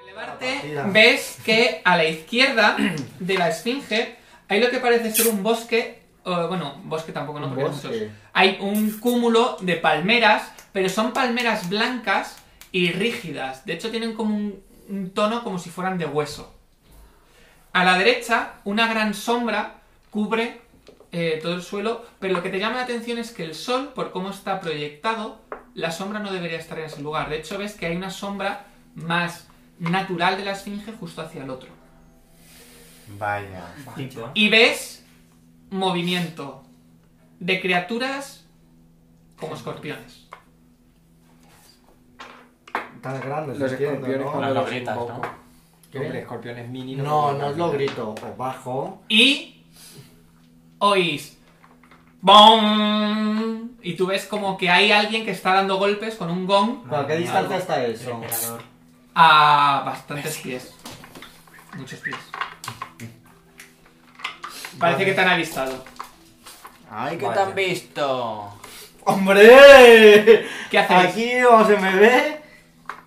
relevarte, ves que a la izquierda de la esfinge hay lo que parece ser un bosque. eh, bueno, bosque tampoco, no, Un porque hay muchos. bosque. Hay un cúmulo de palmeras, pero son palmeras blancas y rígidas. De hecho, tienen como un, un tono como si fueran de hueso. A la derecha, una gran sombra cubre eh, todo el suelo, pero lo que te llama la atención es que el sol, por cómo está proyectado, la sombra no debería estar en ese lugar. De hecho, ves que hay una sombra más natural de la esfinge justo hacia el otro. Vaya. Y ves movimiento de criaturas como escorpiones. Tan grandes, Los entiendo, escorpiones ¿no? con Las los grietas, un ¿no? poco. ¿Qué? Hombre, escorpiones mini. No, no os lo grito. Os bajo. Y oís... ¡Bom! Y tú ves como que hay alguien que está dando golpes con un gong ¿Pero a qué distancia está eso? a bastantes pies. Muchos pies. Parece que te han avistado. Ay, que te Vaya. han visto. ¡Hombre! ¿Qué hacéis? Aquí o se me ve.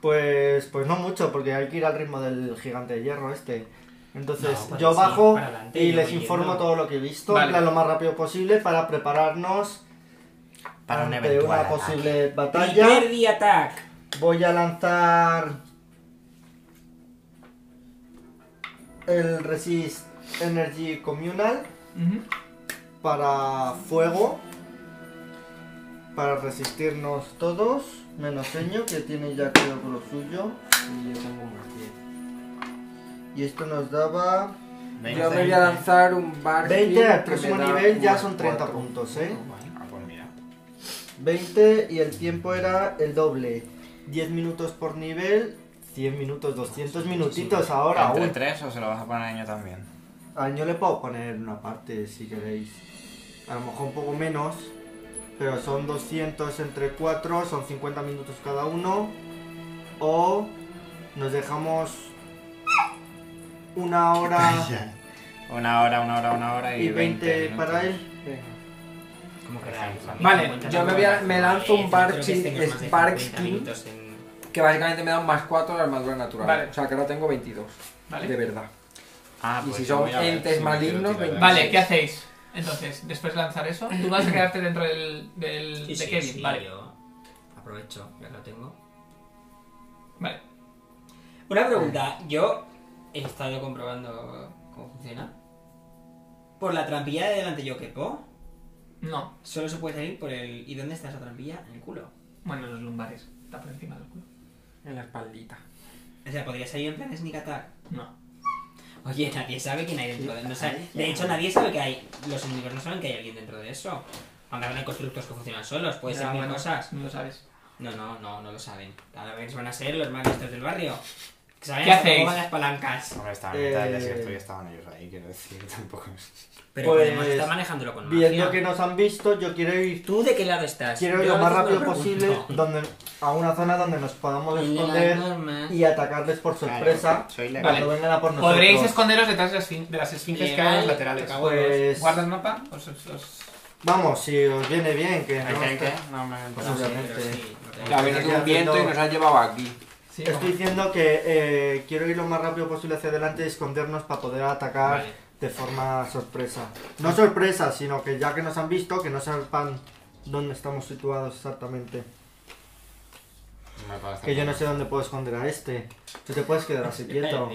Pues, pues no mucho, porque hay que ir al ritmo del gigante de hierro este. Entonces No, pues yo sí, bajo para adelante, y yo les voy informo yendo. todo lo que he visto, Vale. en plan, lo más rápido posible para prepararnos Para un ante eventual. una ataque. posible batalla. Primer día attack. Voy a lanzar el Resist Energy Communal Ujú. para fuego. Para resistirnos todos. Menos Seño, que tiene ya creo que lo suyo. Y yo tengo un más bien. Y esto nos daba Venga, Yo me voy veinte. a lanzar un bar. 20 hit al que próximo me da nivel, ya más son 30 cuatro. puntos, ¿eh? Ah, pues mira. 20 y el tiempo era el doble. 10 minutos por nivel. 100 minutos, 200 minutitos ahora. ¿Entre uy. tres o se lo vas a poner a año también? Ah, Yo le puedo poner una parte si queréis. A lo mejor un poco menos. Pero son 200 entre 4, son 50 minutos cada uno. O nos dejamos una hora Una hora, una hora, una hora y, Ah. y 20 para minutos. él. Venga. ¿Cómo que no? Vale, yo me voy a- me lanzo un Parece, Barchi- creo que este es más de Sparks 50 King. minutos en- Que básicamente me da un más 4 de armadura natural. Vale. O sea, que ahora tengo 22. Vale. De verdad. Ah, Y pues si yo son voy a ver entes si me quiero malignos, tirar. Vale, ¿qué hacéis? Entonces, después de lanzar eso, tú vas a quedarte dentro del, del Sí, de sí, Kevin, sí, vale. yo aprovecho, ya lo tengo. Vale. Una pregunta, yo he estado comprobando cómo funciona. Por la trampilla de delante yo quepo, No, solo se puede salir por el... ¿Y dónde está esa trampilla? En el culo. bueno, los lumbares. Está por encima del culo. En la espaldita. O sea, podría salir en plan sneak attack. No. Oye, nadie sabe quién hay dentro de no sabe- De hecho, nadie sabe que hay... Los enemigos no saben que hay alguien dentro de eso. Aunque ahora no hay constructos que funcionan solos, puede Ya, ser mil bueno, cosas. No lo sabes. No, no, no, no lo saben. Cada vez van a ser los más listos del barrio. Que saben ¿Qué hasta hacéis? cómo van las palancas. Hombre, estaba en mitad del Eh, desierto y estaban ellos ahí, quiero decir, tampoco es... Pero Pues, podemos estar manejándolo con Viendo magia. que nos han visto, yo quiero ir, ¿Tú de qué lado estás? quiero ir Yo lo más veces me rápido pregunto. posible donde, a una zona donde nos podamos En las esconder normas. y atacarles por sorpresa. Claro, soy legal. Cuando vengan a por nosotros. Podréis esconderos detrás de las, esfin- de las esfinges que hay en los laterales. Pues- Guarda el mapa. Os, os- os- Vamos, si os viene bien, que ¿Hay no gente? esté- No, me... Pues No sé, obviamente. pero sí, no tengo- Que ha venido un viento y nos ha llevado aquí. sí, Estoy vamos. diciendo que eh, quiero ir lo más rápido posible hacia adelante y escondernos para poder atacar Vale. de forma sorpresa. No sorpresa, sino que ya que nos han visto, que no sepan dónde estamos situados exactamente. me parece Que yo no sé dónde puedo esconder a este. Tú te puedes quedar así quieto.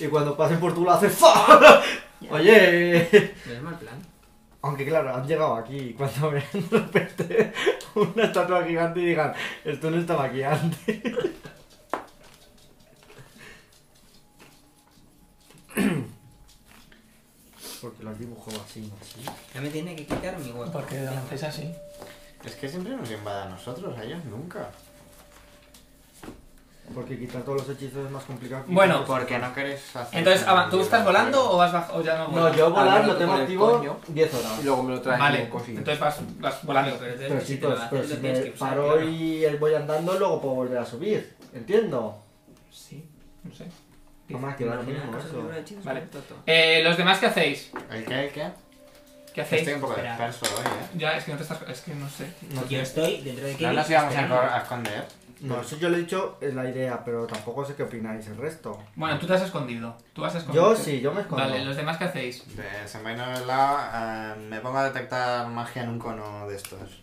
Y cuando pasen por tu lado haces ¡fa! Oye, No es mal plan. aunque claro, han llegado aquí. y Cuando vean de repente una estatua gigante y digan, esto no estaba aquí antes. Porque las dibujo así, así. Ya me tiene que quitar mi hueco. Porque lo hacéis así. Es que siempre nos invada a nosotros, a ellos nunca. Porque quitar todos los hechizos es más complicado. que Bueno, quitar los Porque no queréis hacer... Entonces, Ava, ¿tú estás volando o vas bajo? O ya no No, vuelas? yo volar Ah, lo no, tengo con el activo coño. 10 horas. Y luego me lo traen Vale, bien cocido. entonces vas, vas volando. Pero entonces, Pero si si, te lo pues, haces, pero lo si tienes me que usar, paro claro. y él voy andando, luego puedo volver a subir. Entiendo. Sí, no sé. No más que da lo Imagina mismo cosas de eso. libro de hechizos, Vale. toto. Eh, ¿Los demás qué hacéis? ¿El qué, el qué? ¿Qué hacéis? Este- Estoy un poco Espera. disperso hoy, ¿eh? Ya, es que no te estás... Es que no sé. No Yo estoy dentro de No Kevin. nos íbamos a esperando. a esconder. No, eso yo lo he dicho, es la idea, pero tampoco sé qué opináis el resto. Bueno, tú te has escondido. Tú has escondido. Yo sí, yo me escondo. Vale, ¿los demás qué hacéis? De- Se me ha ido el lado, eh, me pongo a detectar magia en un cono de estos.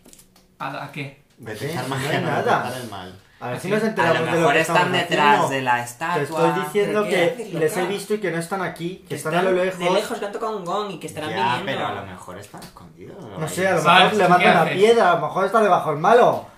¿A, a qué? Detectar Sí, magia no hay no, nada. detectar el mal. A ver si Así. nos A enteramos lo de lo mejor que están estamos detrás haciendo. de la Te estatua. estoy diciendo ¿Pero qué que haces, les he loca? visto y que no están aquí, que están, a lo lejos. De lejos que han tocado un gong y que estarán ya, viniendo. pero a lo mejor está escondido. No sé, a lo Vale, mejor ¿tú le qué mandan una haces? piedra, a lo mejor está debajo el malo.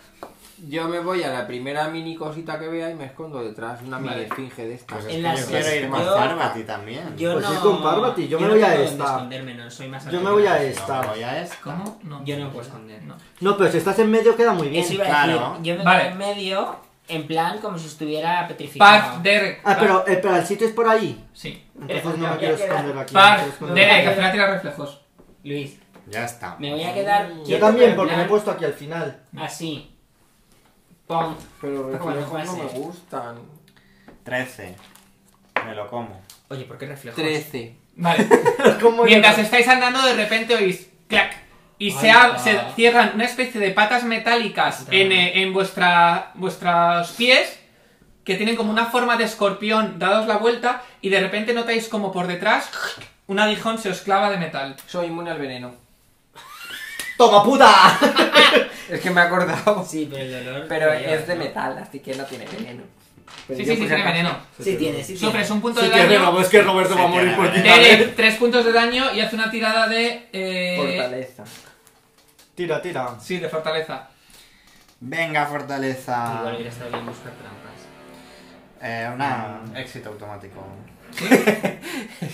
Yo me voy a la primera mini cosita que vea y me escondo detrás. Una mini Vale. esfinge de estas. Pues En es que las- yo quiero ir más yo- tarde a ti también. Yo Pues no. sí, con Parvati, yo me no voy a tengo dónde esta. esconderme, no, soy más Yo me voy a alto. esta. Pues No, voy a esta. ¿Cómo? No. Yo no me puedo esconder. No. No, pero si estás en medio queda muy bien. Eso iba a Claro. decir. Yo me Vale. quedo en medio, en plan, como si estuviera petrificado. Parf, Derek. Ah, pero, eh, pero el sitio es por ahí. Sí. Entonces me no me voy quiero a quedar. esconder aquí. me quiero Parf, esconder. Derek, hacer la tira de reflejos. Luis, Ya está. me voy a quedar. Yo quieto, pero también, en porque me he plan puesto aquí al final. Así. Pon. Pero Está como reflejos no las me bases. gustan. 13. Me lo como. Oye, ¿por qué reflejos? 13. Vale. ¿Cómo era? Mientras estáis andando, de repente oís clac. Y se, Ay, ab- va. se cierran una especie de patas metálicas Entra. en, eh, en vuestra, vuestros pies que tienen como una forma de escorpión. Dados la vuelta y de repente notáis como por detrás un aguijón se os clava de metal. Soy inmune al veneno. ¡Toma puta! Es que me he acordado. Sí, pero el dolor. Pero lo llevas, es de ¿no? metal, así que no tiene veneno. Sí, sí, sí, tiene veneno. Sí, tiene, sí. Sufres tiene. un punto de daño. es que Roberto va a morir por ti. Derek, tres puntos de daño y hace una tirada de. eh, Fortaleza. Tira, tira. Sí, de fortaleza. Venga, fortaleza. Igual hubiera estado bien buscar trampas. Eh, una. Ah. Éxito automático.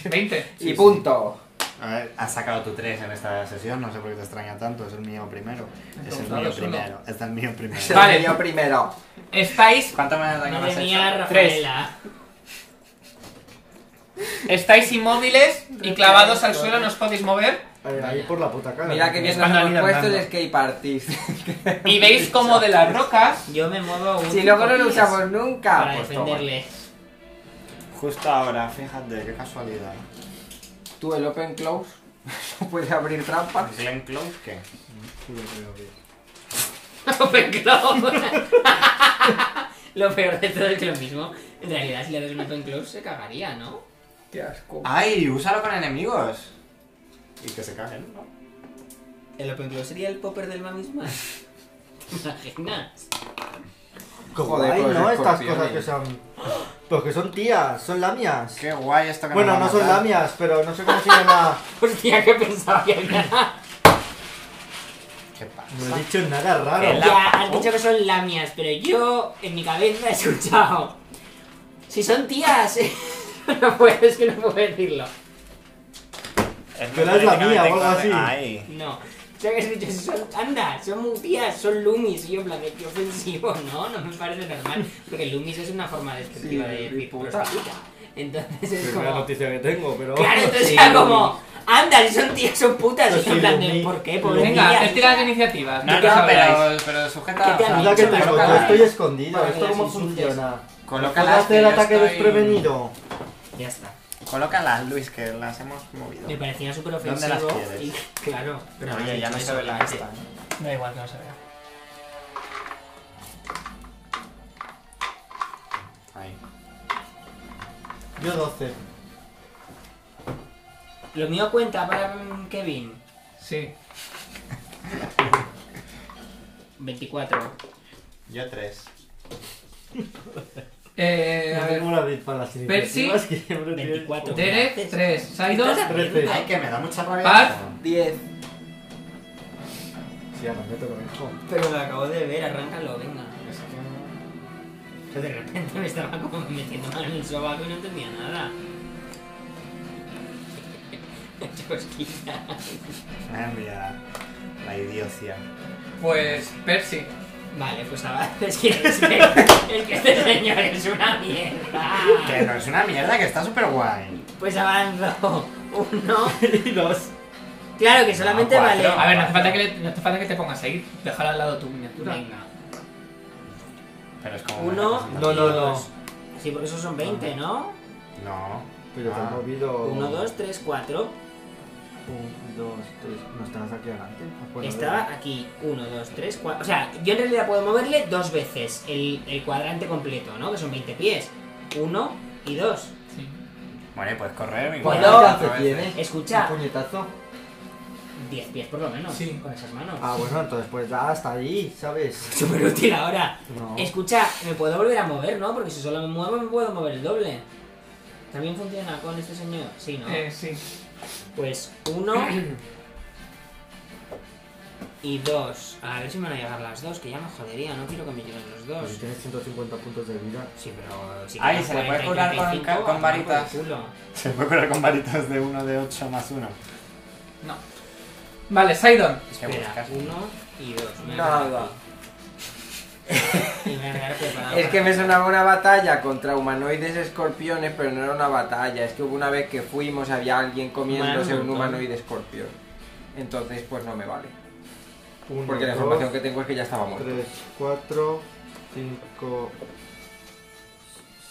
20. y punto. A ver, has sacado tu 3 en esta sesión, no sé por qué te extraña tanto, es el mío primero. Es el Entonces, mío solo. primero, es el mío primero. Vale. Yo primero. Estáis, ¿Cuánto me daño me has Madre hecho? mía, Rafaela. estáis inmóviles y clavados al suelo, no os podéis mover. Eh, ahí por la puta cara. Mira que bien nos Cuando hemos han ido puesto andando. el skate artist. Y veis como de las rocas Yo me muevo un. si luego no lo poquillo usamos nunca. Para pues toma. defenderle. Justo ahora, fíjate, qué casualidad. Tú el open close no puede abrir trampas. ¿Glenn Close qué? Open Close. lo peor de todo es que lo mismo. En realidad, si le das un Open Close, se cagaría, ¿no? Qué asco. ¡Ay! ¡Úsalo con enemigos! Y que se caguen, ¿no? El Open Close sería el popper del mamisma. Imaginas. Joder, Ay, con los no, estas cosas escorpiones. que son. Pues que son tías, son lamias. Qué guay esto que Bueno, no son lamias. lamias, pero no sé cómo se llama. Hostia, que pensaba que había. ¿Qué pasa? No he dicho nada raro. Ya, has dicho que son lamias, pero yo en mi cabeza he escuchado. Si son tías, no puedo, es que no puedo decirlo. Pero es la mía, o algo así. Ay. No. O sea, que has dicho, son, anda, son muy tías, son lumis. Y yo, en plan, qué ofensivo, ¿no? No me parece normal. Porque lumis es una forma despectiva Sí, de mi decir puta. prostituta. Entonces es Primera como. noticia que tengo, pero. Claro, entonces Sí, era lumis. como, anda, si son tías, son putas. Pues Y yo, en plan, sí, de, lumi- ¿por qué? lumi. Pobre Venga, tías. hacer tiras de iniciativas. No, no, ¿qué os habláis? pero, pero sujeta. ¿Qué te o han sea, Mira que dicho? te Pero digo, yo colócala. claro. estoy escondido. Para que ¿Esto las cómo insultes. funciona? ¿Puedo Colócalas. que hacer yo ataque estoy- desprevenido? Ya está. Colócalas, Luis, que las hemos movido. Me parecía súper ¿Dónde ofensivo. las quieres? y- claro. Pero había oye, ya no dicho se ve eso, la obviamente. esta. Da igual que no se vea. Ahí. Yo 12. Lo mío cuenta para mm, Kevin. Sí. 24. Yo tres. Eh, a No ver. tengo la bit para las Percy, iniciativas que siempre tienes. 24. Derek, 3. Saido, Estás Trece. haciendo- Ay, que me da mucha rabia. Par. esto. 10. Sí, ahora me toca mejor. Pero lo acabo de ver, arráncalo, venga. Es que- Yo de repente me estaba como metiendo mal en el sobaco y no entendía nada. Chosquita. Me enviar la idiocia. pues Percy. Vale, pues ahora es que, es que, es que este señor es una Que mierda. no es una mierda, que está súper guay. Pues avanzo. Uno. Y dos. Ah, Claro que solamente No, vale. cuatro. A ver, no hace falta que, le- no hace falta que te pongas a ir. Dejar al lado tu miniatura. Venga. Pero es como. una Uno. representación. No, no, y no. dos. Sí, porque esos son 20, ¿no? No. Pero te Ah. han movido. Uno, dos, tres, cuatro. Un, dos, tres. No estabas aquí adelante. Bueno, Estaba aquí, uno, dos, tres, cuatro. O sea, yo en realidad puedo moverle dos veces el, el cuadrante completo, ¿no? Que son 20 pies. Uno y dos. Sí. Bueno, y puedes correr igual. ¿Cuánto alcance otra vez, tiene? Escucha, Un puñetazo. 10 pies por lo menos Sí. con esas manos. Ah, bueno, entonces pues da hasta ahí, ¿sabes? Súper útil ahora. No. Escucha, me puedo volver a mover, ¿no? Porque si solo me muevo, me puedo mover el doble. ¿También funciona con este señor? Sí, ¿no? Eh, sí. Pues uno y dos. A ver si me van a llegar las dos, que ya me jodería, no quiero que me lleguen los dos. Pues tienes 150 puntos de vida. Sí, pero... Si Ay, quedan se le puede 40 y curar con 35, ca- con a tomar por varitas. el culo. Se puede curar con varitas de 1 de 8 más 1. No. Vale, Sidon. ¿Qué Espera, buscas? uno y dos. Me voy a Nada. quedar aquí. Y me voy a quedar preparado Es para- que me sonaba una batalla contra humanoides escorpiones, pero no era una batalla. Es que hubo una vez que fuimos, había alguien comiéndose Bueno, un montón. humanoide escorpión. Entonces, pues no me vale. Uno, Porque la dos, información que tengo es que ya estaba muerto. 3, 4, 5,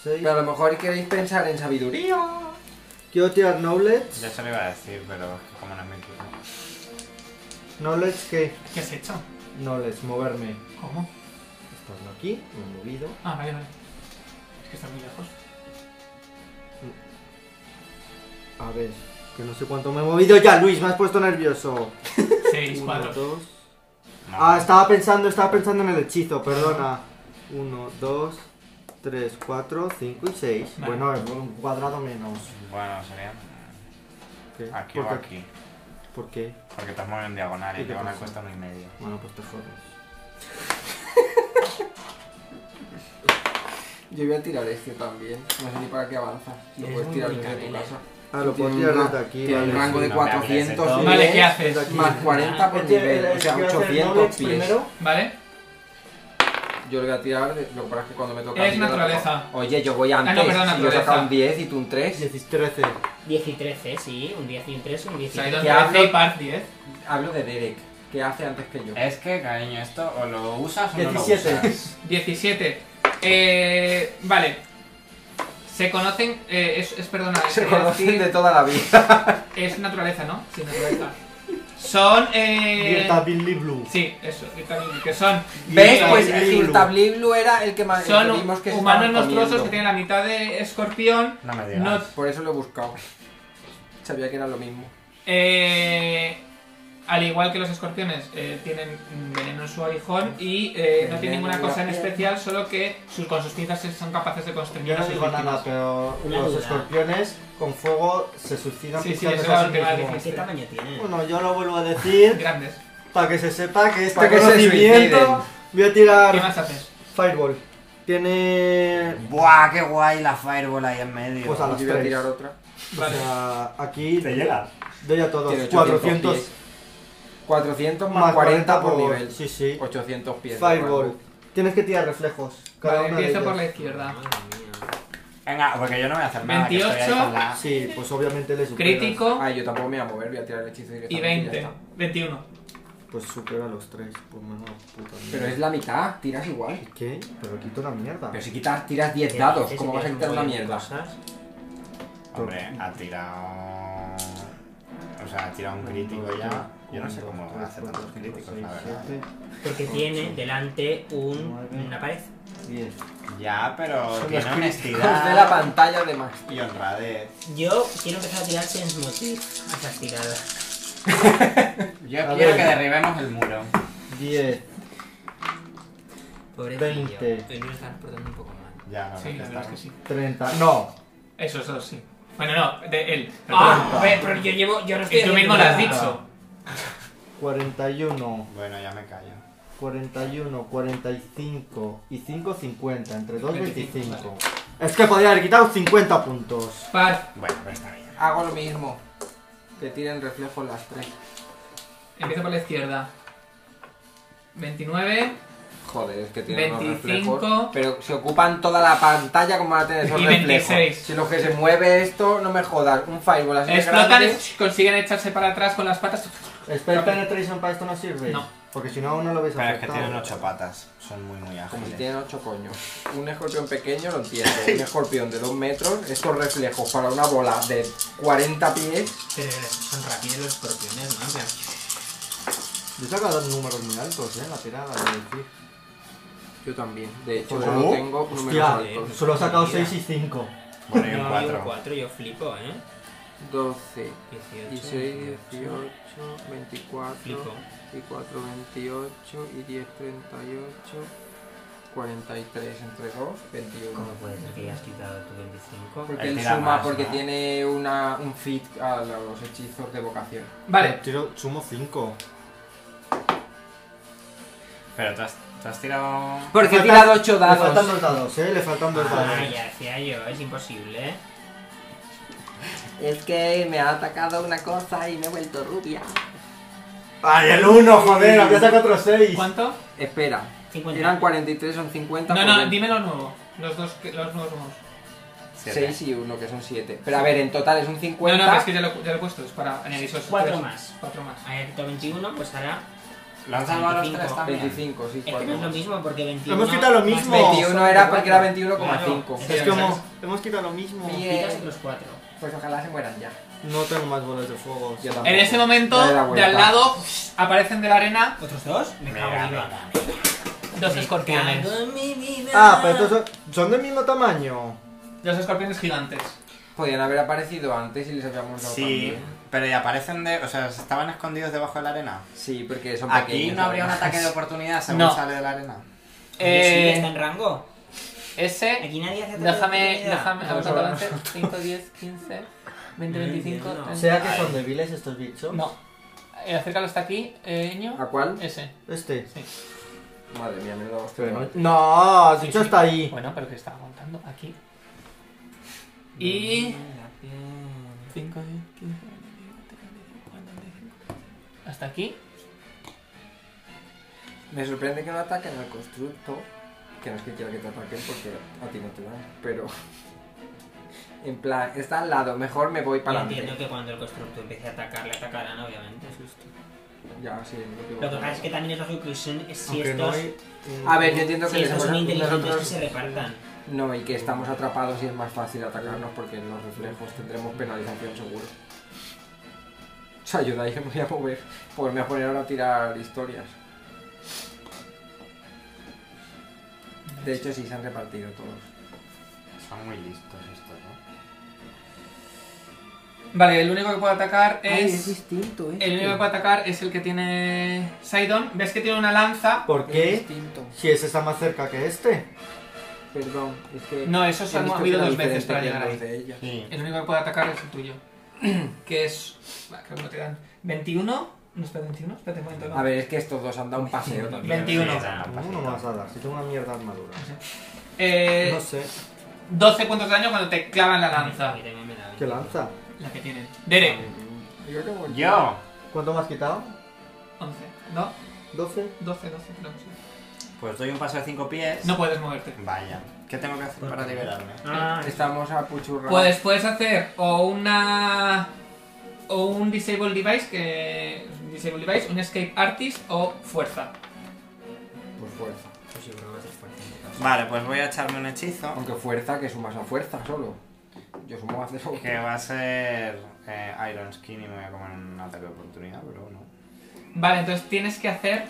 6. Pero a lo mejor queréis pensar en sabiduría. Quiero tirar knowledge. Ya se lo iba a decir, pero es que como no es mi turno. Knowledge qué? ¿Qué has hecho? Knowledge, moverme. ¿Cómo? Estando aquí, me he movido. Ah, vale, vale. Es que está muy lejos. A ver, que no sé cuánto me he movido ya, Luis, me has puesto nervioso. Seis, Uno, cuadros. dos. No. Ah, estaba pensando, estaba pensando en el hechizo, perdona. 1, 2, 3, 4, 5 y 6. Vale. Bueno, es un cuadrado menos. Bueno, sería. ¿Qué? Aquí ¿Por o qué? aquí. ¿Por qué? Porque te has movido en diagonal ¿Y y qué diagonal pasa? cuesta uno y medio. Bueno, pues te jodes. Yo voy a tirar este también. No sé ni para qué avanza. Lo Eres puedes muy tirar desde tu picadera. casa. Ah, lo puedo Tiene tirar un desde ra- aquí. Tiene vale. un rango de No me hables de 400 todo. pies pues, Vale, ¿qué haces? Este, eh, Desde aquí. más 40 Ah, pues por Es que- nivel, o es sea, que voy a hacer 800 knowledge pies. primero. Vale. Yo lo voy a tirar, de- lo que pasa es que cuando me toca... Es a mí, yo lo- naturaleza. Oye, yo voy antes. Ah, no, perdón, si yo he sacado naturaleza. un 10 y tú un 3. 10 y 13. 10 y 13, sí, un 10 y un 3, un 10 y Sidon 13. ¿Qué haces? 13 y par 10. Hablo de Derek, que hace antes que Eh, yo. Es que, cariño, esto o lo usas o no lo 17. usas. 17. Eh, vale. Se conocen. eh, es, es perdona. Se es conocen decir, de toda la vida. Es naturaleza, ¿no? Sí, naturaleza. Son. Eh, Virta Billy Blue. sí, eso. Virtabil, Que son. ¿Ves? eh, Pues Blue. Giltabli Blue era el que más son el que vimos que se humanos estaban monstruosos comiendo. que tienen la mitad de escorpión. No me No, digas. Por eso lo he buscado. Sabía que era lo mismo. eh, al igual que los escorpiones, eh, tienen veneno en su aguijón y eh, no tienen Veneno ninguna en cosa la en piel. especial, solo que sus, con sus pinzas son capaces de constreñir Yo a no sus digo víctimas. nada, pero Una los duda. escorpiones con fuego se suicidan Sí, sí, picándose eso era a sí lo que iba a mismos. decir. ¿Qué tamaño tiene? Bueno, yo lo vuelvo a decir Grandes. para que se sepa que este Pa' que se conocimiento suiciden. voy a ¿Qué tirar más haces? Fireball. Tiene... Buah, qué guay la fireball ahí en medio. Pues a las Yo voy a tres. tirar otra. O Vale. sea, aquí ¿Te llega? doy a todos. Tiene 800 400 pies. 400 más 40 por nivel. Sí, sí. 800 pies. de Fireball. rango. Tienes que tirar reflejos. Cada Vale, una de empiezo por la ellas. izquierda. Madre mía. Venga, porque yo no voy a hacer nada. que estoy ahí 28. con la- Sí, pues obviamente le superas. Crítico Ah, yo tampoco me voy a mover, voy a tirar el hechizo y directamente. ya 20. está. 21. Pues supera los tres, por menos puta mierda. Pero es la mitad, tiras igual. ¿Qué? Pero quito una mierda. Pero si quitas, tiras 10 dados, ¿cómo vas a quitar una mierda? Cosas. Hombre, ha tirado. O sea, ha tirado un crítico ya. Yo no sé cómo hace tantos críticos, la verdad. Porque tiene delante un, Nueve. una pared. 10. Ya, pero Son los Os tiene de la honestidad pantalla de Max. y honradez. Yo quiero empezar a tirar sin motiv a esas tiradas. Yo A quiero ver. que derribemos el muro. 10. Pobre Veinte. Hoy nos están portando un poco mal. Ya, no, Sí, la Ah, ya está. verdad es que sí. 30. No. Esos dos, sí. Bueno, no, de él. Ah, ve, pero yo llevo. Yo no estoy que tú haciendo mismo lo has nada. dicho. 41. Bueno, ya me callo. 41, 45 y 5, 50. Entre 2, 25, 25. Es que podría haber quitado 50 puntos. Par. Bueno, pero está bien. Hago lo mismo. Que tiren reflejos las tres. Empiezo por la izquierda. 29 Joder, es que tienen unos 25. reflejos. Pero se ocupan toda la pantalla como van a tener esos Y reflejos. 26. Si lo que se mueve esto, no me jodas. Un fireball así de explotan, grande. es- consiguen echarse para atrás con las patas. Spell penetration para esto no sirve. No. Porque si no, aún no lo ves Pero es que afectado. tienen ocho patas. Son muy, muy Como si ágiles. tienen ocho coños. Un escorpión pequeño lo entiendo. Un escorpión de 2 metros, estos reflejos para una bola de 40 pies. Pero son rápidos los escorpiones, ¿no? En plan, Yo he sacado dos números muy altos, eh, en la tirada. de decir. Yo también. De hecho, Pues, solo oh, tengo números Hostia, altos. solo he sacado 6 y 5. Bueno, y yo un digo cuatro. cuatro, yo flipo, ¿eh? 12, 18, 16, 18, 18. 24, Flipo. 24, 28 y 10, 38, 43 entre 2, 21. ¿Cómo puede ser que hayas quitado tu 25? Porque él Tira suma más, porque ¿no? tiene una, un fit a los hechizos de vocación. Vale, Tiro, sumo 5. Pero tú has, tú has tirado. Porque he Faltan- tirado 8 Le faltan dados. dos dados, eh. Le faltan dos dados. Ah, ya decía yo, es imposible. ¿eh? Es que me ha atacado una cosa y me he vuelto rubia. ¡Ay, el 1, joder! Había sacado otro 6. ¿cuánto? Espera, 50. eran 43, son pues 50. No, no, dime lo nuevo. Los dos, que- los nuevos monos. Siete. 6 y 1, que son 7. Pero a ver, en total es un No, 50. no, es que ya lo, ya lo he puesto, es para añadir esos Cuatro tres. más. Cuatro más. Haya quitado 21, pues ahora. ¿Lo han salvado los 25, tres también? 25, sí, Es que no es lo 4. mismo porque 21. Hemos quitado lo más mismo. 20. 21 era porque era Claro. 21,5. Es como, hemos quitado lo mismo. Bien. Quitas otros 4. Pues ojalá se mueran ya. No tengo más bolas de fuego. Yo En ese Ya de la momento, de vuelta. al lado, aparecen de la arena ¿Otros dos? Me cago Mega, en Dios. mega. dos Me escorpiones. cago en mi vida. Ah, pero estos son, son del mismo tamaño. Dos escorpiones gigantes. Podían haber aparecido antes y les habíamos dado Sí, también. pero y aparecen de. O sea, estaban escondidos debajo de la arena. Sí, porque son Aquí pequeños. no habría un además. ataque de oportunidad según No. sale de la arena. Oye, sí, Eh, está en rango. Ese, Aquí nadie hace ataque de déjame, oportunidad. déjame, No, a ver solo- cuánto avance. 5, 10, 15, 20, Mm, 25, no. 30. ¿Sea que son débiles estos bichos? No. Eh, acércalo hasta aquí, eh, Ño. ¿A cuál? Ese. Este. Madre mía, me lo No, has dicho está ahí. Bueno, pero que estaba contando aquí. Y. La piel. 5, 10, 15, 20, 25, 45. Hasta aquí. Me sorprende que no ataquen al constructo. Que no es que quiera que te ataquen porque a ti no te dan. Pero. En plan, está al lado, mejor me voy para Yo entiendo adelante. que cuando el constructo empiece a atacar, le atacarán, obviamente. Ya, sí, es lo que Lo voy que a pasa es hacer. que también es lógico que son- es si Aunque estos, no hay. A ver, yo entiendo que si estos les- son inteligentes que nosotros- se repartan. No, y que estamos atrapados y es más fácil atacarnos porque en los reflejos tendremos penalización seguro. Os ayudáis, me voy a mover. Pues me voy a poner ahora a tirar historias. De hecho, sí, se han repartido todos. Son muy listos estos, ¿no? Vale, el único que puede atacar Ay, es es. distinto, ¿eh? El único que puede atacar es el que tiene Sidon. ¿Ves que tiene una lanza? ¿Por qué? distinto. Si ese está más cerca que este. Perdón, es que. No, eso se he ha visto movido que era dos veces diferente para que llegar los ahí. de ella. Sí. El único que puede atacar es el tuyo. Que es. va, creo que no te dan. 21. No está 21, espérate un momento. no. A ver, es que estos dos han dado un paseo también. 21. Sí, dan un ¿Cómo Ah, no pasito. me vas a dar? Si tengo una mierda armadura. Eh, No sé. 12 puntos de daño cuando te clavan la lanza. A mí también me da. ¿Qué lanza? La que tienen. Derek, Yo tengo el- Yo. ¿Cuánto me has quitado? 11. ¿No? 12. 12, 12, creo que sí. Pues doy un paso de 5 pies. No puedes moverte. Vaya. ¿Qué tengo que hacer para liberarme? Ah, Estamos a puchurrar. Puedes, puedes hacer o una. O un Disable Device, que. Disable Device, un Escape Artist o Fuerza. Por fuerza. pues yo creo que va a ser fuerte. Vale, pues voy a echarme un hechizo. Aunque fuerza, que sumas a fuerza solo. Yo sumo a cero. Que va a ser eh, Iron Skin y me voy a comer un ataque de oportunidad, pero no. Vale, entonces tienes que hacer.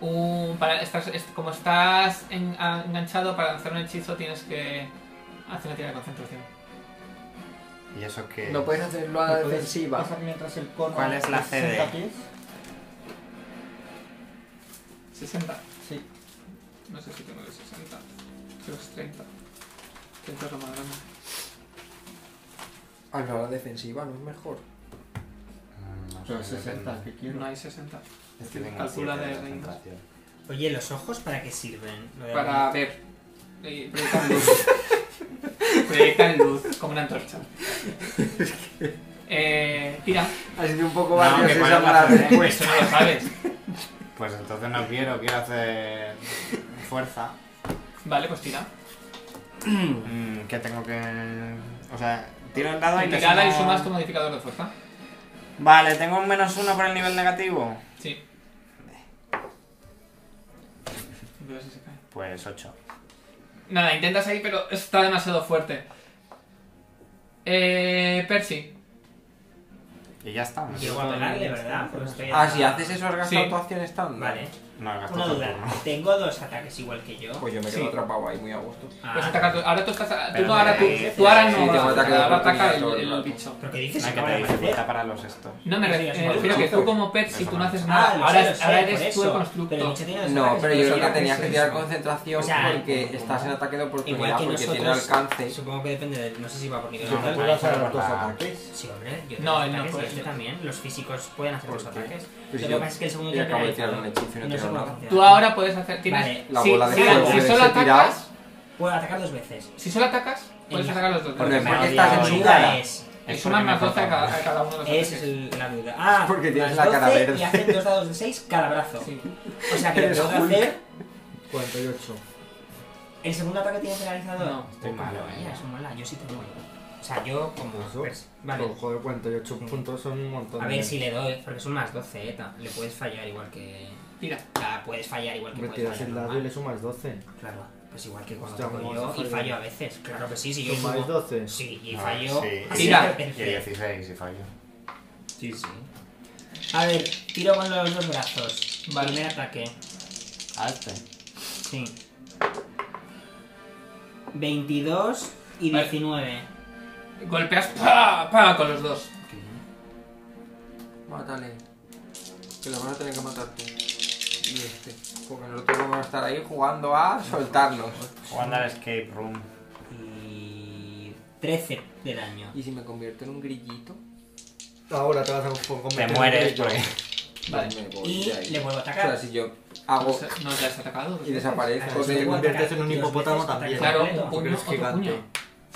Un. Para, estás- est- como estás en- a- enganchado para lanzar un hechizo, tienes que. Hacer una tira de concentración. ¿Y eso qué? No es? puedes hacerlo a la defensiva. Pasar mientras el cono ¿Cuál es la CD? 60 pies? 60. Sí. No sé si tengo de 60. Creo que es 30. 30 es lo más grande. Hazlo a la defensiva, no es mejor. Mm, no Pero sé, 60, depende. ¿qué quiero? No hay 60. Es que tengo Calcula siete de- concentración. Oye, ¿los ojos para qué sirven? Lo de- Para ver. Eh, Proyectan luz. Proyectan luz como una antorcha. Eh, tira. Ha sido un poco No, varios que esa para la mala CD. respuesta. Eso no lo sabes. Pues entonces no quiero, quiero hacer fuerza. Vale, pues tira. Mm, que tengo que. O sea, tiro el dado y le Tirada y sumo- sumas tu modificador de fuerza. Vale, tengo un menos uno por el nivel negativo. Sí. Veo si se cae. Pues 8. Nada, intentas ahí, pero está demasiado fuerte. Eh, Percy. Y ya está. No, sé. Quiero apelarle, ¿verdad? Pues estoy Ah, si haces eso, has gastado Sí. tu acción estándar. Vale. no he Una gastado tu turno. duda. Tengo dos ataques igual que yo. Pues yo me quedo Sí. atrapado ahí muy a gusto. Ah, Pues ataca tú. Ahora tú estás. Tú Pero no, ahora tú. me- Tú ahora no. eh, Sí, tengo ahora ataque de ataca oportunidad el, todo el el rato. bicho. ¿Pero qué dices? No, que Acaba te de aparecer. dificulta para los estos. No me Sí, re- es eh, un refiero que bicho. tú como Percy Eso tú no no. haces Ah, nada. lo ahora sé, lo es- ahora sé, por eres tú el eso. Pero el constructor. bicho tiene dos No, ataques, pero yo sí, creo que sí, tenías sí, que sí. tirar concentración O sea, porque estás en ataque de oportunidad, Igual que porque nosotros. tiene alcance. Supongo que depende de. No sé si va por nivel No, o no tal. puede. Puedo hacer los por dos la- ataques. Sí, hombre, yo No, tengo él no ataques puede. y este también. Los físicos pueden hacer ¿Por los qué? ataques. Pues Lo que yo- pasa es que el segundo yo tiene acabo de realizado. tirar un hechizo y no he sé tirado cómo nada. funciona. Tú ahora puedes hacer. Tienes. Vale, la si- bola de si- si fuego de solo ese tirado. atacas. Puedo atacar dos veces. Si solo atacas, puedes En- atacar los dos. Hombre, dados. porque La estás en su duda cara. Es, Y Es suman porque me más 12 a toca. cada, a cada uno de los es ataques. el- la duda. Ah, Porque tienes más la cara 12 verde. Y hacen dos dados de 6 cada brazo. Sí. O sea que lo Eres tengo que Hulk. hacer. 48. El segundo ataque tiene realizado. No. Estoy malo, eh. Mira, es mala. Yo sí tengo. O sea, yo como. Eso. pers- Vale. Pero, joder, 48 puntos son un montón. A de- ver si le doy, porque son más 12, ETA. Le puedes fallar igual que. Tira. La puedes fallar igual que Me puedes tiras fallar. el dado y normal. le sumas 12. Claro, pues igual que cuando Hostia, toco ¿cómo yo vas a y fallar? fallo a veces. Claro que sí, si yo ¿Sumas subo. 12? Sí, y No, fallo. Ah, sí. Tira. Y 16 y fallo. Sí, sí. A ver, tiro con los dos brazos. Vale. Primer ataque. A este. Sí. 22 y Vale. 19. Golpeas pa, pa, con los dos. Mátale. Que lo vas a tener que matar tú. Y este. Porque nosotros vamos a estar ahí jugando a soltarlos. Jugando al escape room. Y. 13 de daño. Y si me convierto en un grillito, Ahora te vas a convertir Te en mueres ello. porque. Vale. pues me voy Y de ahí. le vuelvo a O sea, atacar. si yo hago No te has atacado. y Si desaparezco Sí, te de... igual. conviertes en un Dios, hipopótamo veces también. Claro, Completo. un Porque puño, eres otro gigante. puño.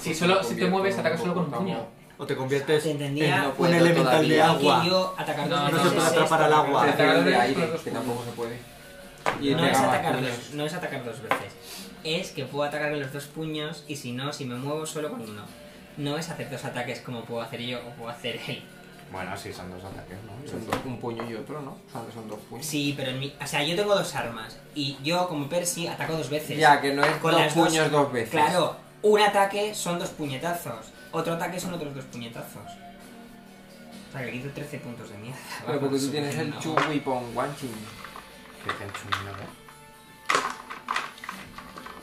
Si, solo, si te mueves, atacas solo con un puño. O te conviertes Te en entendía. un No puedo elemental de todavía. agua. Que yo atacar No, dos no se veces puede es atrapar esto, al agua. Te Prefiero atacaré de con aire, los que puños. tampoco se puede. No, le es haga más atacar puños. dos, no es atacar dos veces. Es que puedo atacar con los dos puños y si no, si me muevo solo con uno. No es hacer dos ataques como puedo hacer yo o puedo hacer él. Bueno, sí, son dos ataques, Son ¿no? dos, un puño y otro, ¿no? O sea, son dos puños. Sí, pero en mi... O sea, yo tengo dos armas y yo como Percy ataco dos veces. Ya, que no es Con dos las dos- puños dos, veces. Claro, un ataque son dos puñetazos, otro ataque son otros dos puñetazos. O sea, que le quito 13 puntos de mierda. Pero porque tú tienes el No. Chu Weapon Wanching. Que te hecho un minuto.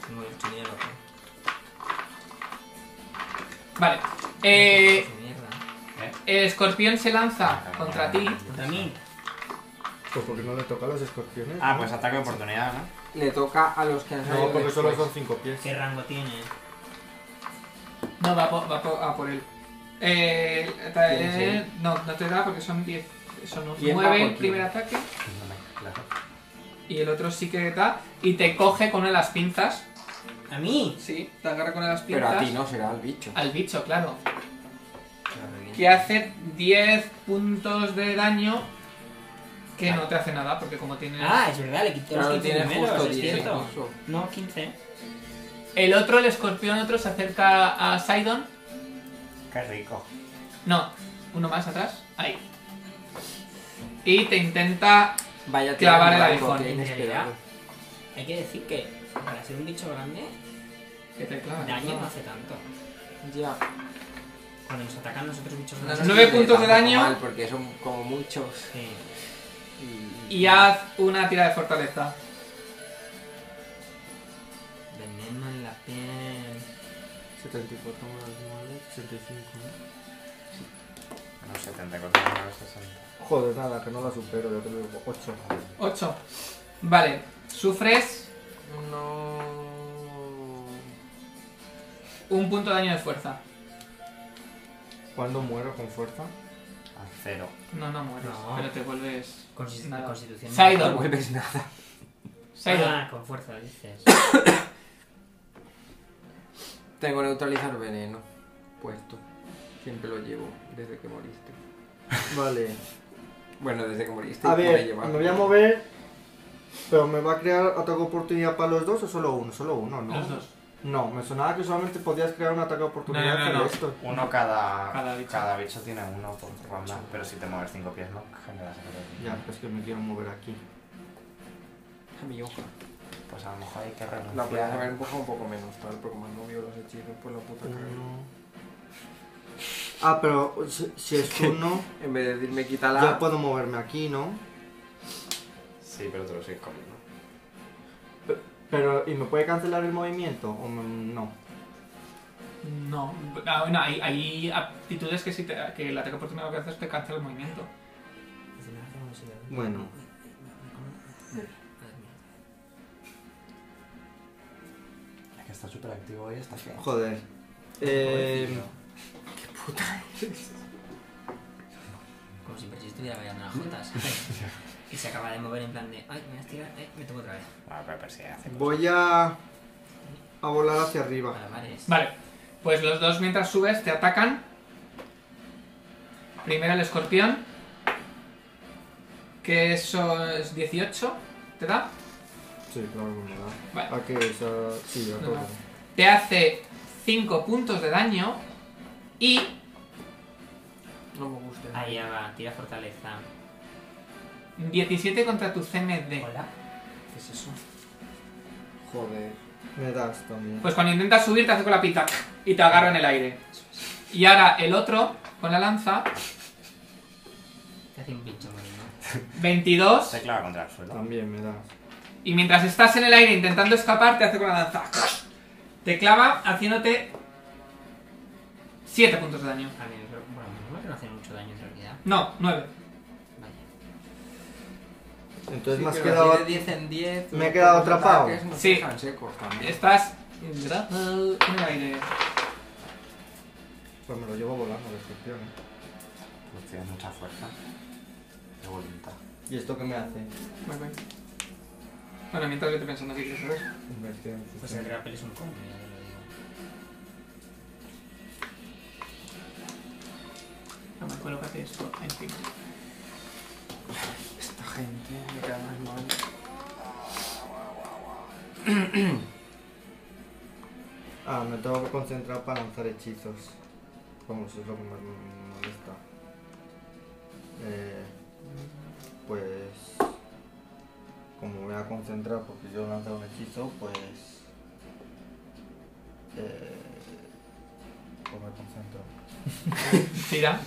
Tengo el chumelo, ¿eh? Vale. Eh, Su mierda. ¿Eh? el escorpión se lanza contra ti. Contra mí. Pues porque no le toca a los escorpiones. Ah, ¿no? pues ataque de oportunidad, ¿no? Le toca a los que han salido No, porque solo después. son 5 pies. ¿Qué rango tiene? No, va, po- va po- a por él. Eh, ta- ¿Quién es él? eh, no, no te da porque son 10. Son ¿Quién va 9 por el quién? primer ataque No me- claro. y el otro sí que da. Y te coge con una de las pinzas. ¿A mí? Sí, te agarra con una de las Pero pinzas. a ti no, será al bicho. Al bicho, claro. Que hace 10 puntos de daño que no te hace nada porque como tiene... Ah, es verdad, le quitó Claro, los 15 tiene primeros, justo es 10 cierto. incluso. No, 15. El otro, el escorpión otro, se acerca a Sidon. Qué rico. No, uno más atrás. Ahí. Y te intenta... Vaya Clavar el blanco, iPhone, qué en inesperado. realidad. Hay que decir que para ser un bicho grande, que te Ah, clava. daño no hace tanto. Ya. Cuando nos atacan nosotros bichos No, no grandes... Nueve sirve puntos de tampoco daño. mal, porque son como muchos. Sí. Y, Y haz una tira de fortaleza. Veneno en la piel... 74 más 9, 65. No 74, no 60. ¿no? Joder, nada, que no la supero, ya te lo digo. 8. 8. Vale. Sufres No. un punto de daño de fuerza. ¿Cuándo muero con fuerza? A cero. No, no mueres. No. Pero te vuelves... Constitu- Nada. Constitución... Saido. No vuelves nada. Sidon. Ah, con fuerza, dices. Tengo neutralizar veneno puesto. Siempre lo llevo desde que moriste. Vale. Bueno, desde que moriste. A y por ahí ver, llevar. me voy a mover. Pero me va a crear ataque de oportunidad para los dos o solo uno, solo uno, ¿no? Los dos. No, me sonaba que solamente podías crear un ataque de oportunidad No, no, no, para no. esto. Uno cada, Cada bicho. tiene uno por ronda, pero si te mueves cinco pies no generas Ya, pues que me quiero mover aquí. A mi hoja. Pues a lo mejor hay que La podías renunciar. haber empujado un poco menos, tal, pero como no vio los hechizos, pues la puta cara. Uno. Ah, pero si, si es turno, En vez de decirme quita ya la... puedo moverme aquí, ¿no? Sí, pero te lo sigues comiendo. Pero, ¿y me puede cancelar el movimiento? ¿O me- no? No, ah, bueno, hay, hay aptitudes que si te, que el ataque oportuno que haces te cancela el movimiento. Bueno. Es que está súper activo hoy, está feo. Joder. Eh, Como si Percy estuviera bailando las juntas. y se acaba de mover en plan de. Ay, me voy a estirar, eh, me toco otra vez. Bueno, pero, pero sí, hace voy a. a volar hacia arriba. Calamares. Vale, pues los dos mientras subes te atacan. Primero el escorpión, que eso es 18, ¿te da? Sí, claro que me da. Vale. ¿A qué? O sea, sí, a No, todo. no. Te hace 5 puntos de daño y No me gusta. Ahí ya va, tira fortaleza. 17 contra tu Eh. CMD. Hola. ¿Qué es eso? Joder. Me das también. Pues cuando intentas subir te hace con la pita y te agarra en el aire. Y ahora el otro, con la lanza, Te hace un pincho moreno. 22. Se clava contra el suelo. También me das. Y mientras estás en el aire intentando escapar, te hace con la lanza. Te clava haciéndote 7 puntos de daño. A mí, pero, bueno, menos mal que no hace mucho daño en realidad. No, 9. Vaya. Entonces Sí, me has pero quedado. así de 10 en 10... me he quedado los atrapado. ataques nos Sí. dejan secos también. Estás en el aire. Pues me lo llevo volando, la ¿eh? descripción. Pues tienes mucha fuerza. Qué voluntad. ¿Y esto qué me hace? Bueno, mientras yo te pensando qué quieres hacer. Invertir en Pues el grapple es un combo, ya te lo digo. No me colócate esto encima. Esta gente me cae más mal. Ah, me tengo que concentrar para lanzar hechizos. Vamos, eso es lo que más me molesta. Eh, pues. Como voy a concentrar porque yo he lanzado un hechizo, pues. Eh, pues me concentro. Tira.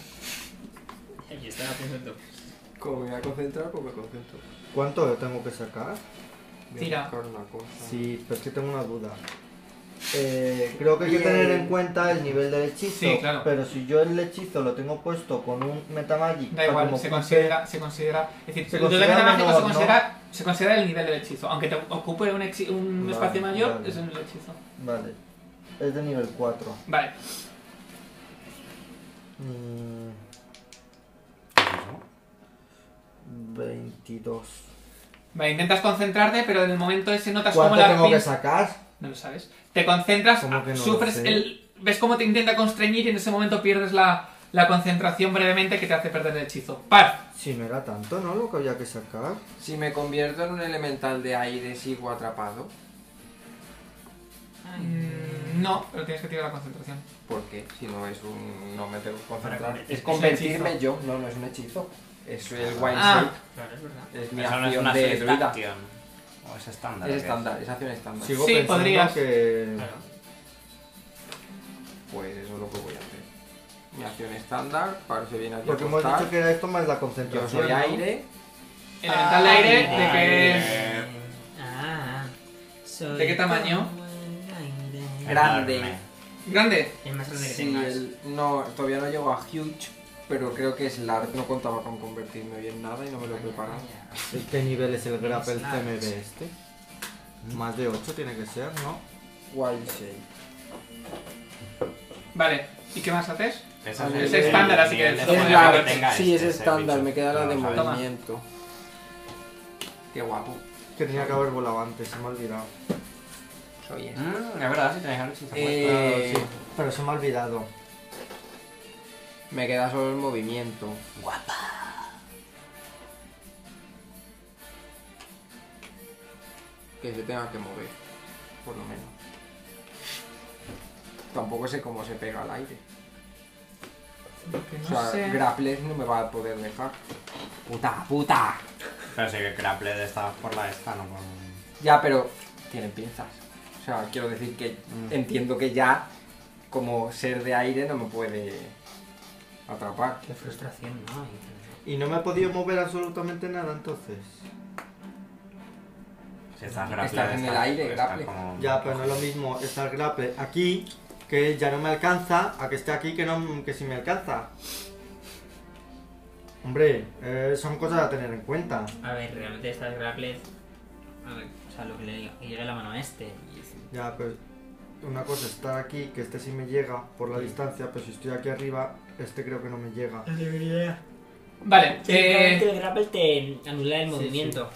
Aquí está pues, la punto. Como me voy a concentrar, pues me concentro. ¿Cuánto tengo que sacar? Voy a Tira. buscar una cosa. Sí, pero es que tengo una duda. Eh, creo que hay que tener en cuenta el nivel del hechizo. Sí, claro. Pero si yo el hechizo lo tengo puesto con un Metamagic. Da o igual, como se puse- considera, se considera. Es decir, Se lo de considera meta mágica se menor, ¿no? considera, se considera el nivel del hechizo. Aunque te ocupe un, exi- un Vale, espacio mayor, vale. es el hechizo. Vale. Es de nivel 4. Vale. Mm, ¿Eso? 22. Vale, intentas concentrarte, pero en el momento ese notas como ¿Cuánto la tengo pin- que sacar? No lo sabes. Te concentras, ¿Cómo que no lo sufres sé? el. ves cómo te intenta constreñir y en ese momento pierdes la, la concentración brevemente que te hace perder el hechizo. ¡Par! Si no era tanto, ¿no? Lo que había que sacar. Si me convierto en un elemental de aire, sigo atrapado. Mm, no, pero tienes que tirar la concentración. ¿Por qué? Si no es un... no me tengo que concentrar. Para- Es es convertirme yo. No, no es un hechizo. Es el Wild Ah. Claro, es verdad. Shape. Es mi Eso no es acción una de cierta druida. acción. O es estándar. Es ¿o qué estándar, es acción estándar. Sigo Sí, pensando podrías. que. Claro. Pues eso es lo que voy a hacer. Mi acción estándar, para eso viene aquí a Porque hemos apostar. dicho que era esto más la Yo concentración. soy ¿no? aire. Elemental de aire, ¿de qué, aire. Ah, soy ¿De qué tamaño? como el aire. Grande. Enorme. ¿Grande? Es más grande que Sí, tengas. el- no, todavía no llego a huge, pero creo que es large. No contaba con convertirme bien nada y no me lo he preparado. ¿De ¿Qué nivel es el grapple Slash. CMB este? Más de 8 tiene que ser, ¿no? Wild shape. Vale. ¿Y qué más haces? Ese Es el- estándar, el así que nivel de es fuerza Es Joder, large. que tenga sí, este, es ese estándar, bicho. me queda la No de lo sabes. Toma. movimiento. Qué guapo. Que tenía que haber volado antes, se me ha olvidado. Soy este. Mm, es verdad, si tenéis algo hechizo Eh, Claro, Ah, sí, pero se me ha olvidado. Me queda solo el movimiento. Guapa. Que se tenga que mover, por lo menos. Tampoco sé cómo se pega al aire. Porque no o sea, sé. grapples no me va a poder dejar. Puta, puta. Pero sí que Crapple de esta por la esta, no por... Ya, pero tienen pinzas. O sea, quiero decir que entiendo que ya, como ser de aire, no me puede atrapar. Qué frustración, ¿no? Y no me he podido mover absolutamente nada entonces. Si estás grapple, Estás en el aire, estás grapple. como- Ya, pero no es lo mismo estar grapple aquí, que ya no me alcanza, a que esté aquí que no que si me alcanza. Hombre, eh, son cosas a tener en cuenta. A ver, realmente estas grapples. A ver, o sea, lo que le diga, que llegue la mano a este. y es- Ya, pero una cosa es estar aquí, que este sí me llega por la distancia, pero si estoy aquí arriba, este creo que no me llega. Vale, Sí, eh, realmente el grapple te anula el sí. movimiento.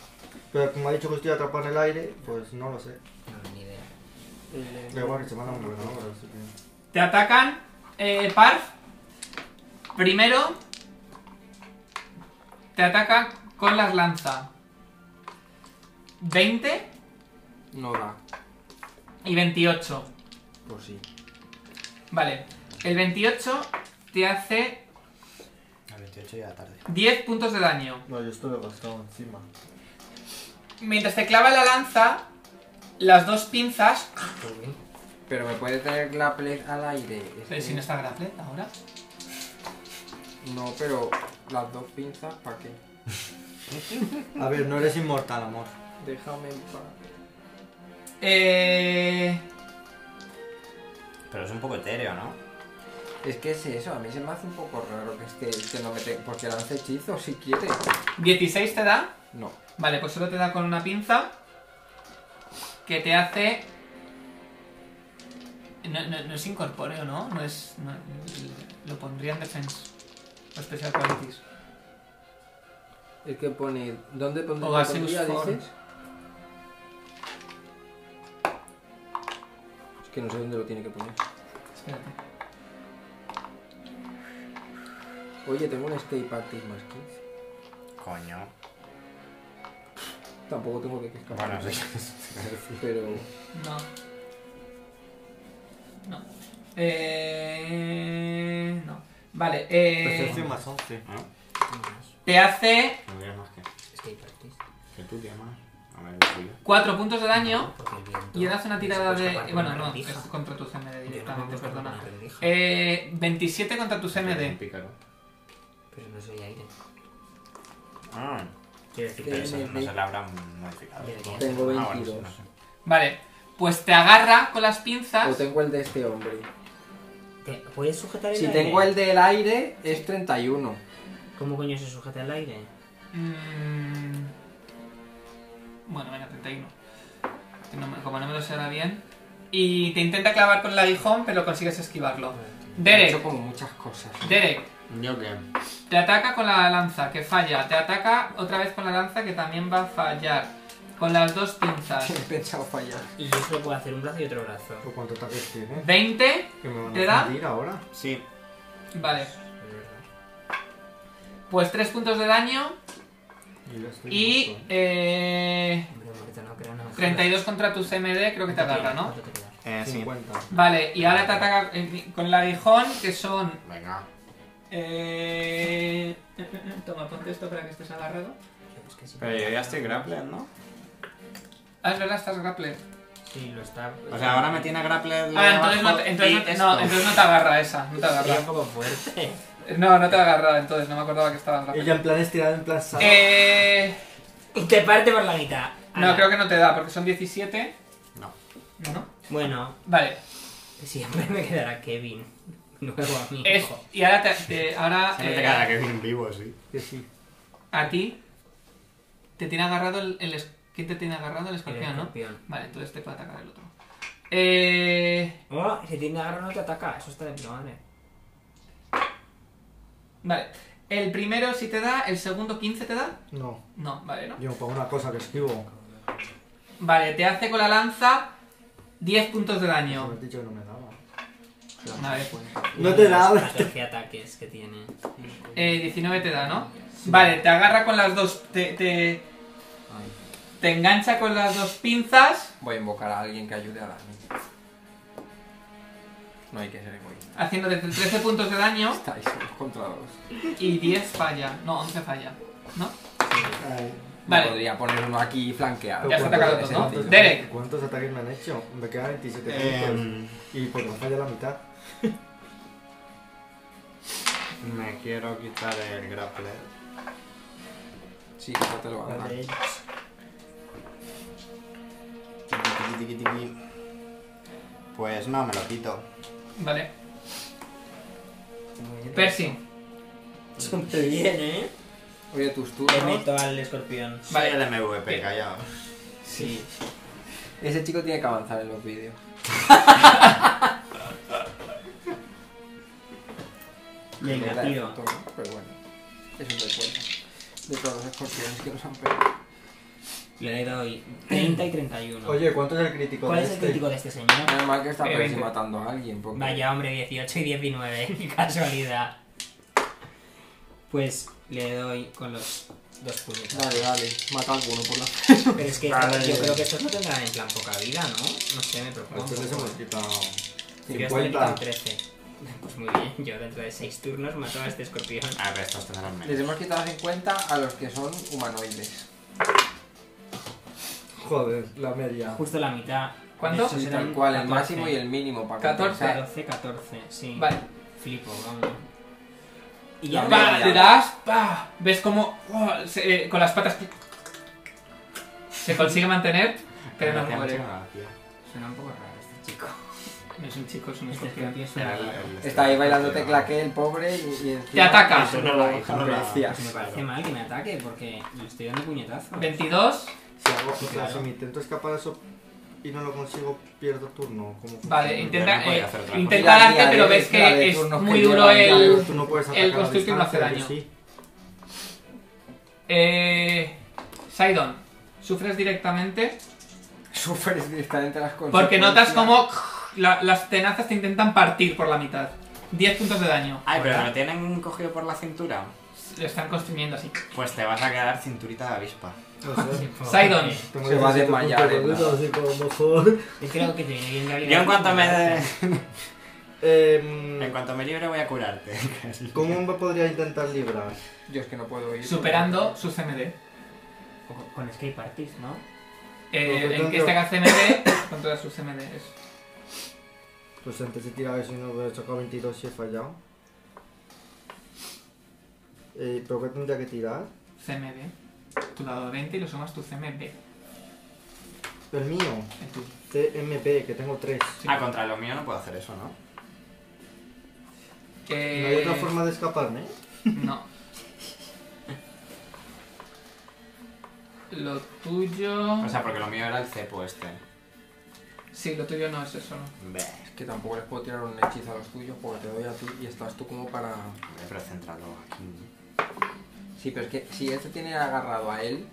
Pero como ha dicho que estoy atrapado en el aire, pues no lo sé. No, ni idea. Da igual que se van a mover ahora, así que- te atacan, eh, Parf. Primero, te ataca con las lanzas. 20 No da. y 28. Pues sí. Vale, el 28 te hace A 28 ya tarde. 10 puntos de daño. No, yo estoy gastado encima. Mientras te clava la lanza, las dos pinzas. Pero me puede tener grapples al aire. Es Pero que- si no está grapple ahora. No, pero las dos pinzas, ¿para qué? A ver, no eres inmortal, amor. Déjame en paz. Eh. Pero es un poco etéreo, ¿no? Es que es eso, a mí se me hace un poco raro que esté que no me te- porque lance hechizos si quiere. 16 te da. No. Vale, pues solo te da con una pinza. Que te hace. No, no- no es incorpóreo, ¿no? No es. no- lo pondría en defense. O special qualities. Es que pone. ¿Dónde pondré O la gaseous tortilla, form. dices? Es que no sé dónde lo tiene que poner. Espérate. Oye, tengo un escape artist más 15. Coño. Tampoco tengo de qué escapar. Bueno, sí. Pero. No. No. Eh. No. Vale, Percepción eh. Pues más 11. ¿No? Te hace No tienes más que. Es que hay practice. Que tú tienes más. A ver, el tuyo. 4 puntos de daño. Porque el viento- Y ahora hace una tirada se puede de. escapar por Bueno, una no, rendija. es contra tu CMD directamente, Yo no me perdona. acuerdo de la rendija. Eh, 27 contra tu Un CMD. pícaro. Pero no soy aire. Ah, Quiero decir pero que eso no se la habrán modificado. Debería. Tengo Ah, bueno, 22. sí, no sé. Vale, pues te agarra con las o pinzas. tengo el de este hombre. ¿Te- ¿Puedes sujetar el Si aire? tengo el del aire, es 31. ¿Cómo coño se sujeta el aire? Mm, Bueno, venga, 31. Que no me- Como no me lo sé ahora bien. Y te intenta clavar con el aguijón, pero consigues esquivarlo. He hecho Derek, como muchas cosas. Derek, ¿Yo qué? Te ataca con la lanza, que falla. Te ataca otra vez con la lanza, que también va a fallar. Con las dos pinzas. He pensado fallar. Y yo solo puedo hacer un brazo y otro brazo. ¿Por cuánto ataques tiene? 20. Que me van ¿Te da? a fundir ahora. Sí. Vale. Es verdad. Pues 3 puntos de daño. Y ya estoy Y. muerto. Eh, Hombre, muerto, no creo nada. 32 contra tu CMD, creo que te agarra, ¿no? ¿Cuánto te queda? Eh, sí. 50. Vale, y ahora te ataca eh, con el aguijón, que son. Venga. Eh, eh, eh, toma, ponte esto para que estés agarrado. Es pues, que sí. Pero yo ya estoy grappler, ¿no? Ah, es verdad, estás grapple. Sí, lo está. O sea, ahora me tiene grappler. lo Ah, de entonces no, abajo te, entonces, y no, te- esto. no, entonces no te agarra esa. No te Sería un agarra. poco fuerte. No, no te agarra, entonces no me acordaba que estabas grapple. Ella en plan estirada, en plan sal. Eh, Y te parte por la mitad. no, creo que no te da, porque son 17. No. No, no. Bueno, Vale. siempre me quedará Kevin. Nuevo amigo. Es, y ahora, te, te- ahora Siempre te eh, queda que viene en vivo, sí. Que sí. a ti te tiene agarrado el, el es- ¿Quién te tiene agarrado? El El escorpión, ¿no? escorpión. Vale, entonces te puede atacar el otro. Eh, Oh, si tiene agarro no te ataca. Eso está de mi madre. vale. El primero sí te da, el segundo 15 te da. No, No, vale, ¿no? yo pongo una cosa que esquivo. Vale, te hace con la lanza 10 puntos de No. Me daño. has dicho que no me daba. Vale. No te da. Los 14 ataques que tiene. Eh, 19 te da, ¿no? Vale, te agarra con las dos. Te, te, te engancha con las dos pinzas. Voy a invocar a alguien que ayude a las niñas. No hay que ser egoísta. haciendo desde 13 puntos de daño Estáis solos contra dos. y 10 falla. No, 11 falla. ¿No? Ay, Vale. Podría poner uno aquí flanqueado. Ya se ha atacado Es todo, ¿no? sencillo. Derek. ¿Cuántos ataques me han hecho? Me quedan 27 puntos. Em, Y pues me falla la mitad. me quiero quitar el grappler. Sí, eso te lo va a dar. Tiqui, tiqui, tiqui, tiqui. Pues no, me lo quito. Vale. Percy. Súper bien, ¿eh? Oye, tus Le turnos. meto al escorpión. Vale. Vale, el MVP, Bien. callado. Sí. Ese chico tiene que avanzar en los vídeos. Y el Verdad, gatillo. todo, ¿no? Pero bueno, eso te cuenta. De todos los escorpiones que nos han pegado. Le doy 30 y 31. Oye, ¿cuánto es el crítico ¿Cuál de es el este? crítico de este señor? Menos mal que está Eh, Percy veinte. matando a alguien. Porque... Vaya, hombre, 18 y 19. Qué casualidad. Pues le doy con los dos puñetazos. Dale, dale, mata a alguno por la. Pero es que Ah. Vale. yo creo que estos no tendrán en plan poca vida, ¿no? No sé, me preocupa. un Pues entonces poco. hemos quitado. Yo ya estoy 50. con 13. Pues muy bien, yo dentro de 6 turnos mato a este escorpión. A ver, estos tendrán Les menos. hemos quitado 50 a los que son humanoides. Joder, la media. Justo la mitad. ¿Cuánto? Estos Sí, eran tal cual, el 14. máximo y el mínimo para 14. compensar. 14, 14, sí. Vale. Flipo, vamos. Y La ya media. Va, le das, pa. Ves como eh, con las patas se consigue mantener, pero no Gracias, muere. muchas gracias. Suena un poco raro este chico. No es un chico, es un Este escorpión. escorpión suena El- raro. el- Está ahí bailando el- tecla que el pobre y, y encima- Te ataca. Eso no lo Ay, eso no lo- gracias. Pues me parece mal que me ataque porque le estoy dando puñetazo. 22. Si hago, o sea, Claro. si me intento escapar de eso y no lo consigo, pierdo turno. ¿Cómo Vale, funciona? intenta, no podía eh, hacer otra cosa. intenta Mira, darte, mira, pero de- ves mira, de que es turnos que muy duro llevan ya el. de- Tú no puedes atacar el a la constructing no hace distancia, daño. yo sí. Eh. Sidon, sufres directamente Sufres directamente las consecuencias. porque notas como la- las tenazas te intentan partir por la mitad. 10 puntos de daño. Ay, pero lo tienen cogido por la cintura. Lo están construyendo así. Pues te vas a quedar cinturita de avispa. Pues, No sé. Sidon, Tengo Se va a 17 desmayar, puntos ¿eh? de vida, así como mejor. Yo creo que te viene bien Gabriel. Yo en cuanto eh, me Em, en cuanto me libre voy a curarte. ¿Cómo me podría intentar librar? Yo es que no puedo ir. superando su CMD. O con- Con escape artist, ¿no? Eh, Por lo en que tanto- este haga CMD con todas sus CMDs. Pues antes he tirado eso y no he sacado 22 y he fallado. Eh, ¿Pero qué tendría que tirar? CMD. Tu dado de 20 y lo sumas tu CMB. El El mío, tuyo. TMP, que tengo 3. Ah, contra lo mío no puedo hacer eso, ¿no? No hay Eh, otra forma de escaparme. No. Lo tuyo. O sea, porque lo mío era el cepo este. Sí, lo tuyo no es eso, ¿no? Bleh, Es que tampoco les puedo tirar un hechizo a los tuyos porque te doy a ti y estás tú como para. hombre, pero céntralo aquí. ¿no? Sí, pero es que si este tiene agarrado a él,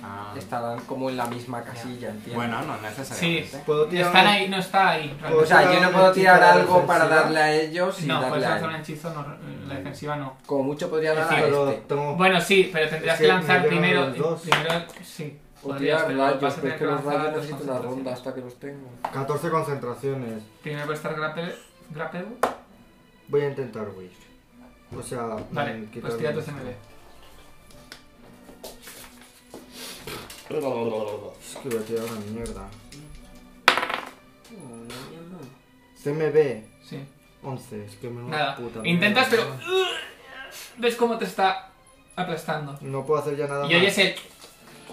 Ah. estarán como en la misma casilla, ¿entiendes? Bueno, no necesariamente. Sí. ¿Puedo tirar? Están ahí, no está ahí. O realmente. sea, yo no un puedo hechizo tirar de algo para defensiva. darle a ellos y no, darle puedes a lanzar un él. hechizo, no, eh, la defensiva no. Como mucho podría dar a Pero este. tengo... Bueno, sí, pero tendrías Es que, que lanzar me llegan primero. los dos. Primero, sí. Podría Podrías, dar pero vas a rayos, pero tener es que que los lanzar rayos dos necesito una ronda concentraciones. hasta que los tengo. 14 concentraciones. Primero puedes estar grapple. grapple. Voy a intentar huir. O sea, mm, Vale, quitarme pues tira tu esto. CMD. Es que voy a tirar una mierda. CMB, Sí. 11. Es que me Nada. Intentas, pero. uh, ¿Ves cómo te está aplastando? No puedo hacer ya nada Y más. oyes el.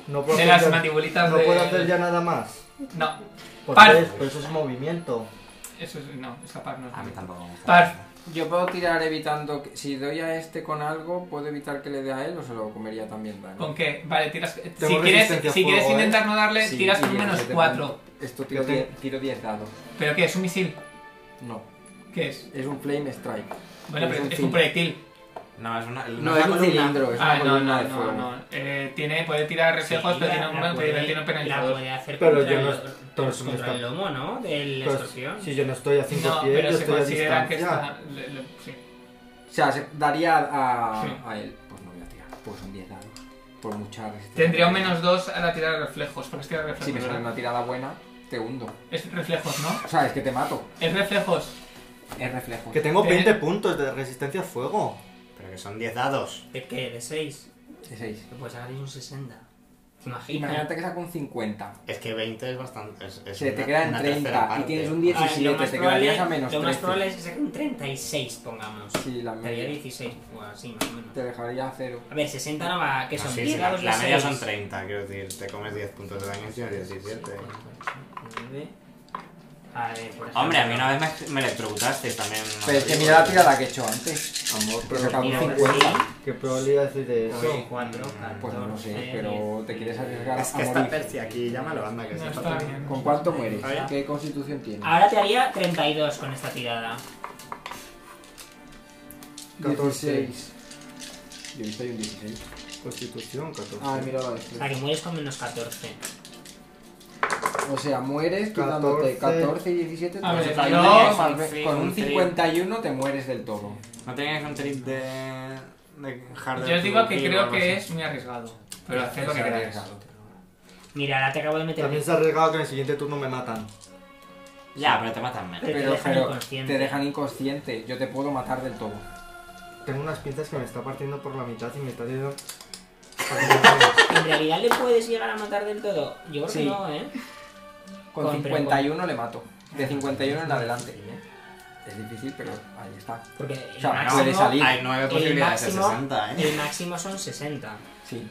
No puedo de hacer las ya- mandibulitas No de- puedo hacer ya nada más. No, Por Par. tres, pero eso es movimiento. eso es. No, esa par no es. A mí bonita. tampoco Ah, me gusta. Par. Yo puedo tirar evitando. que- Si doy a este con algo, ¿puedo evitar que le dé a él o se lo comería también Dani? ¿Con qué? Vale, tiras. Si Tengo resistencia quieres, a si quieres fuego, ¿eh? intentar no darle, Sí, tiras y un ya, menos te pongo- 4. Esto tiro Yo te- 10 tiro 10 dados. ¿Pero qué? ¿Es un misil? No, ¿Qué es? es un flame strike. Bueno, Es pero un es un fin. proyectil. No, es una. No, una es un columna. cilindro, es Ah, una no, columna no, de fuego. no. no. Eh, tiene, puede tirar reflejos, Sí, pero la- tiene un, la pero puede- tiene un La penalizador. puede hacer Pero contra yo no- el- todo eso no contra está- el lomo, ¿no? Del Pues, Pero escorpión. si yo no estoy a 5 No, pies, pero yo se estoy a considera que distancia. está. le- le- sí. O sea, se daría a, Sí. a él. Pues no voy a tirar, pues son 10 dados. Por mucha resistencia. Tendría un menos 2 a la tirada de reflejos, porque es tirada de Si me reflejos. sale ¿verdad? una tirada buena, te hundo. Es reflejos, ¿no? O sea, es que te mato. Es reflejos. Es reflejo. Que tengo Eh. 20 puntos de resistencia a fuego. Pero que son 10 dados. ¿De qué? ¿De 6? De 6. Pues ahora es un 60. ¿Te imaginas? Imagínate que saco un 50. Es que 20 es bastante. Es, es Se te una- quedan una 30 tercera parte. Ah, y tienes un A ver, 17, lo más te probable- quedarías a menos Lo 13. más probable es que saque un 36, pongamos. Sí, la Daría media. 16 o así, más o menos. Te dejaría a cero. A ver, 60 no va... ¿Qué No, son? Ah, sí, 10 la, dados la de media 6. son 30, quiero decir, te comes 10 puntos de daño y tienes 17. A ver, por ejemplo, Hombre, a mí una vez me, me electrocutaste también. no Pero es que sé. mira la tirada que he hecho antes. Amor, Te pero saca un Mira, 50. ¿qué probabilidades hay de eso? Soy 4, Pues no lo sé, pero te quieres arriesgar Es que a está morir. Percy aquí, llámalo, anda, que No se está bien. ¿Con cuánto mueres? A ver. ¿Qué constitución tienes? Ah, Ahora te haría 32 con esta tirada. 14. 16. Yo he visto ahí un 16. Constitución, 14. Ah, mira la O sea, que mueres con menos 14. O sea, mueres quitándote 14. 14 y 17. te A ver, vas a no, caer sí, más ve- sí, Con un un trin. 51 te mueres del todo. No tenías un trip de. de hardware. Yo os digo que productivo o creo algo que así? es muy arriesgado. Pero haced lo que Es queráis. arriesgado. Mira, ahora te acabo de meter... También se ha arriesgado que en el siguiente turno me matan. Ya, pero te matan menos. Pero te Pero, dejan pero inconsciente. te dejan inconsciente. Yo te puedo matar del todo. Tengo unas pinzas que me está partiendo por la mitad y me está haciendo. En realidad le puedes llegar a matar del todo. Yo creo Sí. que no, ¿eh? Con Con- pero con- 51 le mato. De 51 en adelante. Sí, ¿eh? Es difícil, pero ahí está. Porque el O sea, máximo, puede salir. Hay nueve El posibilidades de máximo- 60, ¿eh? el máximo son 60. Sí.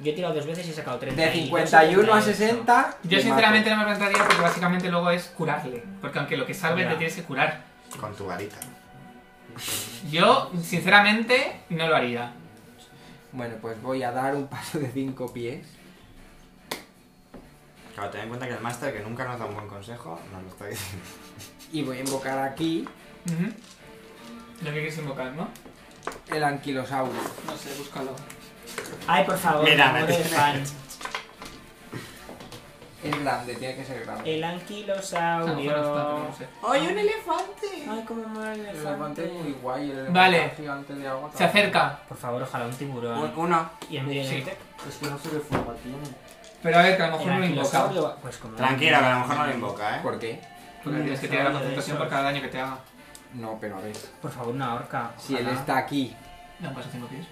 Yo he tirado dos veces y he sacado 30. De 51 a 60. Yo le sinceramente mato. no me plantaría porque básicamente luego es curarle. Porque aunque lo que salve Ya. te tienes que curar. Con tu varita. Yo, sinceramente, no lo haría. Bueno, pues voy a dar un paso de 5 pies. Claro, ten en cuenta que el máster, que nunca nos da un buen consejo, nos lo está diciendo. Y voy a invocar aquí Ujú. Lo que quieres invocar, ¿no? el anquilosauro. No sé, búscalo. Ay, por favor, Mira, me me muero de tiene- fan. Es grande, tiene que ser grande. El Ah, A lo mejor no está, pero anquilosaurio. no sé. ¡Ay, un elefante! ¡Ay, cómo mola el El elefante es muy elefante! guay, el elefante Vale. gigante de agua. Se acerca. Por favor, ojalá un tiburón. Un- Una. Y en medio Sí. de este, Es que no sé qué forma tiene. Pero a ver, que a lo mejor el no lo invoca. anquilosaurio, Pues como. Tranquila, que a lo mejor no lo invoca, ¿eh? ¿Por qué? Porque tienes que tirar la concentración por cada daño que te haga. No, pero a ver. Por favor, una orca. Si él ojalá. está aquí, No pasa cinco pies.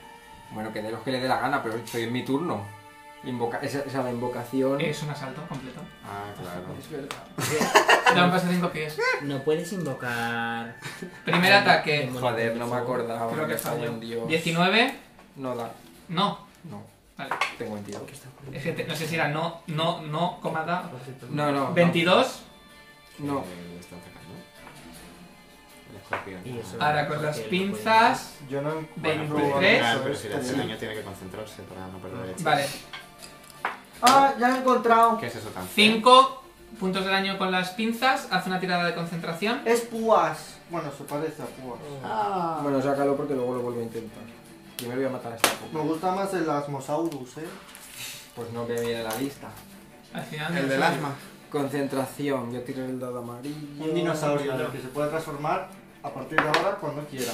bueno, que dé los que le dé la gana, pero estoy en mi turno. Invoca esa, esa la invocación. Es un asalto completo. Ah, claro. Es verdad. No pasa cinco pies. No puedes invocar. Primer ataque. Joder, no me acordaba. Creo que está falló. buen Dios. 19. No da. No. No, Vale. tengo 22. Es que te- no sé si era no, no, no, coma da. No, Pues no. no. 22. No. Eh, está atacando. El escorpión. Ah, Y eso. Ahora con las pinzas. Yo no Bueno, puede 23. tirar, eso, pero es si le hace como- daño tiene que concentrarse para no perder el Vale. Ah, ya lo he encontrado. ¿Qué es eso tan feo? 5 puntos de daño con las pinzas. Haz una tirada de concentración. Es púas. Bueno, se parece a púas. Oh. Bueno, sácalo porque luego lo vuelvo a intentar. Yo me voy a matar a esta Me poco. gusta más el Asmosaurus, eh. Pues no me viene la lista. Al final. El del asma. Concentración, yo tiro el dado amarillo. Un dinosaurio en el que se puede transformar a partir de ahora cuando quiera.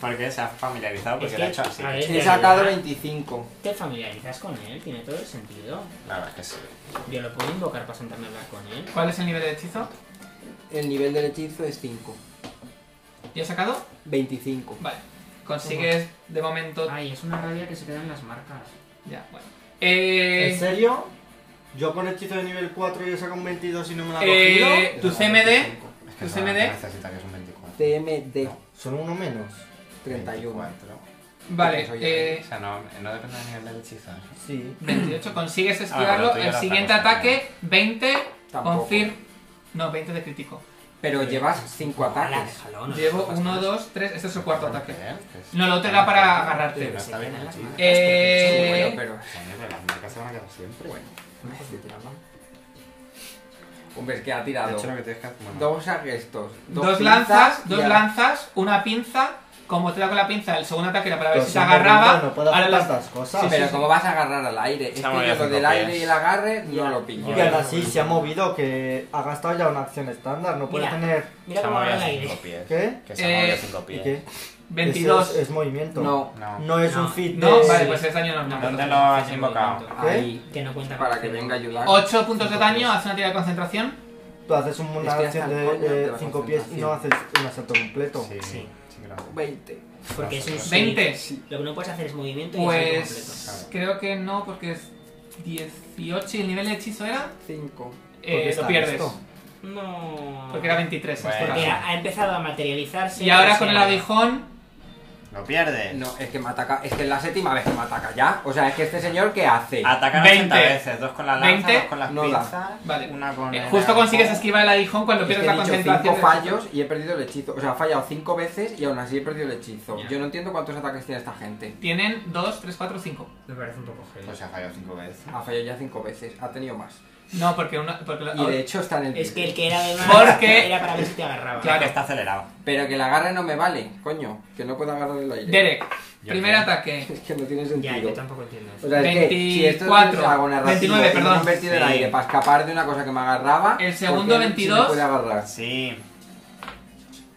Porque se ha familiarizado porque Es lo ha que- hecho así. a ver. He sacado 25. Te familiarizas con él, tiene todo el sentido. La verdad es que sí. Yo lo puedo invocar para sentarme a hablar con él. ¿Cuál es el nivel de hechizo? El nivel del hechizo es 5. ¿Ya he sacado? 25. Vale. Consigues de momento. Ay, es una rabia que se quedan las marcas. Ya, bueno. ¿En Eh, serio? Yo con hechizo de nivel 4 yo saco un 22 y no me la ha Eh, cogido. tu CMD. Es ¿Tu que CMD? necesita que es un 24. TMD Son uno menos. 31. 24. Vale. Porque soy el- eh, O sea, no, no depende del nivel del hechizo. ¿eh? Sí. 28. Consigues Ah, esquivarlo. bueno, tú ya el lo siguiente atacas. ataque, 20. Tampoco. Confir. No, 20 de crítico. Pero llevas 5 Ojalá, ataques. déjalo. no Llevo rompas 1, más. 2, 3. Este es el cuarto ataque. ¿Eh? Que es- No, lo otro era para Sí, agarrarte. no está bien el hechizo. Sí, Eh, Eh, bueno, pero. Coño, pero las marcas se van a quedar siempre. Bueno, Hombre, es que ha de tirado hecho, lo que tienes que hacer. Bueno, dos arrestos, Dos, pinzas lanzas, y dos a- lanzas, una pinza. Como te da con la pinza, el segundo ataque era para ver Pero si se son agarraba. momentos, no puedo hacer ahora las- tantas cosas. Sí, Pero sí, ¿cómo vas a agarrar al aire? Es que Se ha movido yo lo cinco del pies. aire y el agarre no lo pillo. Y ahora sí, se ha movido, que ha gastado ya una acción estándar. No puede Mira. tener. Mira se ha cómo movido va el aire. cinco pies. ¿Qué? Que se ha movido Eh, cinco ¿Y pies. qué? 22. Ese Es, es movimiento. No, No. No es No. un fit No, de- vale, pues es daño normal. ¿Dónde lo has invocado? ahí, este Que no cuenta con para el que cero. venga a ayudar. 8 puntos de daño, haz una tira de concentración. Tú haces un- una Es que acción hasta el de coño de la 5 pies y no haces un asalto completo. Sí, Sí. sí que lo hago. 20. Porque es un Sí. 20. Sí. Lo que no puedes hacer es movimiento y es Pues creo que no, porque es 18 y el nivel de hechizo era... 5. qué Eh, está lo pierdes. esto? completo. No. Porque era 23 en este Bueno. Porque caso. ha ha empezado a materializarse. Y ahora o con el sea, aguijón... Lo pierdes. No, es que me ataca. Es que es la séptima vez que me ataca ya. O sea, es que este señor, ¿qué hace? Atacan 20. 80 veces, dos con la lanza, 20. dos con las No da. pinzas, Vale. una con eh, el justo arco. consigues esquivar el aguijón cuando Es que pierdes he la dicho concentración. cinco del- fallos y he perdido el hechizo. O sea, ha fallado cinco veces y aún así he perdido el hechizo. Ya. Yo no entiendo cuántos ataques tiene esta gente. Tienen 2, 3, 4, 5. Me parece un poco genial. Pues se ha fallado cinco veces. Ha fallado ya cinco veces. Ha tenido más. No, porque una... Porque la- Y de hecho está en el. Es que el que era de más Porque- era para ver si te agarraba. Claro. Que está acelerado. Pero que la agarre no me vale, coño. Que no puedo agarrar el aire. Derek, Yo primer creo. ataque. Es que no tiene Ya, yo sentido. tampoco entiendo eso. O sea, es que si esto es 24, algo 29, narrativo, y no me perdón. he metido el Sí. aire para escapar de una cosa que me agarraba. El ¿por segundo qué no- si 22? me puede agarrar. Sí,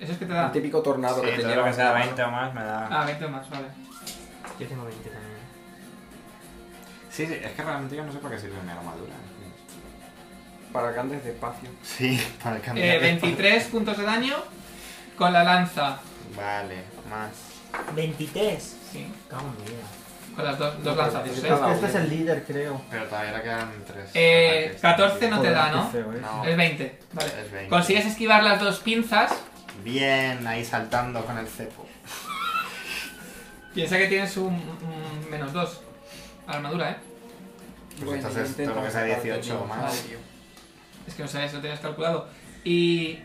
Eso es que te El da... típico tornado que sí te todo lleva lo que sea en la mano. 20 o más me da. Ah, 20 más, vale. Yo tengo 20 también. Sí, sí, es que realmente yo no sé para qué sirve mi armadura. Para que andes despacio. Sí, para cambiar. Eh, de- 23 puntos de daño con la lanza. Vale, más. ¿23? Sí, Cago en mi vida. con las dos, dos No, lanzas. pero Es Sí, que 16. cada este es uno. el líder, creo. Pero todavía le quedan tres. Eh, ataques. 14 no te da, ¿no? qué feo, ¿eh? No. Es 20, vale. Es 20. Consigues esquivar las dos pinzas. Bien, ahí saltando con el cepo. Piensa que tienes un, un menos 2 armadura, ¿eh? Pues entonces, intenta todo lo que sea escapar 18 de o mí, más. tío. Es que no sabes, no tenías calculado. Y,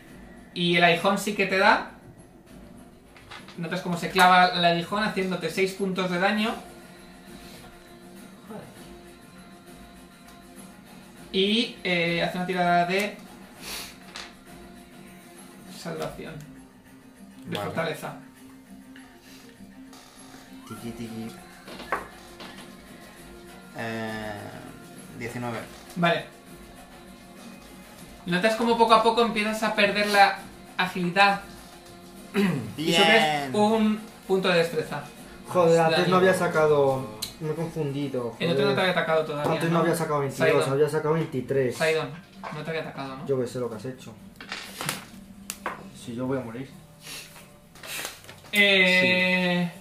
y el aguijón sí que te da. Notas cómo se clava el aguijón haciéndote 6 puntos de daño. Y eh, hace una tirada de salvación. De Vale. fortaleza. Tiki tiki. Eh, 19. Vale. Notas como poco a poco empiezas a perder la agilidad y Bien. sufres un punto de destreza. Joder, Daño. antes no había sacado. Me he confundido. El otro no te joder. había atacado todavía. Antes no había sacado 22, Sidon. había sacado 23. Sidon, no te había atacado, ¿no? Yo que sé lo que has hecho. Si yo voy a morir. Eh.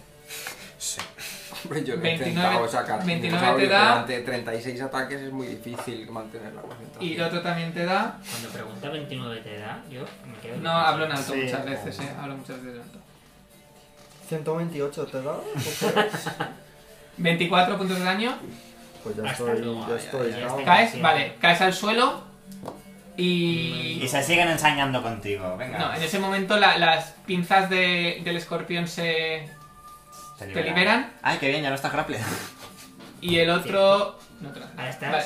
Hombre, yo lo he 29 intentado sacar. 29 dinosaurio, te da. pero ante 36 ataques es muy difícil mantener la concentración. Y el otro también te da. Cuando pregunta 29 te da, yo me quedo. No, hablo en alto Sí. muchas veces, eh. Hablo muchas veces en alto. 128 te da. 24 puntos de daño. Pues ya Hasta estoy, luego, ya ya, estoy. ya, ya cao. está. Caes, sí. vale, caes al suelo. Y. Y se siguen ensañando contigo, venga. No, en ese momento la- las pinzas de- del escorpión se. te liberan. Ay, qué bien, ya no estás grapple. Y el otro. No te lo hace. Ahora estás. Vale.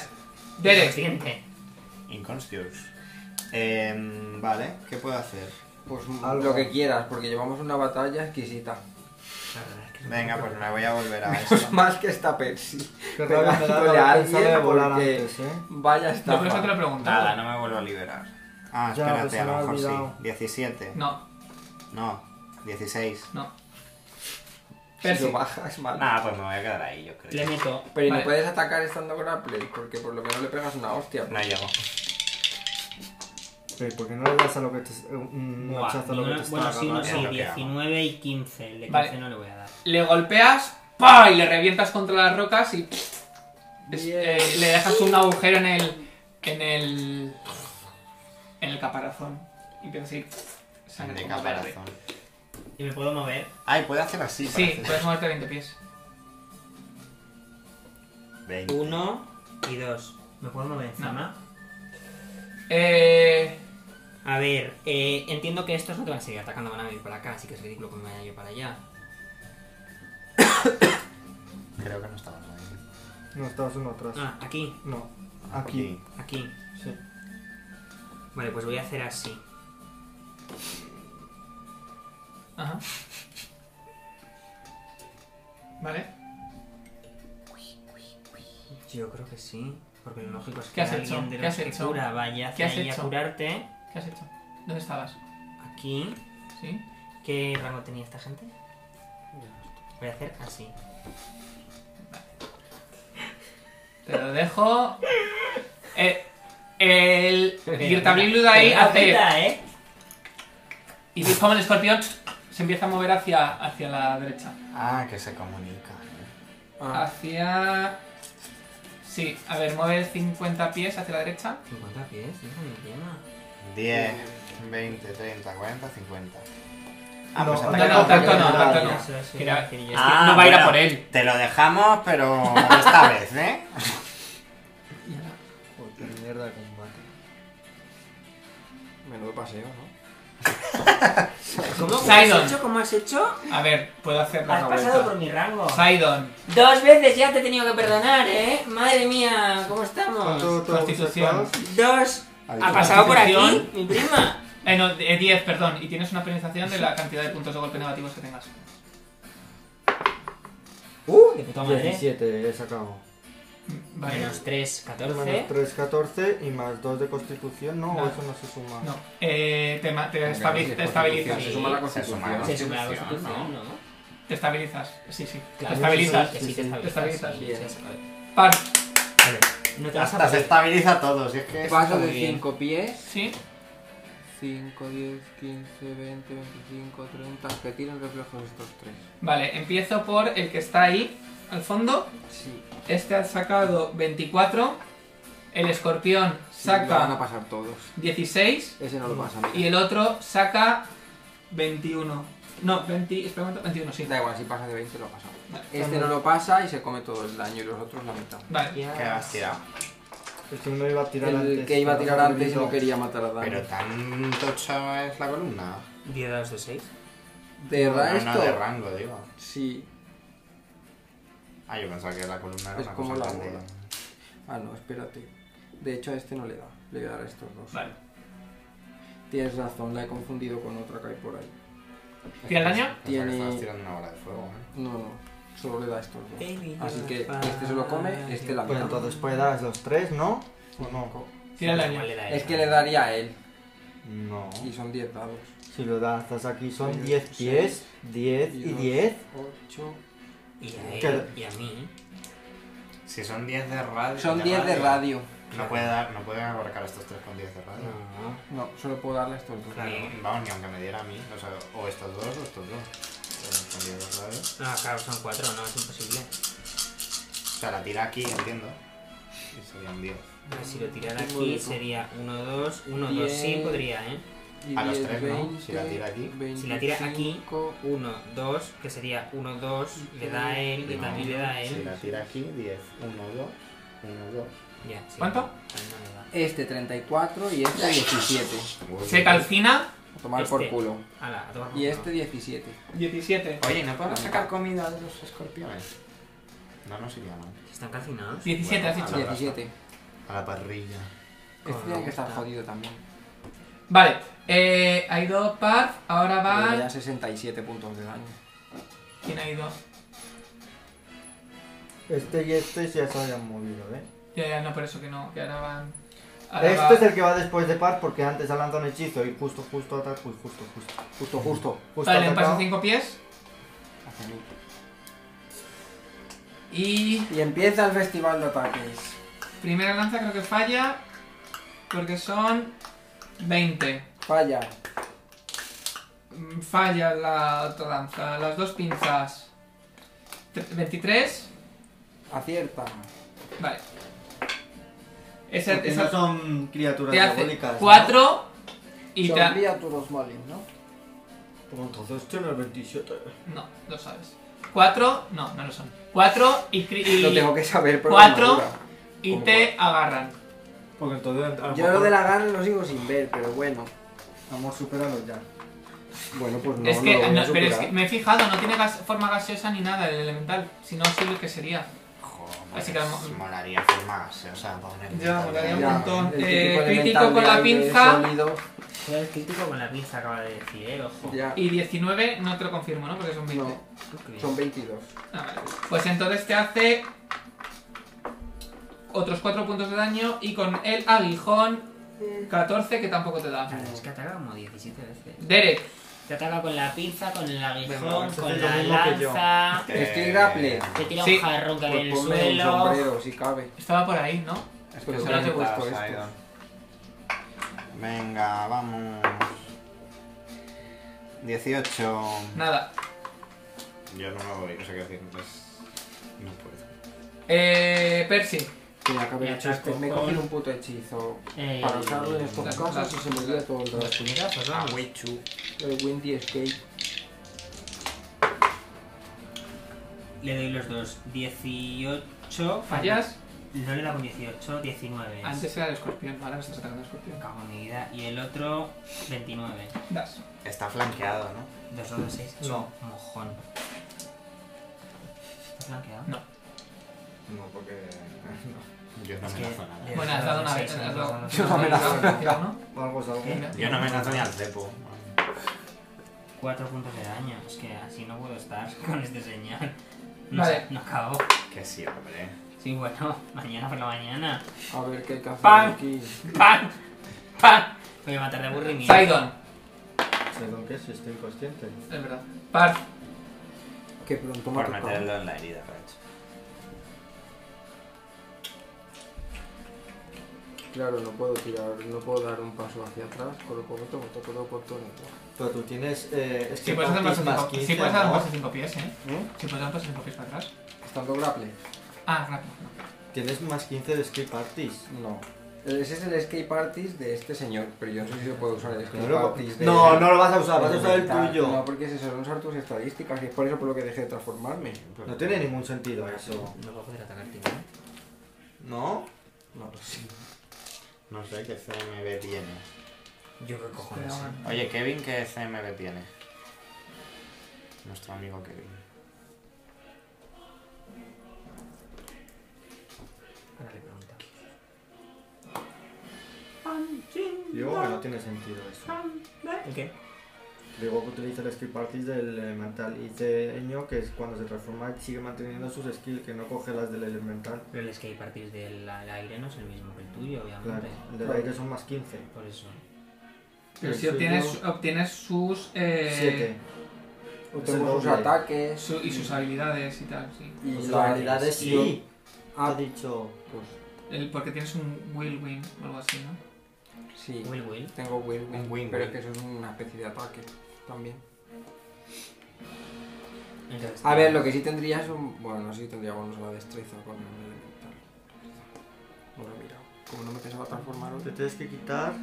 Derek, Consciente. Inconscious. Em, vale, ¿qué puedo hacer? Pues Algo. lo que quieras, porque llevamos una batalla exquisita. La verdad es que- Venga, pues me voy a volver a eso. Pues más que esta Pepsi. Qué rabia me da de Pegándole a haber alguien pensado de volar porque antes, ¿eh? Vaya no, pero eso te lo he estafa. preguntado. Nada, no me vuelvo a liberar. Ah, Ya, espérate, pues se a me lo ha mejor olvidado. sí. 17. No, No, 16. no. Si Percy. Ah, lo bajas mal. Nada, pues me voy a quedar ahí, yo Le creo. meto. Pero ¿y Vale. no puedes atacar estando grapple, porque por lo menos le pegas una hostia. No llego. Pero ¿por qué no le das a lo que te, un Buah, hachazo a lo que ninguna- te está bueno, sí, no, agarrando? Es sí, lo que hago. 19 y 15. El de 15 Vale. no le voy a dar. Le golpeas ¡pa! y le revientas contra las rocas y es- Bien. eh, le dejas un agujero en el. en el. en el caparazón. Y empiezas a ir sangre De como verde. caparazón. Y me puedo mover. Ay, puede hacer así. Sí, parece. puedes moverte 20 pies. 20. 1 y 2. ¿Me puedo mover encima? Eh, A ver, eh, entiendo que estos no te van a seguir atacando, van a venir para acá, así que es ridículo que me vaya yo para allá. Creo que no estaba ahí. No, estabas uno atrás. Ah, aquí, No, aquí. aquí. Sí. Vale, pues voy a hacer así. ajá. Vale. Yo creo que sí, porque lo lógico es que ¿Qué has alguien hecho? de ¿Qué los has que hecho? cura vaya ¿Qué hacia has ahí hecho? a curarte. ¿Qué has hecho? ¿Dónde estabas? Aquí. ¿Sí? ¿Qué rango tenía esta gente? Voy a hacer así. Te lo dejo. Eh, El Girtablil Ludaí hace. Ojita, ¿eh? Y veis como el escorpión se empieza a mover hacia, hacia la derecha. Ah, que se comunica. ¿eh? Ah, Hacia. Sí, a ver, mueve 50 pies hacia la derecha. 50 pies, hijo mi llama. 10, 20, 30, 40, 50. No, pues no, No, no, tanto no, tanto no. Eso es, Mira, sí, es que Ah, no va a ir a bueno, por él. Te lo dejamos, pero esta vez, ¿eh? Joder, qué mierda de combate. menudo paseo, ¿no? ¿Cómo ¿Cómo Sidon. has hecho? ¿Cómo has hecho? A ver, puedo hacer la Has pasado por vuelta. mi rango. Sidon, Dos veces ya te he tenido que perdonar, ¿eh? Madre mía, ¿cómo estamos? Todo- todo- Constitución. Dos. Ha pasado por aquí, mi prima. eh, no, eh, 10, perdón, y tienes una penalización de la cantidad de puntos de golpe negativos que tengas. Uh, de puta madre. 17 he sacado. Vale. Mm, Menos 3, 14. Menos 3, 14 y más 2 de constitución, ¿no? Ah. No. O eso no se suma. No, eh, te, ma- te Venga, estabili- sí, te constitución, estabilizas. Se suma la Se suma constitución. la Se suma la Constitución, constitución, ¿no? Te estabilizas, sí, sí. Claro, te estabilizas. que sí, que sí, Te te estabilizas. estabilizas. sí, Bien. sí, sí. Par, No te vas a Hasta se poder. estabiliza todo, si es que... Paso muy de bien. 5 pies. sí. 5, 10, 15, 20, 25, 30. Que tienen reflejos estos tres. Vale, empiezo por el que está ahí, al fondo. Sí. Este ha sacado 24. El escorpión Lo van a saca pasar todos. 16. Ese no lo pasa, mira. Y el otro saca 21. No, 20, espera un momento, 21, sí. Da igual, si pasa de 20 lo pasa. Vale, Este no lo pasa y se come todo el daño y los otros la mitad. Vale, Que has tirado. Este uno iba a tirar El antes. que iba a pero tirar no antes y hizo. no quería matar a Pero Dani. tan tocho es la columna. 10 dados de 6. ¿De No, verdad No, de esto? rango, digo. Sí. Ah, yo pensaba que la columna era Es una como cosa la tan bola. Ah, no, espérate. De hecho, a este no le da. Le voy a dar a estos dos. vale. Tienes razón, la he confundido con otra que hay por ahí. ¿Tira el daño? Pensaba que estabas Tiene. tirando una bola de fuego, ¿eh? No, no. Solo le da a estos dos. Baby, Así no que vas este se lo come, este la Pues mitad. entonces puede dar los tres, ¿no? ¿O no? Tira el Da daño. igual, le Es da igual. que le daría a él. No. Y son 10 dados. Si lo das hasta aquí son Seis, 10 pies, 10 y dos, 10. Ocho. Y a él, Claro. y a mí. Si son 10 de radio... Son 10 de radio. No puede dar, no pueden abarcar estos tres con 10 de radio. No, solo puedo darle a estos dos. Claro. Ni- vamos, ni aunque me diera a mí. O sea, o estos dos o estos dos. Pero con 10 de radio. Ah, claro, son 4, no, es imposible. O sea, la tira aquí, entiendo. Y serían 10. A ver, Pues si lo tirara Tengo aquí diez, ¿no? sería 1, 2, 1, 2, sí Diez. podría, ¿eh? Y A los 10, tres, ¿no? Si la tira aquí. 20, Si la tira aquí. 25, 1, 2, que sería 1, 2, le da a él, que No, también le da a Si él. la tira aquí, 10, 1, 2, 1, 2. Ya, sí. ¿Cuánto? Ahí no le da. Este 34 y este 17. Se calcina A tomar por Este. culo. Ala, a tomar por Y culo. este 17. 17. Oye, ¿no podemos sacar comida de los escorpiones? No nos iría mal. ¿Están calcinados? 17 has Bueno, dicho. vale. 17. A la parrilla. Este Con tiene que esta. estar jodido también. Vale, eh, ha ido Par, ahora Pero le va... da 67 puntos de daño. ¿Quién ha ido? Este y este ya se habían movido, ¿eh? Ya, ya, no, por eso que no, que ahora van... ahora Este va- es el que va después de par porque antes ha lanzado un hechizo y justo, justo ataca. Uy, justo, justo. Justo, justo. Justo Vale, le ha paso atacado. 5 pies Hacia mí. y... Y empieza el festival de ataques. Primera lanza creo que falla porque son 20. Falla. Mm, Falla la otra lanza, las dos pinzas. Tre- 23, Acierta. vale. Esa, Porque esa no son criaturas te hace diabólicas. 4 y te ha- Sonría a todos malignos, ¿no? ¿no? Entonces tiene 27. No, lo sabes. 4, no, no lo son. 4 y, cri- y- Lo tengo que saber, pero. Cuatro. no me dura. y como te agarran. Porque entonces. a lo Yo mejor- lo de la garra lo sigo sin ver, pero bueno. Amor, supéralo ya. Bueno, pues no. es no que, lo voy a no, pero es superar. que me he fijado, no tiene gas- forma gaseosa ni nada el elemental. Si no, sé lo que sería. Joder, Así que a lo mejor- molaría hacer más, o sea, poner... Ya, molaría un Ya, montón. el Eh, típico crítico elemental con de la aire, pinza. sólido. Fue el crítico con la pinza, acaba de decir, eh, ojo. Ya. Y 19 no te lo confirmo, ¿no? Porque son 20. No, Tú crees. son 22. Ah, vale. Pues entonces te hace otros 4 puntos de daño y con el aguijón 14 que tampoco te da. Claro, Ah, Es que ataca como 17 veces. Derek, Te ataca con la pinza, con el Venga, aguijón, esto con es lo la mismo que yo. lanza. Eh, Estoy grapple. Te tira Sí. un jarrón que hay en Pues el ponme un suelo. sombrero si cabe. estaba por ahí, ¿no? Es Pero solo te he puesto Sidon. esto. Venga, vamos. 18. Nada. Yo no me voy, no sé qué decir. pues, no puedo. Eh, Percy. Que acabé Me de chiste, atasco me he con- cogido un puto hechizo Eh, para usarlo en estos las- casos y las- se me olvida todo el Los rato. puñetazos, Ah, vamos. wey, chu. El Windy Escape. Le doy los dos. 18. Fallas. No le da con 18, 19. es. Antes era el escorpión, ahora me estás atacando el escorpión. Me Cago en mi vida. Y el otro, 29. Das. Está flanqueado, ¿no? 2, 2, 6. No. Mojón. ¿Está blanqueado? No. No, porque. no. Yo no Es que- amenazo nada. Bueno, has dado una vez. Sí, Has dado, sí, sí. has dado- Yo has dado- ¿no? O algo es algo. ¿Qué? Yo no amenazo ni al cepo. 4 puntos de daño. Es que así no puedo estar con este señor. No, Vale. sé, no acabo. Que ¿eh? sí, hombre. Sí, bueno, mañana por la mañana. A ver qué hay que hacer Pam. aquí. ¡Pam! ¡Pam! Me Voy a matar de aburrimiento. Sidon. Perdón, que si estoy inconsciente. Es verdad. Parf. Que pronto me ha Por tocado. meterlo en la herida, Rach. Claro, no puedo tirar, no puedo dar un paso hacia atrás, con lo cual me toco todo oportunidad. Pero tú tienes. Eh, es Si que puedes hacer un paso Pontis cinco- si puedes hacer un ¿no? paso 5 pies, ¿eh? ¿Eh? Si puedes hacer un paso 5 pies para atrás. ¿Estando grapple? Ah, rápido. Tienes más 15 de skip parties. No. Ese es el escape artist de este señor, pero yo no sé si se puede usar el escape Claro. artist de... No, no lo vas a usar, vas a de usar el militar. tuyo. No, porque es eso, son usar tus estadísticas y es por eso por lo que dejé de transformarme. No tiene ningún sentido eso. No voy a poder atacarte, ¿no? ¿No? No, pues sí. No sé qué CMB tiene. Yo qué cojones. Espera, sé. Oye, Kevin, ¿qué CMB tiene? Nuestro amigo Kevin. Ahora le pregunto. Digo que no tiene sentido eso. ¿El qué? Digo que utiliza el skill parties del elemental y diseño, que es cuando se transforma sigue manteniendo sus skills, que no coge las del elemental. Pero el skate partir del al aire no es el mismo que el tuyo, Claro, obviamente. el del aire son más 15. Por eso. Pero El si suyo- obtienes, obtienes sus. Eh, 7. Tengo sus doble. ataques su- y sus habilidades y tal, sí. y Pues la- la habilidad es y- sí. Ha Ah, dicho. pues El- porque tienes un Will Win o algo así, ¿no? sí. Will Will. Tengo win win, Un win-win. eh. pero es que eso es una especie de ataque también. Entonces, A ver, lo que sí tendría es un... Bueno, no sé si tendría bonus a la destreza con el elemental. No lo he mirado. Como no me pensaba transformar Te hoy. tienes que quitar.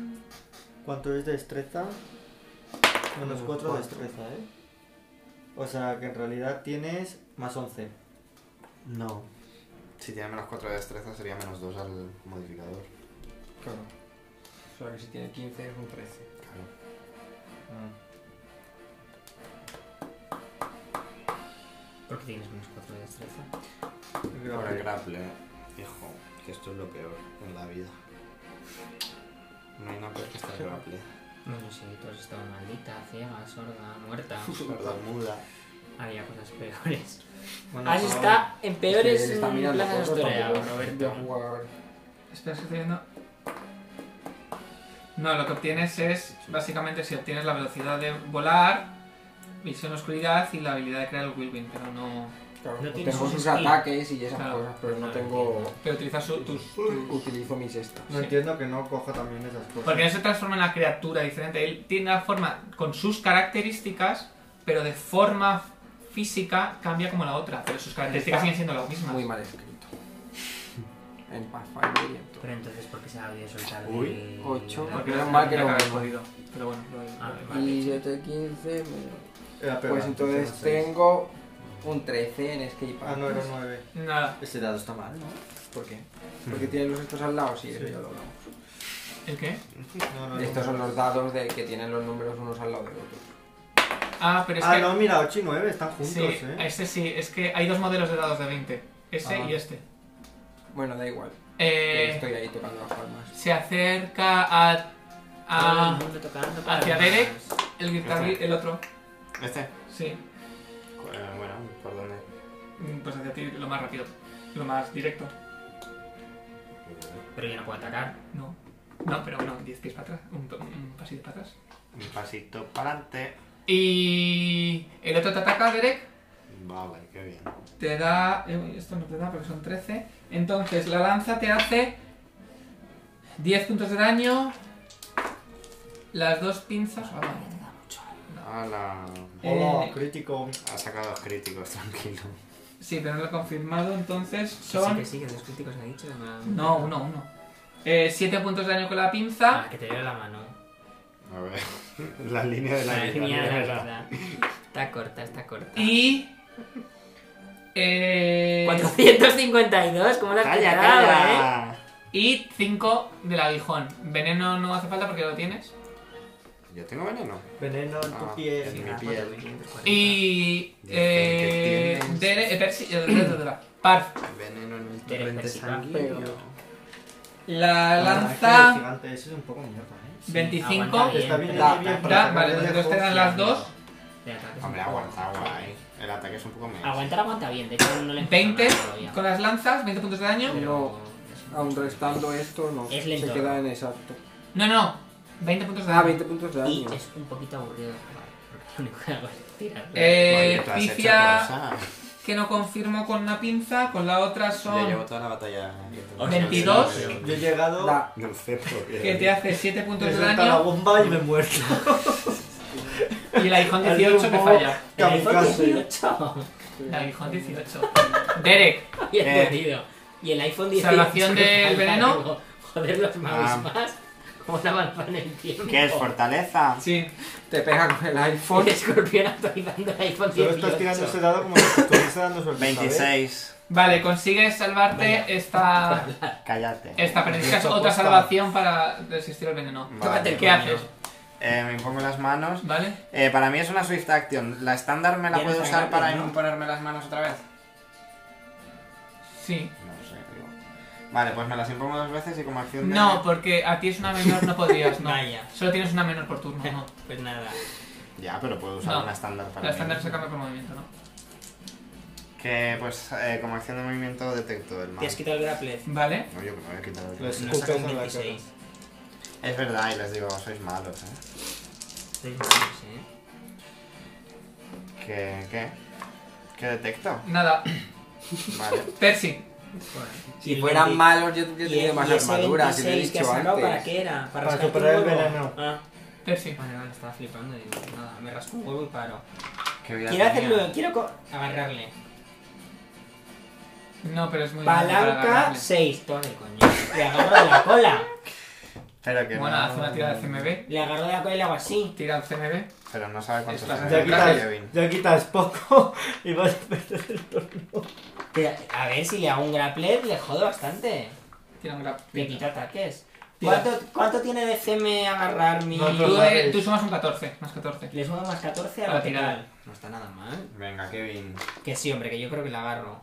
¿Cuánto es de destreza? Menos Menos 4 de cuatro. destreza, ¿eh? O sea que en realidad tienes más 11. No. Si tiene menos 4 de destreza, sería menos 2 al modificador. Claro. O sea que si tiene 15 es un 13. Claro. ¿Por qué tienes menos 4 de destreza? Por el grapple, ¿eh? hijo, que esto es lo peor en la vida. No hay nada peor que estar grapple. No, no sé, tú has estado maldita, ciega, sorda, muerta. Tartamuda. Había cosas peores. Bueno, Has por Ah, está en Es peores que él está mirando plazas fotos, asturianas, tampoco voy a Roberto. jugar. Espera, es que estoy viendo. No, lo que obtienes es. Básicamente, si obtienes la velocidad de volar, visión oscuridad y la habilidad de crear el Will Win, pero no. Claro, pues No tiene tengo sus sus skills. ataques y esas Claro. cosas, pero no Claro, tengo. Pero utilizas su- tus. Utilizo mis estas. No entiendo que no coja también esas cosas. Porque no se transforma en una criatura diferente. Él tiene la forma con sus características, pero de forma física cambia como la otra. Pero sus características siguen siendo las mismas. Muy mal escrito. En Pathfinder y en todo. Pero entonces, ¿por qué se ha podido soltar Uy, del- ocho. del- Porque Menos no mal que que lo habéis vemos. podido. Pero bueno, lo he- Ah, lo he- vale. 17, 15. menos- Era peor Pues antes, entonces era seis. tengo un 13 en Escape Ah, no, era 9. Nada. Ese dado está mal, ¿no? ¿Por qué? Porque tienen los estos al lado, sí, Ah, eso Sí. ya lo hablamos. ¿El qué? No, no, no. Estos son los dados de que tienen los números unos al lado del otro. Ah, pero es Ah, que. no, mira, 8 y 9 están juntos, sí, ¿eh? este sí. Es que hay dos modelos de dados de 20. Ese Ah. y este. Bueno, da igual. que Eh, Estoy ahí tocando las palmas. se acerca a. Todo Ah, a el mundo Ah, tocando hacia palmas. Derek. el guitar- Este. el otro. ¿Este? Sí. Eh, bueno, ¿por dónde? Mm, Pues hacia ti lo más rápido. Lo más directo. Pero yo no puedo atacar. No. No, pero bueno, 10 pies para atrás. Un, pa- un pasillo para atrás. Un pasito para adelante. Y. El otro te ataca, Derek. Vale, qué bien. Te da. eh, uy, Esto no te da porque son 13. Entonces, la lanza te hace. 10 puntos de daño. Las dos pinzas. ah, vale. Ala. Hola, Eh, Oh, crítico. Ha sacado dos críticos, tranquilo. Sí, pero no lo he confirmado, entonces Sí, son. que sí, que los críticos me ha dicho. no- No, uno, uno. Eh, siete puntos de daño con la Ah, pinza. que te dio la mano. A ver. La línea de la La vida, línea de la mira, vida. Está corta, está corta. Y. Eh, 452, ¿cómo la has Calla, pillado, eh? calla. y 5 del aguijón. Veneno no hace falta porque lo tienes. Yo tengo veneno. Veneno en Ah, tu piel. en mi Ah, piel. 4.540. Y. Dice Eh, que tienes- Dere- eh, Percy- eh, eh, eh, eh, Parf. Veneno en el Te torrente persiga, sanguíneo. pero- La Ah, es que el lanza gigante ese es un poco mierda, ¿eh? Sí, 25. aguanta bien. Está bien, Da, está bien. da, para sacar vale, pues de entonces te lejos. dan las dos. De ataque. Hombre, aguanta, aguanta. eh. El ataque es un poco menos. Aguantar aguanta bien, de hecho no le he 20 empezado nada todavía. con las lanzas, 20 puntos de daño. No, aún restando esto, no. Es se lento. queda en exacto. No, no, 20 puntos de Ah, daño. 20 puntos de Y daño. es un poquito aburrido de jugar, porque lo único que hago es tirar. Eh, Oye, tú has hecho Pifia, cosas. que no confirmo con una pinza, con la otra Yo llevo son toda la batalla. 22. Yo he llegado, Da. No sé por qué. que te hace 7 puntos me de suelta la daño bomba y me muerto. y el aguijón El 18 que humo. falla. El iPhone kamikaze. 18. El aguijón 18. Derek, Bien Eh. perdido. Y el iPhone 18. Salvación del veneno. Digo, Joder, Ah. los magos más. ¿Cómo se avanzan el tiempo? ¿Qué es? ¿Fortaleza? sí. Te pega con el iPhone. El escorpión actualizando el iPhone 18. Solo estás tirando ese dado como si estuviese dando suerte. 26. Vale, consigues salvarte Vaya. esta. Cállate. Esta, pero necesitas Esta otra apuesta. salvación para resistir el veneno. Vale. pues ¿Qué haces? Eh, me impongo las manos. ¿Vale? Eh, para mí es una Swift Action. ¿La estándar me la Ya no puedo está usar gratis, para ¿no? imponerme las manos otra vez? Sí. No sé, digo. Vale, pues me las impongo dos veces y como acción de... No, porque a ti es una menor, no podrías, no. Vaya. Solo tienes una menor por turno, no. Pues nada. Ya, pero puedo usar No. una estándar para La mí. estándar se cambia por movimiento, ¿no? Que pues eh, como acción de movimiento detecto el mal. Te has quitado el grapple. Vale. No, yo que me voy a quitar el- Les Nos escupas sacan en la 16. cara. Es verdad, y les digo, sois malos, ¿eh? Seis manos, eh. ¿Qué? ¿Qué? ¿Qué detecto? Nada. Vale. Percy. Bueno. Y Si el fueran 20 malos, yo tendría Y el- más y ese armaduras, si te he 26 que has dicho sacado, ¿Para antes. qué era? Para, Para rascarte un superar el huevo? verano. Ah, Percy. vale, vale, estaba flipando y digo, nada, me rasco un huevo y paro. ¿Qué vida Quiero tenía? hacerlo, quiero co- agarrarle. No, pero es muy difícil para Palanca agarrarle. 6, toma de coño. Le agarro de la cola. Pero que Bueno, no... haz una tirada de CMB. Le agarro de la cola y le hago así. Tira el CMB. Pero no sabe cuántos Estás- años Ya Claro, tiene quitas, Kevin. ya quitas poco y vas a perder el turno. Que- A ver si le hago un grapplet, le jodo bastante. Tira un grab. Le quita ataques. Tira. ¿Cuánto, cuánto tiene de CM agarrar mi.? No, no, Tú, no. eh, tú sumas un 14, más 14. Le sumo más 14 a Para la tirar. penal. No está nada mal. Venga, Kevin. Que sí, hombre, que yo creo que la agarro.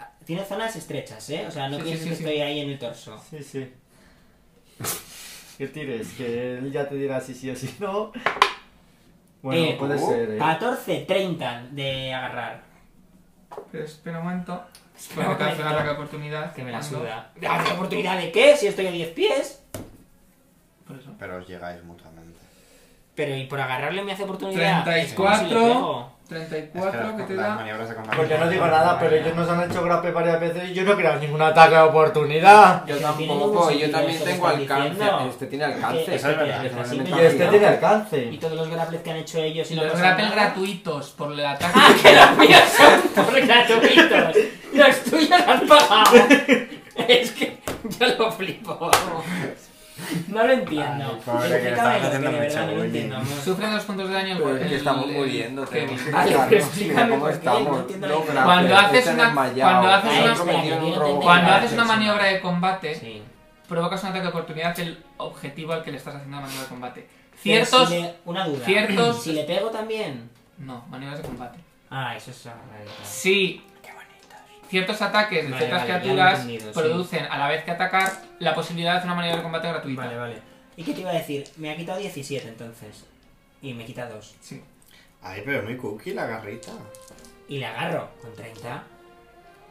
Ah, Tiene zonas estrechas, ¿eh? O sea, no Sí, sí, pienses sí, que sí. estoy ahí en el torso. Sí, sí. ¿Qué tires? Que él ya te dirá si sí o si no. Bueno, Eh, puede ¿cómo? ser, eh. 14, 30 de agarrar. Pero espera un momento. Porque un te hace un momento. ataque de oportunidad. Que me la Cuando- suda. ¿La oportunidad de qué? Si estoy a 10 pies. Por eso. Pero os llegáis mutuamente. Pero y por agarrarle me hace oportunidad. Es como si le 34. pego. Es 34 que que las- te las da. maniobras de combate Porque Pues no son digo muy nada, pero buenas. ellos nos han hecho grape varias veces y yo no he creado ningún ataque de oportunidad. Yo Que no tiene tampoco, ningún yo también sentido tengo eso que están alcance. diciendo. Este tiene alcance. Eso es verdad, Está eso simple Y Ah, este no. tiene Y alcance. todos los grapples que han hecho ellos y no Los pasa grapples nada. gratuitos por el ataque. ¡Ah, que los míos son por gratuitos! ¡Los tuyos los han pagado! Es que yo lo flipo, vamos. No lo entiendo. Ay, pobre, que le Explícame estás haciendo lo que de mucho verdad no lo bullying. entiendo, amor. Sufren dos puntos de daño el Pues Pero el- es que Pues, estamos el- muriendo, tenemos que Vale, pero Mira explícame cómo por qué, no estamos. entiendo No, la gracias, Cuando están haces una- desmayados. cuando haces Ahí una- cometido un Espera, robo. que Cuando Venga, haces una sí, sí. maniobra de combate, Sí. provocas un ataque de oportunidad del objetivo al que le estás haciendo la maniobra de combate. Pero Ciertos. si le- Una duda. ciertos- Si le pego también. No, maniobras de combate. Ah, eso es agarradita. Sí. Ciertos ataques de Vale, ciertas vale, ya lo he criaturas entendido, sí. producen, a la vez que atacar, la posibilidad de hacer una maniobra de combate gratuita. Vale, vale. ¿Y qué te iba a decir? Me ha quitado 17 entonces. Y me quita 2. Sí. Ay, pero es muy cookie la garrita. Y le agarro con 30.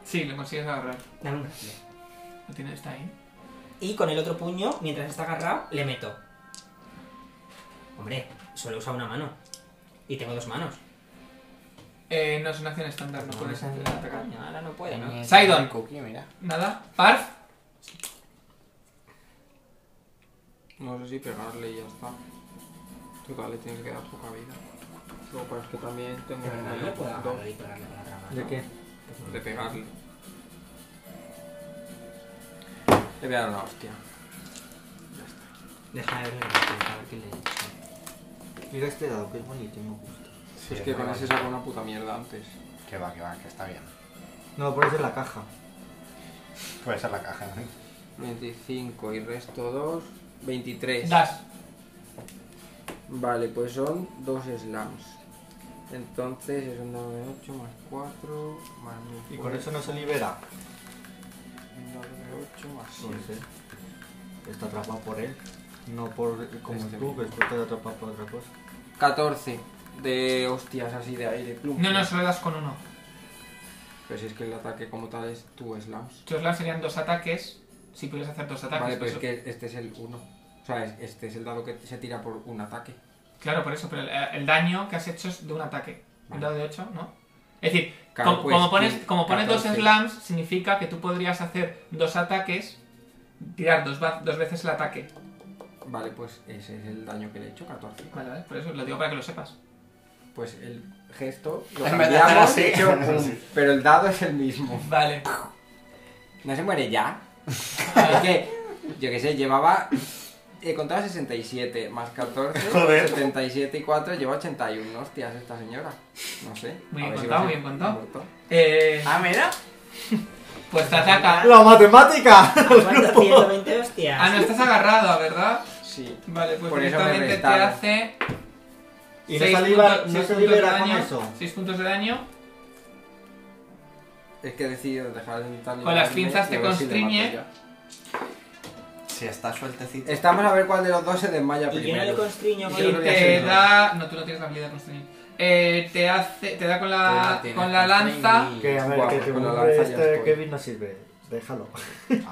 Sí, le consigues agarrar. Dame un grapple. Lo tienes está ahí. Y con el otro puño, mientras está agarrado, le meto. Hombre, solo he usado una mano. Y tengo dos manos. Eh, no es una acción estándar, no puedes hacer atacar. Coño, ahora no puede, Eh, ¿no? Sidon. Cookie, mira. Nada. Parf. No sé si pegarle y ya está. Igual le tiene que dar poca vida. Lo que pasa es que también tengo Pero no un le puedo punto agarrar y pegarle con otra mano. ¿De qué? de pegarle. Le voy a dar una hostia. Deja de ver, a ver qué le he hecho. Mira este dado, que es bonito y me gusta. Sí, es que con no, ese saco una puta mierda antes. Que va, que va, que está bien. No, por eso es la caja. Puede ser la caja, ¿no? 25 y resto 2, 23. Das. Vale, pues son dos slams. Entonces es un dado de 8 más 4 más mi Y con fuerza. eso no se libera. Un dado de 8 más No 7. sé. Está atrapado por él. No por como Este tú, mismo. que después te atrapas por otra cosa. 14 de hostias así de aire. Plum. No, no, solo das con uno. Pero si es que el ataque como tal es tu slams. Tus lances serían dos ataques. Si pudieras hacer dos ataques. Vale, por pero es eso- que este es el 1. O sea, es- este es el dado que se tira por un ataque. Claro, por eso, pero el, el daño que has hecho es de un ataque. Un Vale. dado de 8, ¿no? Es decir, Claro, como, pues, como pones, como pones dos 14. slams, significa que tú podrías hacer dos ataques, tirar dos, va- dos veces el ataque. Vale, pues ese es el daño que le he hecho, 14. Vale, vale, por eso lo digo para que lo sepas. Pues el gesto lo En vez de hacer cambiamos, así, he hecho haces un- así. pero el dado es el mismo. Vale. No se muere ya. es que, yo qué sé, llevaba. eh, He contado 67 más 14, Joder. 77 y 4, lleva 81. Hostias, esta señora. No sé. Muy a bien ver si contado, va a muy ser bien contado. muerto. Eh, Ah, mira. pues te ataca. ¡La matemática! ¿Cuánto? 120 hostias. Ah, no, estás agarrado, ¿verdad? Sí. Vale, pues Por eso me directamente te restaron. hace. Y no seis se, libera- puntos- no seis se puntos de libera con daño, eso. 6 puntos de daño. Es que he decidido dejar de intentar. Con las librarme pinzas y te a ver si le mato constriñe. ya. Si está sueltecito. Estamos a ver cuál de los dos se desmaya Y yo no primero. le constriño Y con yo Y no voy a te hacer da. No, tú no tienes la habilidad de constreñir. Eh, te hace. Te da con la. Ah, con la lanza. Que a ver, Buah, que pues te con la ocurre lanza ya este estoy. Kevin no sirve. Déjalo.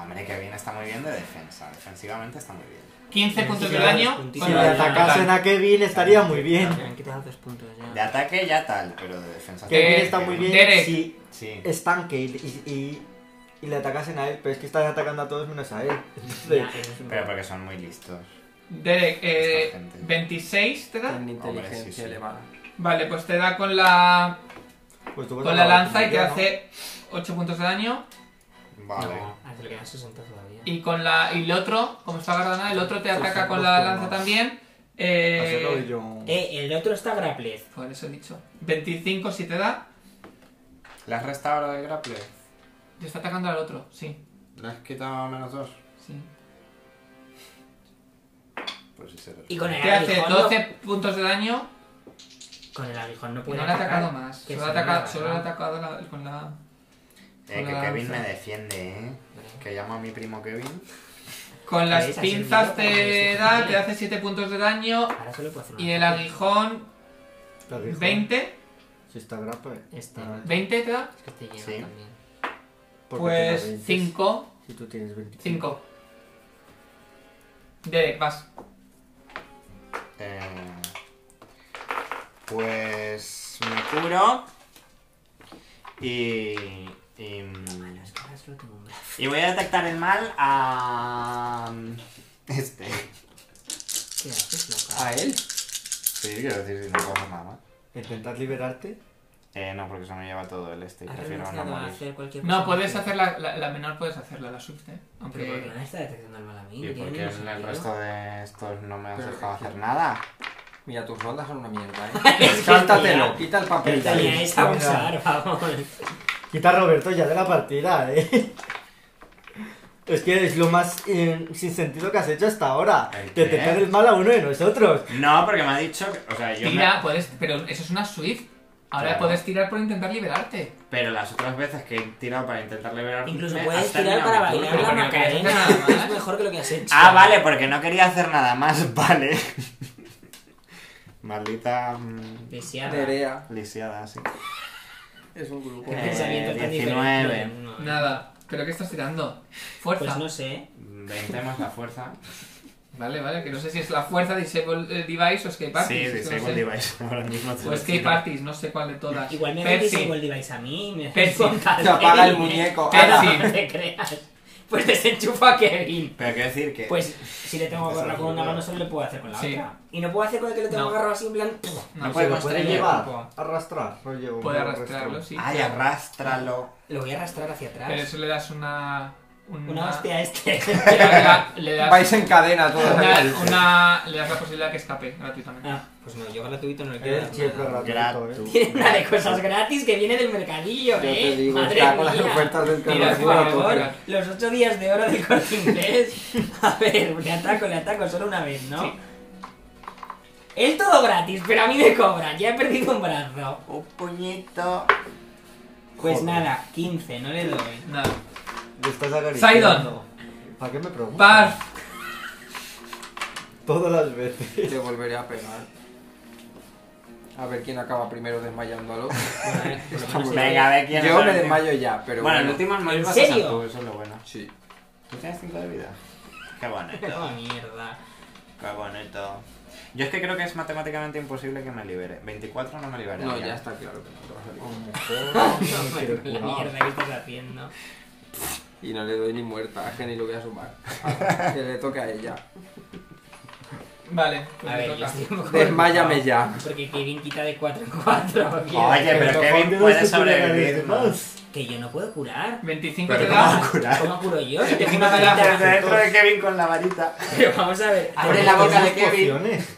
Hombre, que bien está muy bien de defensa. Defensivamente está muy bien. 15 Sí, puntos sí, de sí, daño. los puntitos. Si con le Bueno, la- ya, atacasen a Kevin estaría Eh, muy bien. Me han quitado dos puntos Ah. ya. De ataque ya tal, pero de defensa. Que- Kevin Eh, está muy bien Derek. si Sí. es tanque y, y, y- y le atacasen a él, pero es que están atacando a todos menos a él. Entonces, Ya, eso es un- Pero porque son muy listos. Derek, eh, Esta gente. 26 te da. Con inteligencia Hombre, sí, sí. elevada. Vale, pues te da con la. pues tú vas Con a la acabar lanza como y te yo, ¿no? hace 8 puntos de daño. Vale. No, ah, se le quedan 60 todavía. Y con la. Y el otro, como está agarrada, el otro te ataca con dos la turnos. lanza también. Hacerlo Eh. yo. Eh, el otro está grappled. Por eso he dicho. 25 si te da. ¿Le has restado ahora de grapple? Te está atacando al otro, sí. ¿Le has quitado menos dos? sí. Pues sí, se lo Y con el Te hace aguijón. no- 12 puntos de daño. Pues Con el aguijón no No puede le ha atacado atacar. más. que Solo le se ha lo atacado, haga, solo le ¿no? ha atacado la- con la. Eh, que Hola, Kevin me Alfa. defiende, eh. Que llamo a mi primo Kevin. Con las Esa es el pinzas miedo, como te dice da, Javier. te hace 7 puntos de daño. Ahora solo puedo hacer una Y el cosa. aguijón, Te arriesgo. 20. Si está grapa, eh. Este. Ah, ¿20 te da? Es que este lleno Sí. también. porque te da Pues 20. 5. Si tú tienes 25. 5. Derek, vas. Eh, pues me curo. Y, y. mm, Es que ahora solo tengo un brazo. Y voy a detectar el mal a. Este. ¿Qué haces, loca? ¿A él? Sí, quiero decir, si no puedo hacer nada más. Intentar liberarte. Eh, no, porque eso me lleva todo el este. Y ¿Has prefiero no renunciado a morir. hacer cualquier cosa? No, puedes hacer la, la- la menor, puedes hacerla, la swift, ¿eh? Pero porque Aunque. no está detectando el mal a mí. Y no tiene porque ningún en el sentido. resto de estos no me has Pero- dejado hacer nada. Mira, tus rondas son una mierda, ¿eh? Descártatelo, quita el papel. Quita dale. el- Teníais que abusar, vamos. Quita a Roberto ya de la partida, eh. Es que es lo más eh, sin sentido que has hecho hasta ahora. ¿El qué? Detectar el mal a uno de nosotros. No, porque me ha dicho que. O sea, yo. me- Tira, puedes. Pero eso es una swift. Ahora Claro. puedes tirar por intentar liberarte. Pero las otras veces que he tirado para intentar liberar. Incluso puedes tirar para bailar pero la porque no haces macarena. nada más. Es mejor que lo que has hecho. Ah, vale, porque no quería hacer nada más, vale. Maldita mm, Deseada. Nerea lisiada, sí. es un grupo. Qué pensamiento tan 19. diferente. No, no. Nada. ¿Pero qué estás tirando? Fuerza. Pues no sé. 20 más la fuerza. Vale, vale, que no sé si es la fuerza, disable eh, device o escape sí, parties. es que no disable sé. device. Ahora mismo te O lo escape tiro. parties, no sé cuál de todas. Igual me Percy. hago el device a mí. Me Percy. con tal Se apaga de- el muñeco. Percy. No te creas. Pues desenchufa a Kevin. Pero quiero decir que. Pues si le tengo agarrado con una mano, solo le puedo hacer con la Sí. otra. Y no puedo hacer con el que le tengo No. agarrado así en plan. No, Se puede, Puede lo puede arrastrarle llevar, un poco. arrastrar, no llevo. no arrastrarlo, arrastro. sí. Ay, arrástralo. Lo voy a arrastrar hacia atrás. Pero eso le das una. Una, Una hostia a este. Le das, le das Vais en cadena todos. una, una- le das la posibilidad que escape gratuitamente. Ah, Pues no, yo gratuito no le quiero Es dar siempre nada. gratuito, ¿eh? tiene una de cosas gratis que viene del mercadillo, Yo eh. te digo, Madre está con las mía. ofertas del Mira, es Por para Carrefour. vos. favor, los ocho días de oro del corte inglés. A ver, le ataco, le ataco solo una vez, ¿no? Sí. Es todo gratis, pero a mí me cobran, ya he perdido un brazo. Un puñito. Pues Joder. nada, 15, no le doy. Nada. Le estás acariciando. Sidon. ¿Para qué me preguntas? Parf. Todas las veces. Te volveré a pegar. A ver quién acaba primero desmayando al otro. Venga, a ver quién Yo es me el último. desmayo ya, pero Bueno, el bueno. último mayor ¿En vas a ser serio? tú, eso es lo bueno. Sí. ¿Tú tienes 5 de vida? Qué bonito. Oh, mierda. Qué bonito. Yo es que creo que es matemáticamente imposible que me libere. 24 no me liberaría. No, ya está claro que no te A vas a salir. lo Ah, mejor No, me quiere la curar. mierda que estás haciendo. Y no le doy ni muerta, a Jenny lo voy a sumar. Ahora, que le toque a ella. Vale, pues A le ver, yo toca. estoy un poco. Desmáyame ya. Porque Kevin quita de 4 en 4. Oye, pero Lo jodido es Kevin que puede tú le ganes sobrevivir. ¿no? más. Que yo no puedo curar. 25 Pero te ¿cómo va da. a curar? ¿Cómo curo yo? Si tengo Kevin una te da- varita. Desde dentro de Kevin con la varita. Pero vamos a ver. Abre ¿por la qué boca no? de Kevin. Pociones.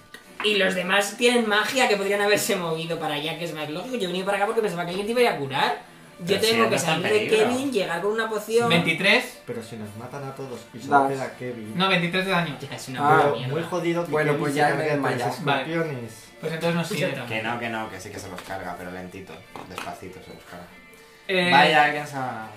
Y los demás tienen magia que podrían haberse movido para allá, que es más lógico. Yo he venido para acá porque pensaba que alguien te iba a ir a curar. Yo Pero si tengo él no que está en salir de peligro. Kevin, llegar con una poción. 23. Pero si nos matan a todos y solo Das. queda Kevin. No, 23 de daño. Ya, es una Ah, Pero mierda. muy jodido que Bueno, Kevin pues se ya cargue me a tres desmayas. Vale. escorpiones. Pues entonces no sirve. Que no, que no, que sí que se los carga, pero lentito. Despacito se los carga. Eh, Vaya, alguien se ha-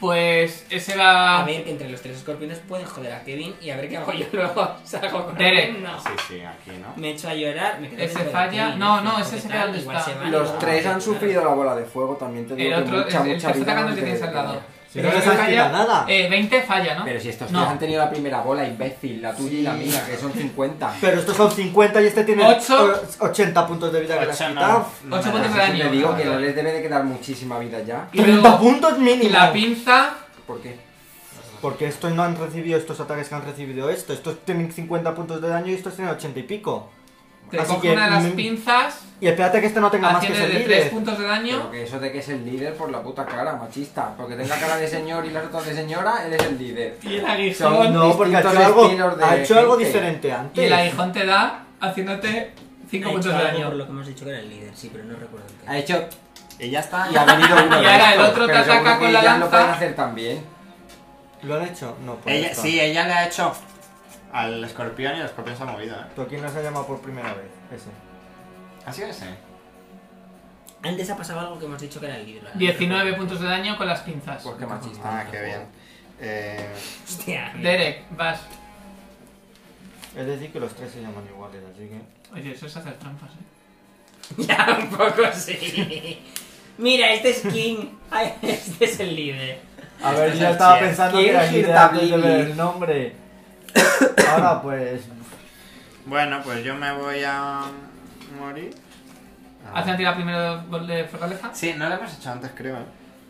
Pues ese va. A ver, que entre los tres escorpiones pueden joder a Kevin y a ver qué hago yo luego. ¿Salgo con Derek. él? No. Sí, sí, aquí, ¿no? Me echo a llorar, me quedo Ese dentro de falla. Kevin, No, no, porque ese se tal, queda donde igual está. se va, Los igual tres se han cura. sufrido la bola de fuego, también te digo El que otro, mucha, el- el mucha que está vida atacando no el que tienes te- al lado. Si no les has quitado nada. Eh, 20 falla, ¿no? Pero si estos No. tres han tenido la primera bola, imbécil, la tuya y la mía, que son 50. Pero estos son 50 y este tiene Ocho. o- 80 puntos de vida que le has Ocho, no. quitado. No Ocho me puntos da. de Así que daño. le digo que no les debe de quedar muchísima vida ya. Y 30 luego- puntos Y mínimo. la pinza. ¿Por qué? Porque estos no han recibido estos ataques que han recibido esto. Estos tienen 50 puntos de daño y estos tienen 80 y pico. Te Así coge que una de las mm, pinzas. Y espérate que este no tenga más que eh. Haciendo ser Ah, de 3 líder. puntos de Pero daño. que eso de que es el líder por la puta cara, machista. Porque tenga cara de señor y las otras de señora, él es el líder. Y el Son- aguijón. No, porque ha hecho distintos algo, estilos de ha hecho algo gente. diferente Y antes. el aguijón te da haciéndote Ha 5 hecho puntos de algo daño. Por lo que hemos dicho que era el líder, sí, pero no recuerdo el Ha qué. hecho Y ya está. y ha venido uno. Y de ahora el estos, otro te pero seguro ataca que con la ellas Lo lanza. pueden hacer también. ¿Lo han hecho? No, pues Ella, está. sí, ella le ha hecho al escorpión y el escorpión se ha movido, ¿eh? ¿Pero quién nos ha llamado por primera vez? Ese. ¿Ha sido ese? Antes ha pasado algo que hemos dicho que era el líder. ¿verdad? 19 puntos de daño con las pinzas. Pues qué machista. Ah, qué bien. Eh, Hostia. Derek, vas. Es decir, que los tres se llaman iguales, así que. Oye, eso es hacer trampas, eh. Ya, un poco sí. Mira, este es King. Ay, este es el líder. A ver, es yo el estaba chef. pensando que ¿Quién era es líder Girta antes de ver Bibi? el nombre. Ahora pues. bueno, pues yo me voy a morir. Ah. ¿Hace una tirada primero de gol de fortaleza? Sí, no lo hemos hecho antes, creo. ¿eh?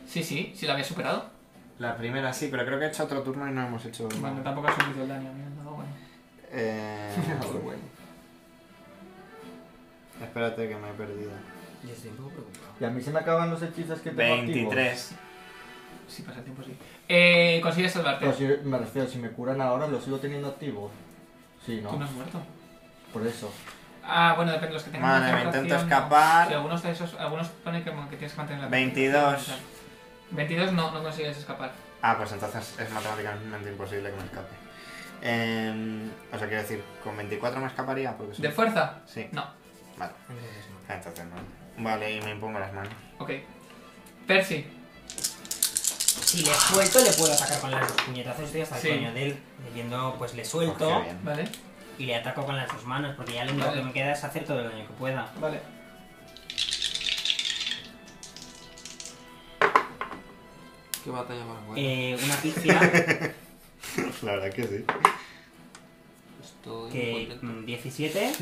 Sí, sí, sí la había superado. La primera sí, pero creo que he hecho otro turno y no hemos hecho. Mm. Bueno, tampoco ha sufrido el daño. mira, no, bueno. Eh, Pero bueno. espérate que me he perdido. Yo estoy un poco preocupado. Y a mí se me acaban los hechizos que tengo activos. 23. Si pasa el tiempo, sí. Eh, consigues salvarte. Pero si, me refiero, si me curan ahora, lo sigo teniendo activo. Sí, ¿no? Tú no has muerto. Por eso. Ah, bueno, depende de los que tengan. Vale, me concentración, intento no. escapar. Sí, algunos de esos, algunos ponen que, como que tienes que mantener la 22. 22 no, no consigues escapar. Ah, pues entonces es matemáticamente imposible que me escape. Eh, o sea, quiero decir, con 24 me escaparía porque soy- ¿De fuerza? Sí, No. vale. Entonces, no. Entonces no. Vale, y me impongo las manos. Ok. Percy. Si le suelto, le puedo atacar con las dos puñetazos. Estoy hasta el Sí. coño de él. Leyendo, pues le Pues suelto qué bien. Vale, y le ataco con las dos manos. Porque ya lo único Vale. que me queda es hacer todo el daño que pueda. vale. Qué batalla más buena. Eh, una pifia La verdad que sí. Estoy que. mm, 17.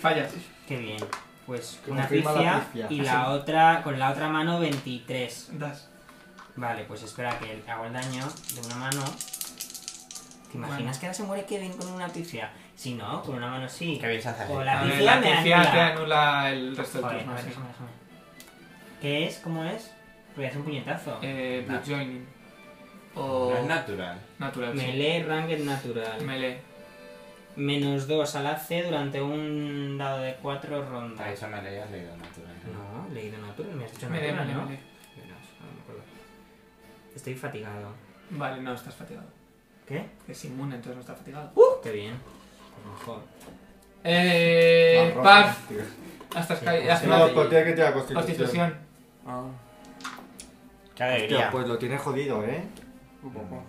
Fallas. Qué bien. Pues Que una confirma la pifia. pifia, y la otra. Con la otra mano, 23. Das. Vale, pues espera que hago el daño de una mano. ¿Te imaginas Bueno. que ahora se muere Kevin con una pifia? Si no, con una mano sí. ¿Qué bien se hace? O así. la A ver, pifia me pifia te anula. anula el resto del Joder, turno. a ver, sí. déjame, déjame. ¿Qué es? ¿Cómo es? Voy a hacer un puñetazo. Eh, Blood Nat. Joining. No O es natural. Natural. sí. Melee Ranger Natural. Melee. Menos 2 al AC durante un dado de 4 Para rondas. eso me leías leído natural. ¿no? No, leído natural, me has dicho Melee, natural, melee, ¿no? melee. Menos, no me acuerdo. Estoy fatigado. Vale, no, estás fatigado. ¿Qué? Es inmune, entonces no estás fatigado. Uh. Qué bien. Pues mejor. Eh. Paz, eh. hasta Sky. Sí, pues Hasta sí. No, la pues tiene que tirar constitución. Constitución. Ah, Qué Hostia, alegría. pues lo tienes jodido, ¿eh? un poco.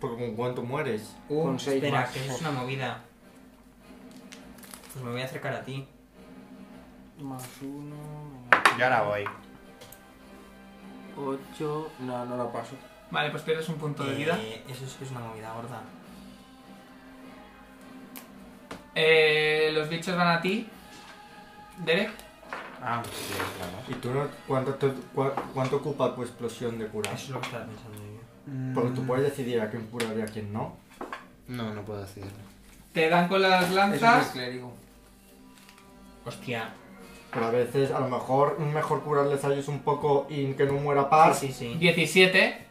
Porque con cuánto mueres. Uh, Con seis espera, más. que eso es una movida. Pues me voy a acercar a ti. Más uno. Yo ahora voy. Ocho. No, no lo paso. Vale, pues pierdes un punto de vida. Eh, eso sí que es una movida gorda. Eh, los bichos van a ti. Derek. Ah, sí, claro. ¿Y tú no, cuánto, te- cua- cuánto ocupa tu explosión de curar? Eso es lo que estaba pensando yo. Porque tú puedes decidir a quién curar y a quién no. No, no puedo decirlo. Te dan con las Eso es el lanzas. clérigo. Hostia. Pero a veces, a lo mejor, mejor curarles a ellos un poco y que no muera paz. Sí, sí, 17.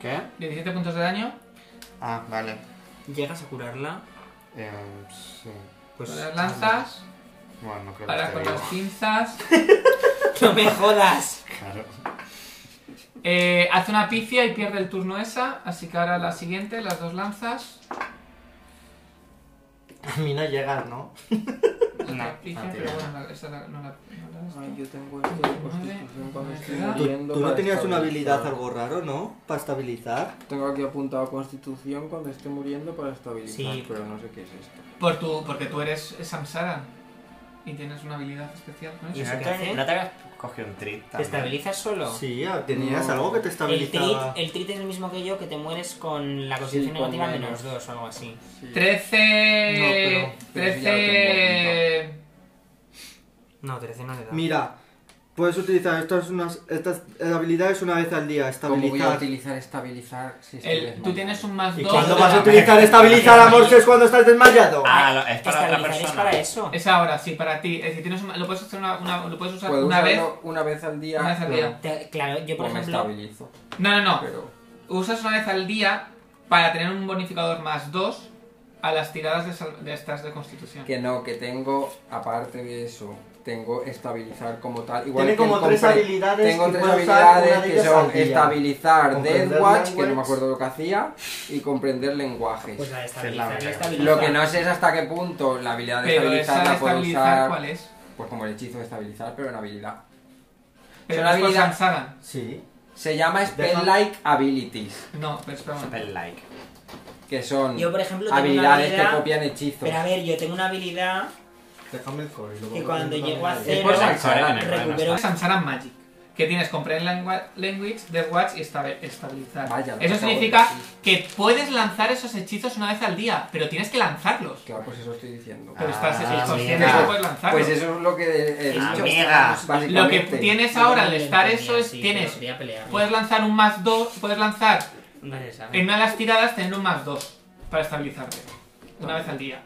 ¿Qué? 17 puntos de daño. Ah, vale. sí. ¿Llegas a curarla? Eh, sí. Pues... Con las lanzas. Bueno, no creo que Ahora esté con vivo. las pinzas. ¡No me jodas! Claro. Eh, hace una pifia y pierde el turno esa. Así que ahora la siguiente, las dos lanzas. A mí no llegas, ¿no? La pifia, no pero tiene. bueno, la- esa la- no la. no la- Ay, yo tengo esto de constitución cuando estoy Tú- Tú, leyendo no para tenías una estabilizar. habilidad algo raro, ¿no? Para estabilizar. Tengo aquí apuntado constitución cuando esté muriendo para estabilizar, Sí. Ah, pero no sé qué es esto. Por tu, porque tú eres Samsara. Y tienes una habilidad especial con ¿Y eso. eso no, qué te, hace? no te habías cogido un trip ¿Te también. estabilizas solo? Sí, ah, tenías No. algo que te El trit, estabilizaba. el trit es el mismo que yo, que te mueres con la constitución Sí, con negativa menos menos. 2 o algo así. Sí. 13. No, pero- pero ya lo tengo 13. No, 13 no le da. Mira, puedes utilizar estas, unas, estas habilidades una vez al día. ¿Cómo voy a Estabilizar. utilizar estabilizar si estoy El- tú desmayado? tienes un más ¿Y 2. cuándo No, vas a no, utilizar no. estabilizar, amor? Si es cuando estás desmayado. Ah, lo- es para otra Estabilizar es persona. para eso. Es ahora, sí, para ti. Es decir, tienes un- lo puedes hacer una, una- lo puedes usar Puedo una vez. usarlo una vez al día. Una vez al día. ah. Te- claro, yo Pero, Pues por o me ejemplo... estabilizo. No, no, no. Pero Usas una vez al día para tener un bonificador más 2 a las tiradas de, sal- de estas de constitución. que no, que tengo, aparte de eso, tengo estabilizar como tal. Igual Tiene que el como tres compre- habilidades. Tengo y tres puedes usar una habilidades de que ellas son al día. estabilizar Comprender Death Watch, que no me language. acuerdo lo que hacía, y comprender lenguajes. Pues la de Sí, estabilizar, es la la estabiliza. Lo que no sé es hasta qué punto la habilidad de Pero esa de estabilizar la puedo estabilizar, usar. ¿cuál es? Pues como el hechizo de estabilizar, pero en habilidad. Pero Son no es con habilidad- Samsara. Sí. Se llama Spell-like Abilities, No, pero espera un momento. El like. que son Yo, por ejemplo, tengo una habilidades habilidad- que copian hechizos. Pero a ver, yo tengo una habilidad Déjame el core. y luego que lo cuando pongo llego a también ahí. Es cero por ¿eh? Sansara, en el cual no recupero Es Samsara Magic. Que tienes Comprehend Langua- Language, Death Watch y estabe- estabilizar. Vaya, lo eso acabo de significa decir. que puedes lanzar esos hechizos una vez al día, pero tienes que lanzarlos. Claro, pues eso estoy diciendo. Pero Ah, estás consciente mira. de que puedes lanzarlos. Pues eso es lo que he Es dicho. Amiga. Básicamente. Lo que tienes ahora al Yo estar tenía, eso es, sí, pero tienes, quería pelear. puedes lanzar un más 2, puedes lanzar No se sabe. en una de las tiradas tener un más 2 para estabilizarte, una vez al día.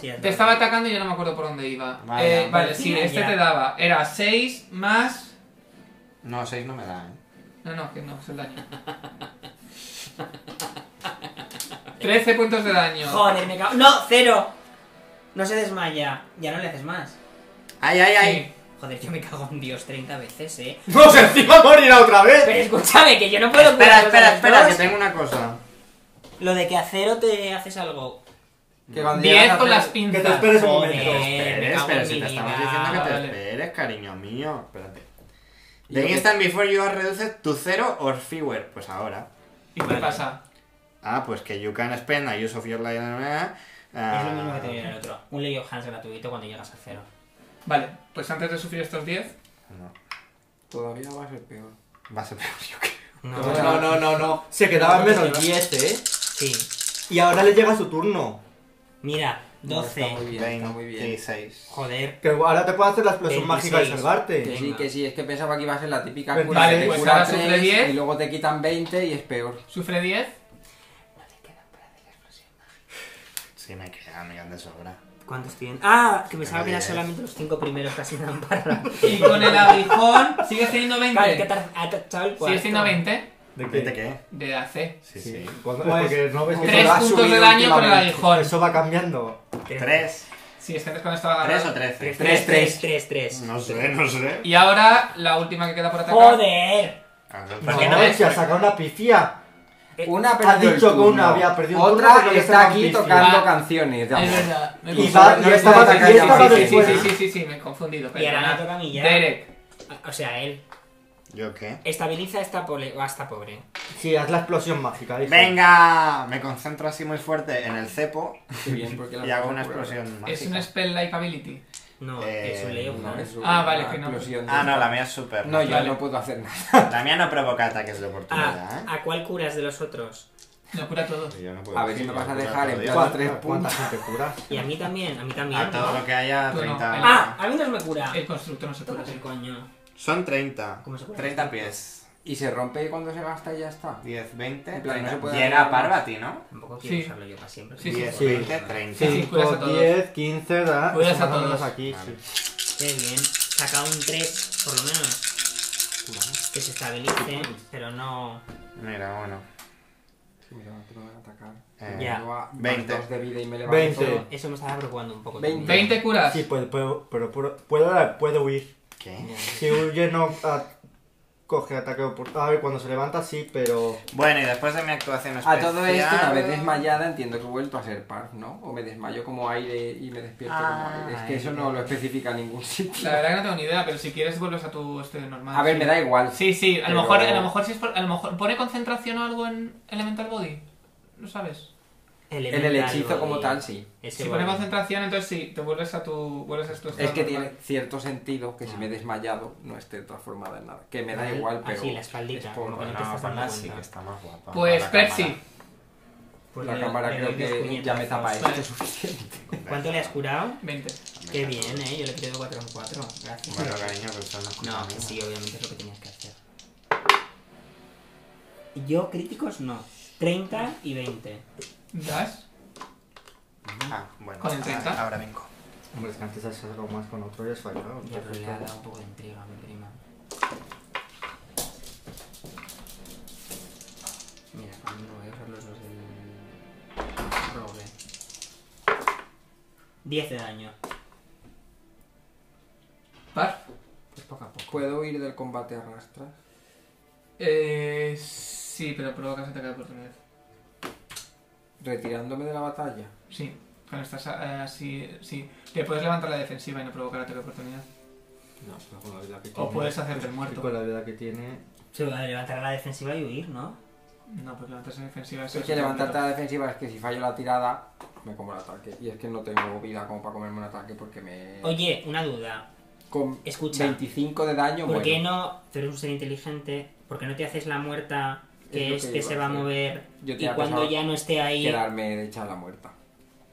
Sí, ya Te está. estaba atacando y yo no me acuerdo por dónde iba. Vale, Eh, vale, sí, sí, ya. este te daba, era 6 más... No, 6 no me da, ¿eh? No, no, que no, es el daño. 13 puntos de daño. Joder, me cago. ¡No! ¡Cero! No se desmaya. Ya no le haces más. ¡Ay, ay, Sí. Joder, yo me cago en Dios 30 veces, eh. ¡No, se encima morirá otra vez! Pero escúchame, que yo no puedo Espera, curar los espera, otros espera, que dos. tengo una cosa. Lo de que a cero te haces algo. Que cuando llegas 10 a con hacer- las pinzas. que te esperes un Joder. momento. Eh, me Esperes, cago pero en si mi te estamos vida. diciendo que te vale. esperes, cariño mío. Espérate. Y The lo que- instant before you are reduced to zero or fewer. Pues ahora. ¿Y qué pasa? Ah, pues que you can spend a use of your life. Ah. Es lo mismo que te viene el otro. Un Lay of Hands gratuito cuando llegas a cero. Vale, pues antes de sufrir estos 10, Todavía va a ser peor. Va a ser peor, yo creo. No, No, no, no, no, no. Se quedaba en menos 10, ¿eh? Sí. Y ahora le llega su turno. Mira, Está muy 12. bien, está muy bien. 26. Joder. Que ahora te puedo hacer la explosión mágica y 26. Que salvarte. sí, que sí, es que pensaba que iba a ser la típica cura Vale, que te pues cura ahora sufre tres 10. y luego te quitan 20 y es peor. Sufre 10. Sí, me quedan, me quedan de sobra. ¿Cuántos tienen? Ah, que pensaba que eran solamente los 5 primeros casi me dan barra. Y con el aguijón sigues teniendo Claro, que 20. atar- Ah, atachado el Sigues teniendo cuarto. 20 ¿De ¿De qué? de AC. Sí, sí. Cuando- Pues, porque no ves que tres. 3 eso lo va, has puntos de subido daño con el últimamente. aguijón. eso va cambiando. ¿Tres? Sí, es que antes con esto la ¿Tres o agarrado. trece? Tres, tres. 3, 3. No sé, no sé. Y ahora la última que queda por atacar. ¡Joder! A ver, No. ¿por qué no no? ves? se ha sacado una pifia. Eh, Una ha perdido el dicho que turno. una había perdido un Otra turno, pero que está está aquí aquí tocando tocando canciones. Ah, Es verdad. me he Y confundido. va- y estaba- Sí, y estaba sí, sí, sí, después. sí, sí, sí, sí, me he confundido. Y ahora perdona. me toca a mí ya. Derek. O sea, él. ¿Yo qué? Estabiliza a esta, pole- a esta pobre. Sí, haz la explosión mágica. dice. ¡Venga! Me concentro así muy fuerte en el cepo y Y hago una explosión Es un mágica. spell like ability. No, Eh, es un león. No, es Ah, una vale, que no. explosión de Ah, no, esta. la mía es super. No, yo Vale. no puedo hacer nada. La mía no provoca ataques de Ah, oportunidad, ¿eh? ¿A cuál curas de los otros? Lo cura todo. Yo no puedo A ver si decir, me vas yo a puedo dejar en todo plan día. tres ¿Cuánta, cuánta gente curas? Y a mí también, a mí también. A todo ¿no? lo que haya, Tú no, 30. el- Ah, a mí no se me cura. El constructo no se cura. Tócate el coño. Son 30. ¿Cómo se puede 30 pies. Y se rompe cuando se gasta y ya está. 10, 20, En plan, no se 30. puede y era hacer más. Parvati, ¿no? Tampoco quiero Sí. usarlo yo para siempre. Sí, sí. 10, sí. 20, 30. Sí, sí. curas a 5, todos. 10, 15, da. Curas eso a más o menos todos. aquí, sí. Qué bien. Saca un 3, por lo menos. Que se estabilice, pero no. Mira, bueno. Eh, Ya. Veinte. 20 de vida y me levanto. Veinte. todo. Eso me estaba preocupando un poco. Veinte. 20 curas. Sí, puede, puede- pero puede, puede, puede huir. ¿Qué? Si huye no a- coge ataque oportuno. A ver, cuando se levanta sí, pero... Bueno, y después de mi actuación A especial... todo esto, una vez desmayada, entiendo que he vuelto a ser par, ¿no? O me desmayo como aire y me despierto Ah, como aire. Es que eso no lo especifica en ningún sitio. La verdad que no tengo ni idea, pero si quieres vuelves a tu este normal. A ver, me da igual. Sí, sí, a Pero- lo mejor, a lo mejor si es por- a lo mejor pone concentración o algo en Elemental Body. No sabes. En el hechizo como tal, sí. Ese Si pone vale. concentración, entonces sí, te vuelves a tu vuelves a tu Es estado que normal. tiene cierto sentido que si me he desmayado no esté transformada en nada. Que me da Vale. igual, pero. Así, Ah, la espaldita, es por- como que Bueno, no te estás dando Parvati sí que cuenta. está más guapa. Pues Para la Pepsi, cámara. Pues La le- cámara le creo doy que dos ya me puñetazos. tapa Vale. esto suficiente. ¿Cuánto le has curado? 20. Qué bien, eh. Yo le pido 4 en 4. Gracias. Bueno, cariño, pero eso no es cosa No, mía. sí, obviamente es lo que tenías que hacer. Yo críticos no. 30 y 20. ¿Das? Ah, bueno. Con el 30. Ahora vengo. Hombre, es que antes has sacado más con otro y has fallado. Ya, pero Entonces, le ha dado un poco de intriga a mi prima. Mira, no voy a usar los dos del... Roble. 10 de daño. Par. Pues poco a poco. ¿Puedo ir del combate a rastras? Eh, sí, pero provocas ataque de oportunidad. ¿Retirándome de la batalla? Sí, cuando estás eh, así, sí. Te puedes levantar la defensiva y no provocar ataque de oportunidad. No, pero con la vida que O tiene- puedes hacerte el y muerto. Con la vida que tiene... Se va a levantar a la defensiva y huir, ¿no? No, pues levantarse la defensiva eso Es es que un levantarte a completo. la defensiva es que si fallo la tirada, me como el ataque. Y es que no tengo vida como para comerme un ataque porque me. Oye, una duda. Con Escucha. 25 de daño, ¿Por qué bueno, no? Tú eres un ser inteligente. ¿Por qué no te haces la muerta Es que lo es que que iba se a va a decir. mover Yo y tenía cuando pensado ya no esté ahí? quedarme de echar la muerta.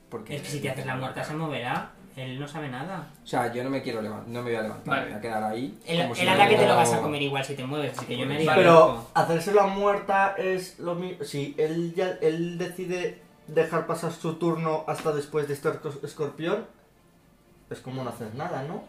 Porque Es que si te haces la muerta se moverá. Él no sabe nada. O sea, yo no me quiero levantar, no me voy a levantar, Vale. me voy a quedar ahí. El, como si el no ataque te lo hubiera- vas a comer igual si te mueves, así que yo me haría Pero loco. hacerse la muerta es lo mismo... Si él, ya, él decide dejar pasar su turno hasta después de este arco- escorpión, es como no hacer nada, ¿no?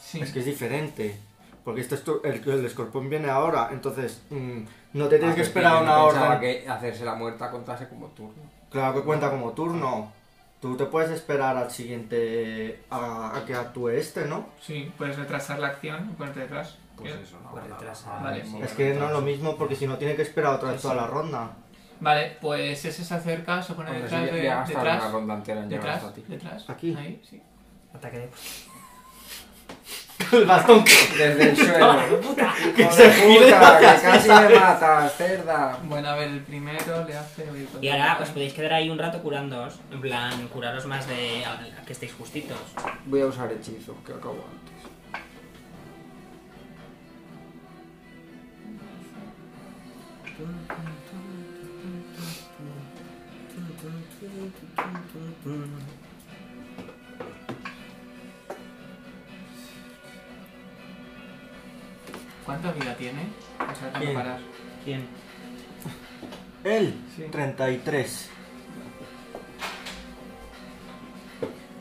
Sí. Es que es diferente. Porque este es tu- el, el escorpión viene ahora, entonces mm, no te tienes Ah, que pero esperar yo una no pensaba hora. que hacerse la muerta contase como turno. Claro que cuenta como turno. Tú te puedes esperar al siguiente. a, a que actúe este, ¿no? Sí, puedes retrasar la acción y ponerte detrás. Pues Bien. eso, no. Por nada. detrás, vale. Mover Es que no es detrás. lo mismo porque si no tiene que esperar otra vez Sí, toda sí. la ronda. Vale, pues ese se acerca, se pone Hombre, si detrás, voy- de- voy a gastar detrás, una ronda entera en llegar hasta detrás, ti. detrás. Aquí. Ahí, sí. Ataque de... el bastón Desde el suelo. que se Puta, gira y no te que casi asfixia. me matas, cerda. Bueno, a ver, el primero le hace... Y ahora pues, os podéis quedar ahí un rato curándoos. En plan, curaros más de a- a que estéis justitos. Voy a usar hechizo, que acabo antes. ¿Cuánta vida tiene? O sea, tengo que Bien. parar. ¿Quién? Él, Sí. 33.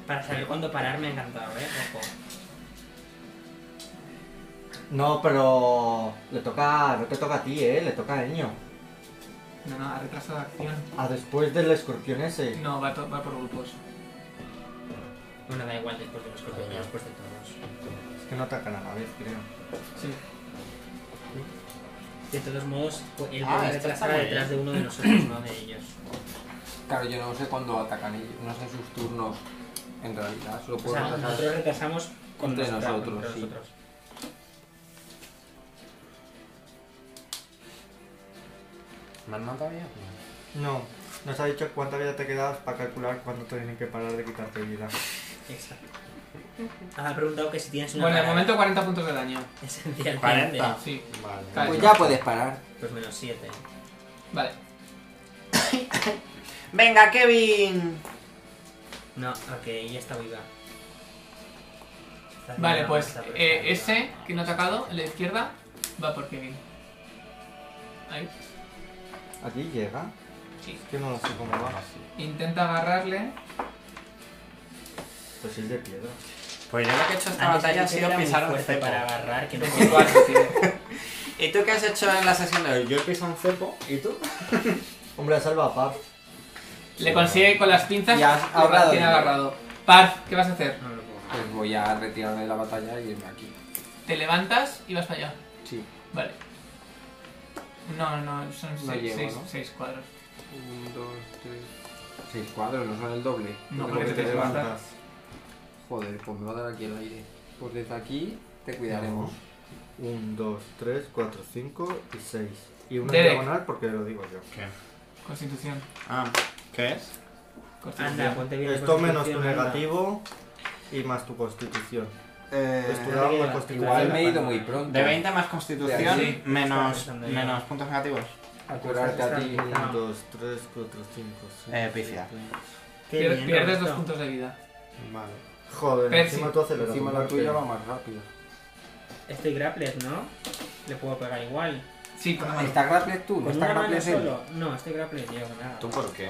Para saber cuándo parar me ha encantado, ¿eh? Ojo. No, pero le toca, no te toca a ti, eh, le toca a Eño. No, no, ha retrasado acción. A después del escorpión ese. No, va, to- va por grupos. Bueno, da igual después de los cortes, después de todos. Es que no atacan a la vez, creo. Sí. De todos modos, pues, él Ah, puede esto está retrasar muy detrás de uno de nosotros, no de ellos. Claro, yo no sé cuándo atacan ellos, no sé sus turnos en realidad, solo O puedo sea, atacar. nosotros retrasamos con Entre nosotros, nosotros, entre sí. nosotros. ¿Me han matado ya? No, nos ha dicho cuánta vida te quedabas para calcular cuándo te tienen que parar de quitarte vida. Exacto. Ah, ha preguntado que si tienes una. Bueno, de parada momento 40 puntos de daño. Esencialmente. 40. Sí. Vale. Claro. Pues ya puedes parar. Pues menos 7. Vale. Venga, Kevin. No, ok, ya está viva. Está Vale, viva, pues está- está eh, viva. ese que no ha atacado, el de izquierda, va por Kevin. Ahí. ¿Aquí llega? Sí. Ah, Yo no lo sé cómo va. Intenta agarrarle. Pues es de piedra. Pues yo lo que he hecho esta Antes batalla ha dije que sido era muy pisar un fuerte cepo. para agarrar, que no Cuatro tiene. ¿Y tú qué has hecho en la sesión de hoy? Yo he pisado un cepo. ¿Y tú? Hombre, salva a Pap. Le consigue con las pinzas Y has lo ahorrado tiene dinero. agarrado. Parf, ¿qué vas a hacer? No lo puedo. Pues voy a retirarme de la batalla y irme aquí. Te levantas y vas para allá. Sí. Vale. No, no, no, son No seis, llego, seis- ¿no? seis cuadros. Un, dos, tres. Seis cuadros, no son el doble. No, porque Porque luego te te levantas. levantas. Joder, pues me va a dar aquí el aire. Pues desde aquí te cuidaremos. 1, 2, 3, 4, 5 y 6. Y una Derek. diagonal porque lo digo yo. ¿Qué? Constitución. Ah, ¿qué es? Constitución. Anda, ponte bien. la Esto menos tu constitución, anda. negativo y más tu constitución. Eh, Pues tú dabas la igual constitución. Igual me he ido muy pronto. de 20 más De constitución ahí. menos, Está pensando yo. menos puntos negativos. A curarte Pues a ti. 1, 2, 3, 4, 5, 6. Eh, pifia. Qué Pier- bien, pierdes Roberto. dos puntos de vida. Vale. Joder, Percy. encima tú aceleras. Encima la Marte. tuya va más rápido. Estoy grappled, ¿no? Le puedo pegar igual. Sí, Ah, con la mano. ¿Está grappled tú? ¿No ¿Con está una mano grappled él? solo? No, estoy grappled yo, nada. ¿Tú por qué?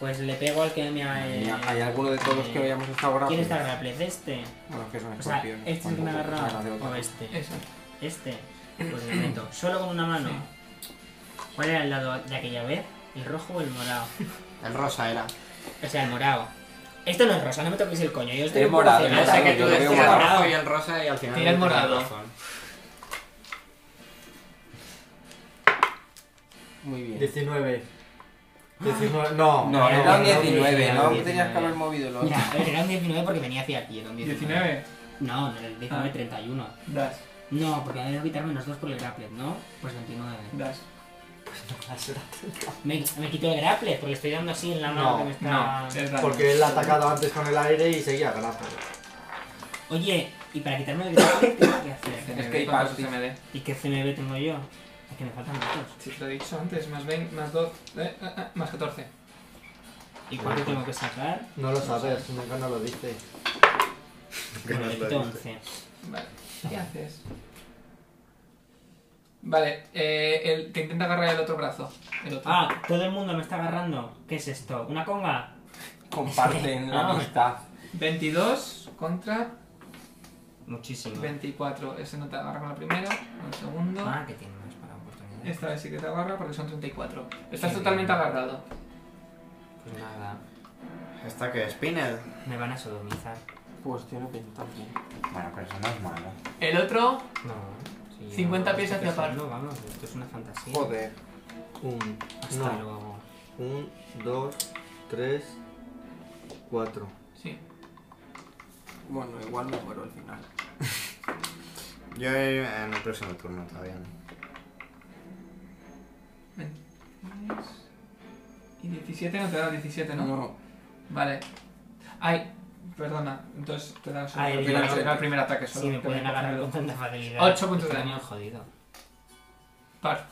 Pues le pego al que me ha... eh, Mira, ¿Hay alguno de todos que hayamos estado grappled? ¿Quién está grappled? ¿Este? Bueno, que son O sea, escorpiones. ¿este es el que me ha tampoco. Ah, de agarrado? otra. ¿O este? Eso. ¿Este? Pues le meto. Solo con una mano. ¿Cuál era el lado de aquella vez? ¿El rojo o el morado? El rosa era. O sea, el morado. Esto no es rosa, no me toquéis el coño. Yo estoy Es un poco morado, Yo El celosa. es sé morado, que tú yo lo veo decías el morado. rojo y el rosa y al final. Tira el me tenías morado. razón. Muy bien. 19. Ah. 19. No, No, era un no, 19, ¿no? 19. Tenías que haber movido el otro. Ya, a ver, era un 19 porque venía hacia aquí, era un 19. 19. No, no, el 19, 31. Das, No, porque debo quitar menos 2 por el grapplet, ¿no? Pues 29. das. Me, me quito el grapplet porque estoy dando así en la mano No, que me está... No, Ah, es daño. Porque él ha atacado antes con el aire y seguía grata. Oye, y para quitarme el grapplet, ¿qué tengo que hacer? CMD, Es que hay ¿cuántos partes. CMD? ¿Y qué CMB tengo yo? Es que me faltan muchos. Si te lo he dicho antes, más 20, más 2, eh, eh, eh, más 14. ¿Y pues cuánto tengo que sacar? No lo sabes, nunca nos lo dice. Bueno, le quito 11. Vale. ¿Qué haces? Vale, eh, el- te intenta agarrar el otro brazo. El otro. Ah, todo el mundo me está agarrando. ¿Qué es esto? ¿Una conga? Comparten la Vamos. amistad. 22 contra Muchísimo. 24. Ese no te agarra con la primera, con el segundo. Ah, que tiene más para oportunidades. Esta vez sí que te agarra porque son 34. Estás Sí. totalmente agarrado. Pues nada, ¿Esta que es? Pinel. me van a sodomizar. Pues tiene pinta bien. Bueno, pero eso no es malo. El otro, No. sí, yo 50 no pies estoy hacia par. pensando, Vamos, esto es una fantasía. Joder. Un, Hasta no, luego. un, dos, tres, cuatro. sí. Bueno, igual me muero al final. Yo eh, en el próximo turno todavía no. Y 17 no te da 17, ¿no? No, Vale. Ay, perdona. Entonces te da solo Ay, el, mira, primer- no. el primer ataque solo. Sí, me que pueden me coge agarrar el con otro. tanta facilidad. Ocho puntos de Esto me daño. han jodido. Par.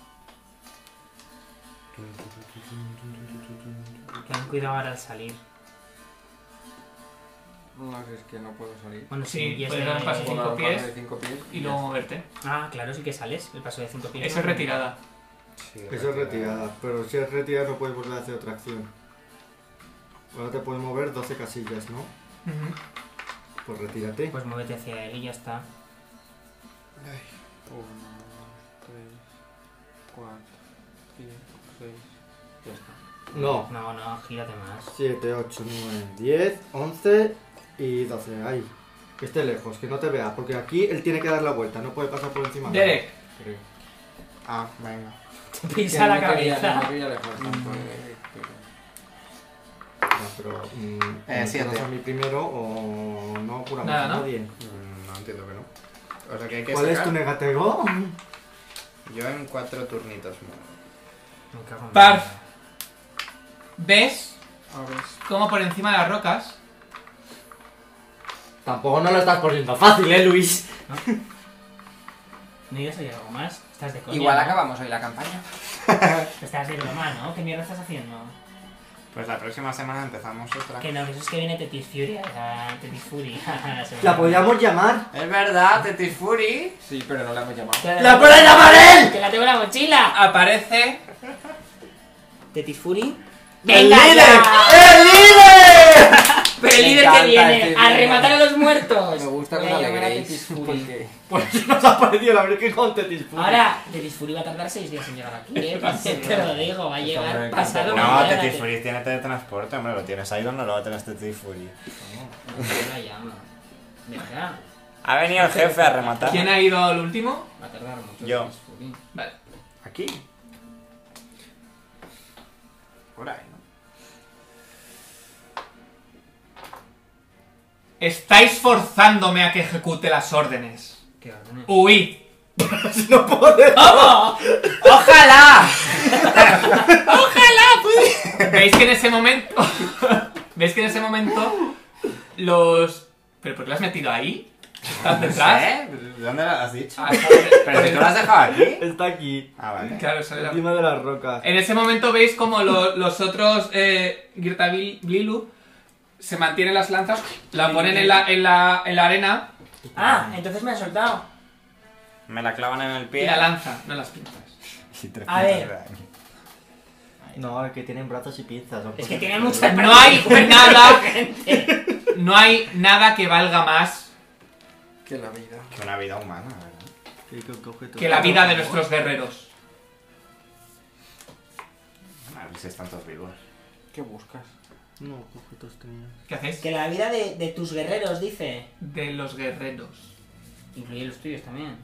Ten cuidado ahora al salir. No, si es que no puedo salir. Bueno, sí, Sí, y es puede dar un paso. de... Puedo cinco dar un paso pies de cinco pies. y luego moverte. Ah, claro, sí que sales. El paso de 5 pies. Eso es retirada. Eso es retirada, pero si es retirada no puedes volver a hacer otra acción. Ahora te puedes mover 12 casillas, ¿no? Ujú. Pues retírate. Pues muévete hacia él y ya está. Uno, tres, cuatro, cinco, seis. Ya está. No. No, no, gírate más. 7, 8, 9, 10, 11 y 12. Ahí. Que esté lejos, que no te vea, porque aquí él tiene que dar la vuelta, no puede pasar por encima. de él. Derek, Ah, venga. Te pisa la cabeza. No quería lejos tanto, eh, pero- No, pero. mm, Eh, me siete. tiras a mí primero o no curamos Nada, a ¿no? nadie. Mm, No entiendo que no. O sea que hay que ¿Cuál es tu sacar. negativo? Yo en cuatro turnitos. Me cago en Parf. la- ¿ves cómo por encima de las rocas Tampoco no lo estás poniendo fácil, ¿eh, Luis? ¿No ibas a oír algo más? Estás de coña, Igual ¿no? acabamos hoy la campaña. Estás de broma, ¿no? ¿Qué mierda estás haciendo? Pues la próxima semana empezamos otra. Que no, que eso es que viene Tetis Fury. ah, Tetis Fury. Se me- La podíamos llamar. Es verdad, Tetis Fury. Sí, pero no la hemos llamado. Que ¡La puede llamar él! ¡Que la tengo en la mochila! aparece Tetis Fury. ¡El ¡Venga líder! ya! ¡El líder! Pero el Me líder que encanta viene este a líder. rematar a los muertos. Me gusta que Voy os a llamar a alegréis. Tetis Fury. Porque... ¿Por qué nos ha parecido la Virgen con Tetis Fury? Ahora, Tetis Fury va a tardar seis días en llegar aquí, ¿eh? Te lo digo, va a me llegar encanta. pasado No, mañana. Tetis Fury tiene teletransporte, hombre. Lo tienes ahí donde lo tienes Tetis Fury. No, no la llama. Venga, Ha venido el jefe a rematar. quién ha ido al último. va a tardar mucho Yo. Tetis Fury. Vale. Aquí. Por ahí, ¿no? Estáis forzándome a que ejecute las órdenes. ¿Qué orden? Huid. ¡No podemos! ¡Ojalá! ¡Ojalá! pues. ¿Veis que en ese momento... ¿Veis que en ese momento los... ¿Pero por qué lo has metido ahí? ¿Estás detrás? ¿Eh? ¿Dónde lo has dicho? Ah, está- Pero si tú lo has dejado aquí. Está aquí, Ah, vale. Claro, sale la- encima de las rocas. En ese momento veis como lo- los otros eh, Girta Bil- Blilu se mantienen las lanzas, la ponen en la, en la, en la arena Ah, entonces me han soltado. Me la clavan en el y pie. la lanza, no las pinzas. Y tres A puntos de ver. daño. No, es que tienen brazos y pinzas. son Es que cosas raras. tienen muchas No hay nada, no hay nada que valga más Que la vida. Que una vida humana, ¿verdad? Que- que- que- que- que la vida de nuestros guerreros. A ver si están todos vivos. ¿Qué buscas? No, ¿qué objetos tenía? ¿Qué hacéis? Que la vida de, de tus guerreros, dice. De los guerreros. Incluye los tuyos también.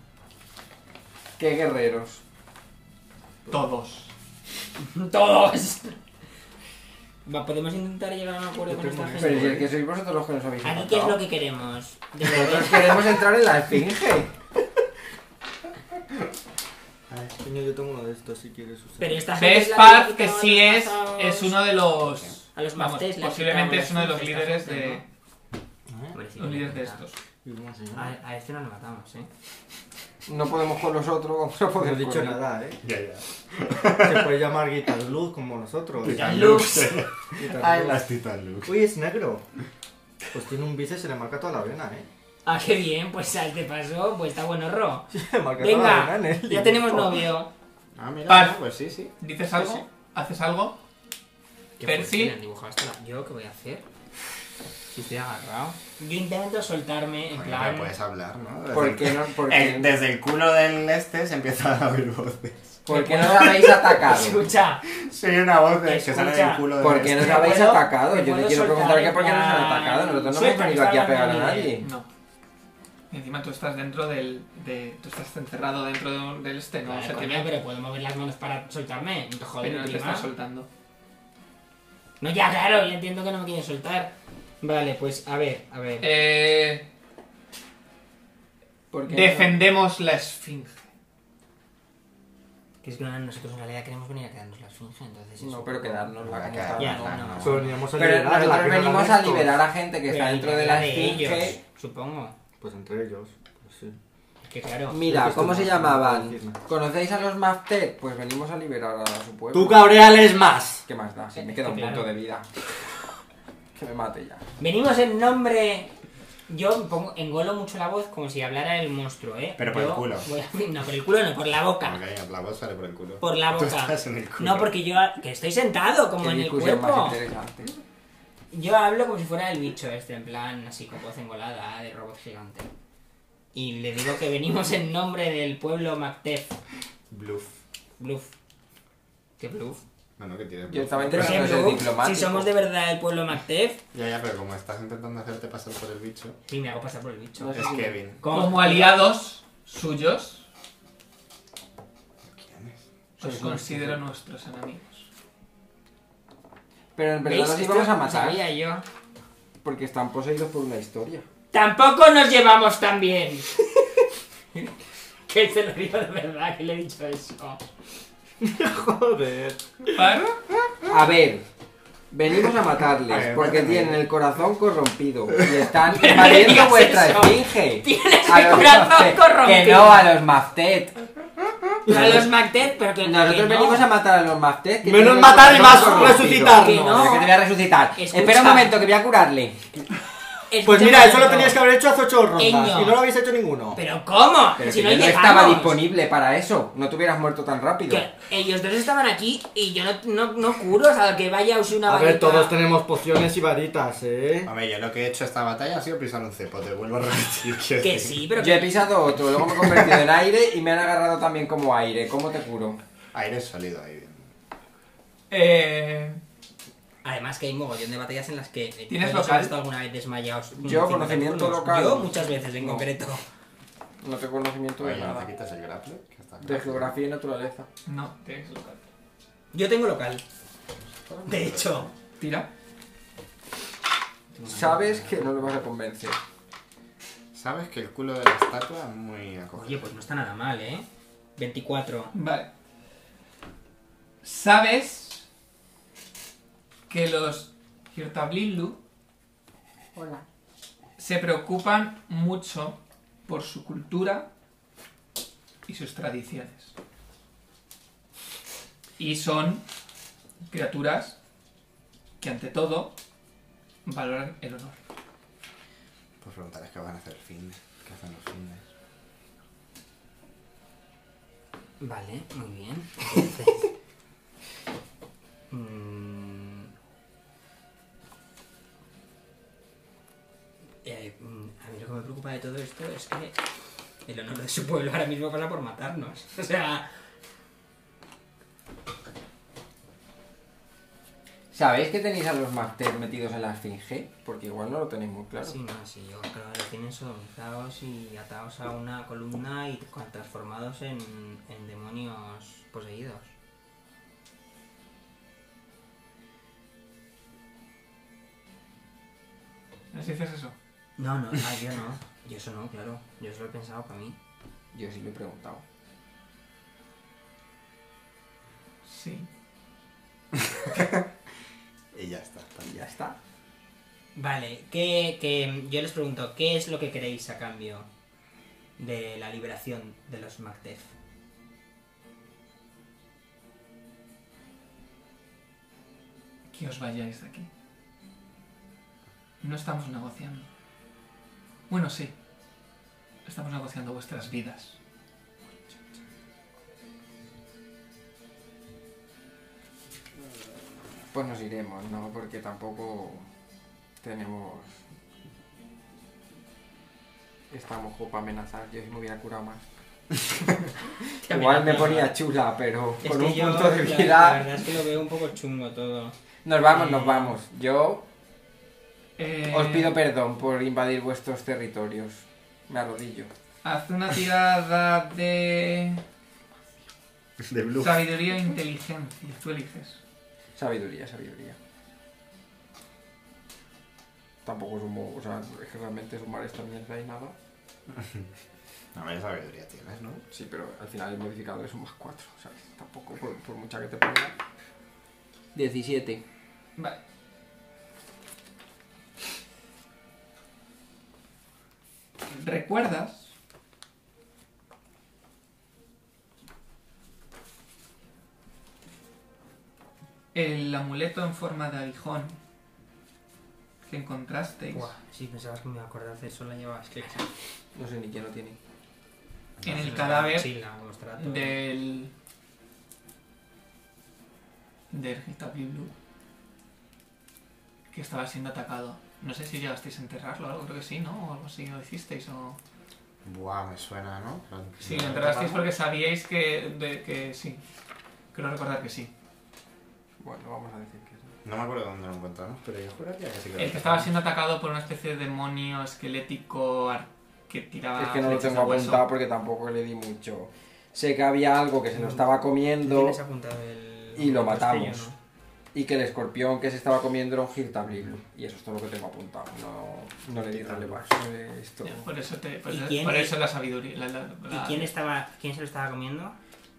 ¿Qué guerreros? Todos. ¡Todos! Va, podemos intentar llegar a un acuerdo Yo con esta tengo gente. Pero si es que sois vosotros los que nos habéis Aquí, ¿qué es matado. lo que queremos? De Nosotros verdad. queremos entrar en la esfinge. Ay, coño, yo tengo uno de estos si quieres usar. Pero esta gente Ves, es la Parf, que quitaba sí a los es, pasados- es uno de los... A los Vamos, maftés les posiblemente quitaba es uno de los esta líderes gente, de... ¿no? ¿Eh? Los líderes de estos. Y una A, señora. a este no lo matamos, ¿eh? No podemos con los otros, vamos a No poder he dicho con él. nada, ¿eh? Ya, ya. Se puede llamar Guitar Luz como nosotros. Titan Lux. Guitar Ay, Luz. las Titan Lux. Uy, es negro. Pues tiene un bíceps y se le marca toda la vena, ¿eh? Ah, qué bien, pues al te pasó, pues está bueno, Ro. Se le marca toda la Venga, vena en ¿eh? él. ya tenemos novio. Ah, mira, Par. no, pues sí, sí. ¿Dices algo? ¿Haces algo? ¿Qué Percy. fue? ¿Quién han dibujado esto? ¿Yo qué voy a hacer? Si estoy agarrado. Yo intento soltarme, en Bueno, plan... pero pues, puedes hablar, ¿no? Desde ¿Por el- qué no, por Eh, qué, desde el culo del este se empiezan a oír voces. por qué nos habéis atacado? Escucha, Soy una voz de- que Escucha, sale del culo del ¿Por este. qué nos habéis puedo- atacado? te Yo le puedo quiero preguntar soltar que por qué nos han en plan- atacado. Nosotros no hemos Suelta, venido aquí a está pegar a hablando de- nadie. No. Y encima tú estás dentro del... De, tú estás encerrado dentro de un- del este, ¿no? Vale, Se te coño, ve, pero puedo mover las manos para soltarme. No te jodas, pero no te prima. estás soltando. No, ya, claro, ya entiendo que no me quieren soltar. Vale, pues a ver, a ver. Eh, ¿Por qué no? defendemos la esfinge. Que es que nosotros en realidad queremos venir a quedarnos la esfinge, entonces eso. No, pero quedarnos la Ya, Ya, Ajá, no, no. Solo veníamos a Pero liberarla, que nosotros no la venimos a ganes tú. liberar a gente que Pero está ni dentro que de la hablar de ellos, esfinge. supongo. Pues entre ellos, pues sí. Que claro. Mira, Esto ¿cómo no- se no puedo llamaban? decir nada. ¿Conocéis a los Maftet? Pues venimos a liberar a su pueblo. Tú cabreales más. ¿Qué más da? Si me queda un Claro. punto de vida. Que me mate ya. Venimos en nombre. Yo pongo, engolo mucho la voz como si hablara el monstruo, ¿eh? Pero por el Yo culo. voy a- no, por el culo no, por la boca. Ok, la voz sale por el culo. Por la Tú boca. estás en el culo. No, porque yo. que estoy sentado, como Qué en el discusión cuerpo. más interesante. Yo hablo como si fuera el bicho este, en plan, así con voz engolada, de robot gigante. Y le digo que venimos en nombre del pueblo Mactef. Bluff. Bluff. ¿Qué bluff? Bueno, que tienes bluff. Directamente Pero Pero si, no soy bluff, diplomático. si somos de verdad el pueblo Mactef, Ya, ya, pero como estás intentando hacerte pasar por el bicho, sí, me hago pasar por el bicho. No sé es si- Kevin. Como aliados suyos, ¿Quién es? os Sois considero nuestros enemigos. Pero en verdad ¿Veis? nos Esto íbamos a lo matar sabía yo. porque están poseídos por una historia. Tampoco nos llevamos tan bien. que se lo digo de verdad que le he dicho eso. Joder. ¿Para? A ver, venimos a A ver, matarles porque mátame. tienen el corazón corrompido y están invadiendo digas vuestra eso. esfinge. Tienes A el los corazón Maftet. corrompido. Que no, a los Maftet. A los Mactef, pero que Nosotros que no. venimos a matar a los Maftet. que Menos tienen el matar y corazón más corrompido. resucitarnos. Que no. Mira, que te voy a resucitar. Escucha. Espera un momento, que voy a curarle. Pues Escucha mira, un eso lo momento. tenías que haber hecho hace ocho rondas. Eño. Y no lo habéis hecho ninguno. ¿Pero cómo? Pero si que no yo no llegamos. estaba disponible para eso. No te hubieras muerto tan rápido. Que ellos dos estaban aquí y yo no, no, no curo, o sea, que vaya a usar una A ver, varita. todos tenemos pociones y varitas, eh. Hombre, yo lo que he hecho esta batalla ha sido pisar un cepo, te vuelvo a repetir. quiero Que decir. sí, pero Yo he que... pisado otro, luego me he convertido en aire y me han agarrado también como aire. ¿Cómo te curo? Aire sólido ahí. Eh, Además que hay mogollón de batallas en las que... eh, ¿Tienes todos local? han estado alguna vez desmayados? Yo, cincuenta conocimiento turnos. local. Yo muchas veces, en No. concreto. No tengo conocimiento de Oye, ¿no nada. te quitas el grapple? Que está- De geografía y naturaleza. no, tienes que buscar. Yo tengo local. De hecho. Tira. Sabes que no lo vas a convencer. Sabes que el culo de la estatua es muy acogido. Oye, pues no está nada mal, ¿eh? 24. Vale. Sabes que los Hirtablindu Hola. se preocupan mucho por su cultura y sus tradiciones. Y son criaturas que ante todo valoran el honor. Pues preguntarás qué van a hacer el fin de. ¿Qué hacen los fines? Vale, muy bien. Entonces, mm, eh, mm, a mí lo que me preocupa de todo esto es que el honor de su pueblo ahora mismo pasa por matarnos. O sea, ¿Sabéis que tenéis a los Mafter metidos en la esfinge? Porque igual no lo tenéis muy claro. sí, no, sí, yo creo que los tienen sodomizados y atados a una columna y con- transformados en, en demonios poseídos. ¿No dices eso? No, no, ah, yo no. Yo eso no, claro. Yo eso lo he pensado para mí. Yo sí lo he preguntado. Sí. Y ya está. está Y bien. ya está. Vale, que, que yo les pregunto, ¿qué es lo que queréis a cambio de la liberación de los Mactef? Que os vayáis de aquí. No estamos negociando. Bueno, sí. Estamos negociando vuestras vidas. Pues nos iremos, ¿no? Porque tampoco tenemos... Estamos como para amenazar. Yo si me hubiera curado más. Igual me ponía chula, pero Es con que un yo, punto de la- vida... La verdad es que lo veo un poco chungo todo. Nos vamos, Y- nos vamos. Yo Eh, os pido perdón por invadir vuestros territorios. Me arrodillo. Haz una tirada de De Blue. sabiduría e inteligencia. Tú eliges. Sabiduría, sabiduría. Tampoco sumo, o sea, es que realmente sumar esta mierda y nada. No, vaya sabiduría tienes, ¿no? Sí, pero al final el modificador es un más 4, o sea, tampoco por, por mucha que te ponga. 17. Vale. ¿Recuerdas el amuleto en forma de aguijón que encontrasteis Buah, sí, pensabas que me iba a acordar de eso, la llevabas clara. No sé ni quién lo tiene. en el cadáver Mochila, los tratos. del del Getapi Blue que estaba siendo atacado. No sé si llegasteis a enterrarlo o algo, creo que sí, ¿no? O algo así lo hicisteis o... Buah, me suena, ¿no? Sí, lo enterrasteis porque sabíais que, de- que sí. Creo recordar que sí. Bueno, vamos a decir que es. No me acuerdo dónde lo encontramos, pero yo juraría que sí que lo El que estaba siendo atacado por una especie de demonio esquelético ar- Ah, que tiraba Es que no lo flechas tengo a hueso. apuntado porque tampoco le di mucho. Sé que había algo que se lo estaba comiendo Tienes apuntado el... y lo el castillo, matamos. ¿no? y que el escorpión que se estaba comiendo era un Giltablil. Y eso es todo lo que tengo apuntado. No, no le di relevancia de esto. Ya, Por eso, te, por, ¿Y eso- quién por es? eso la sabiduría. la- la- ¿Y la- quién, estaba, quién se lo estaba comiendo?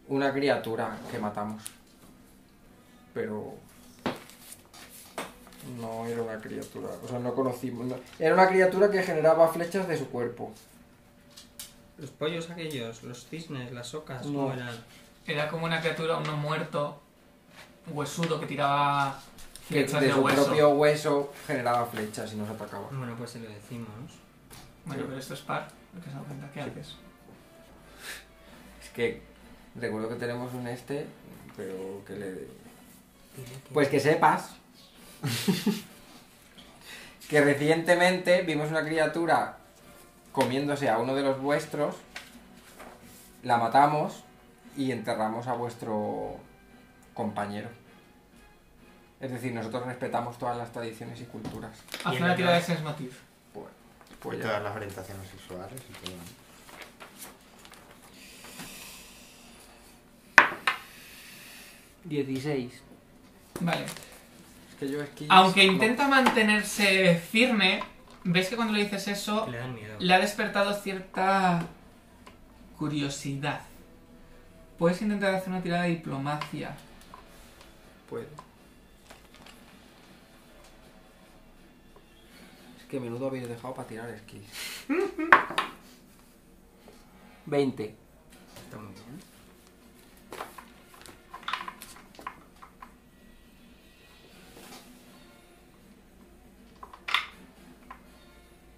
Una criatura que matamos. Pero. No era una criatura. O sea, no conocimos. no- Era una criatura que generaba flechas de su cuerpo. Los pollos aquellos, los cisnes, las ocas, No. no eran... Era como una criatura, uno muerto, huesudo, que tiraba Que flechas de, de su hueso. propio hueso generaba flechas y nos atacaba. Bueno, pues se lo decimos. Bueno, pero esto es par. lo que se da cuenta. ¿Qué haces? Es que. Recuerdo que tenemos un este, pero que le. Dile que- Pues que sepas que recientemente vimos una criatura comiéndose a uno de los vuestros, la matamos y enterramos a vuestro compañero. Es decir, nosotros respetamos todas las tradiciones y culturas. Haz el una tirada de otro? sense motive. Pues Y ya. todas las orientaciones sexuales y todo. ¿no? Vale. Es que yo es que- Aunque no. intenta mantenerse firme, ves que cuando le dices eso, Le dan miedo. le ha despertado cierta curiosidad. Puedes intentar hacer una tirada de diplomacia. Puede. Es que menudo habéis dejado para tirar esquís. 20. Está muy bien.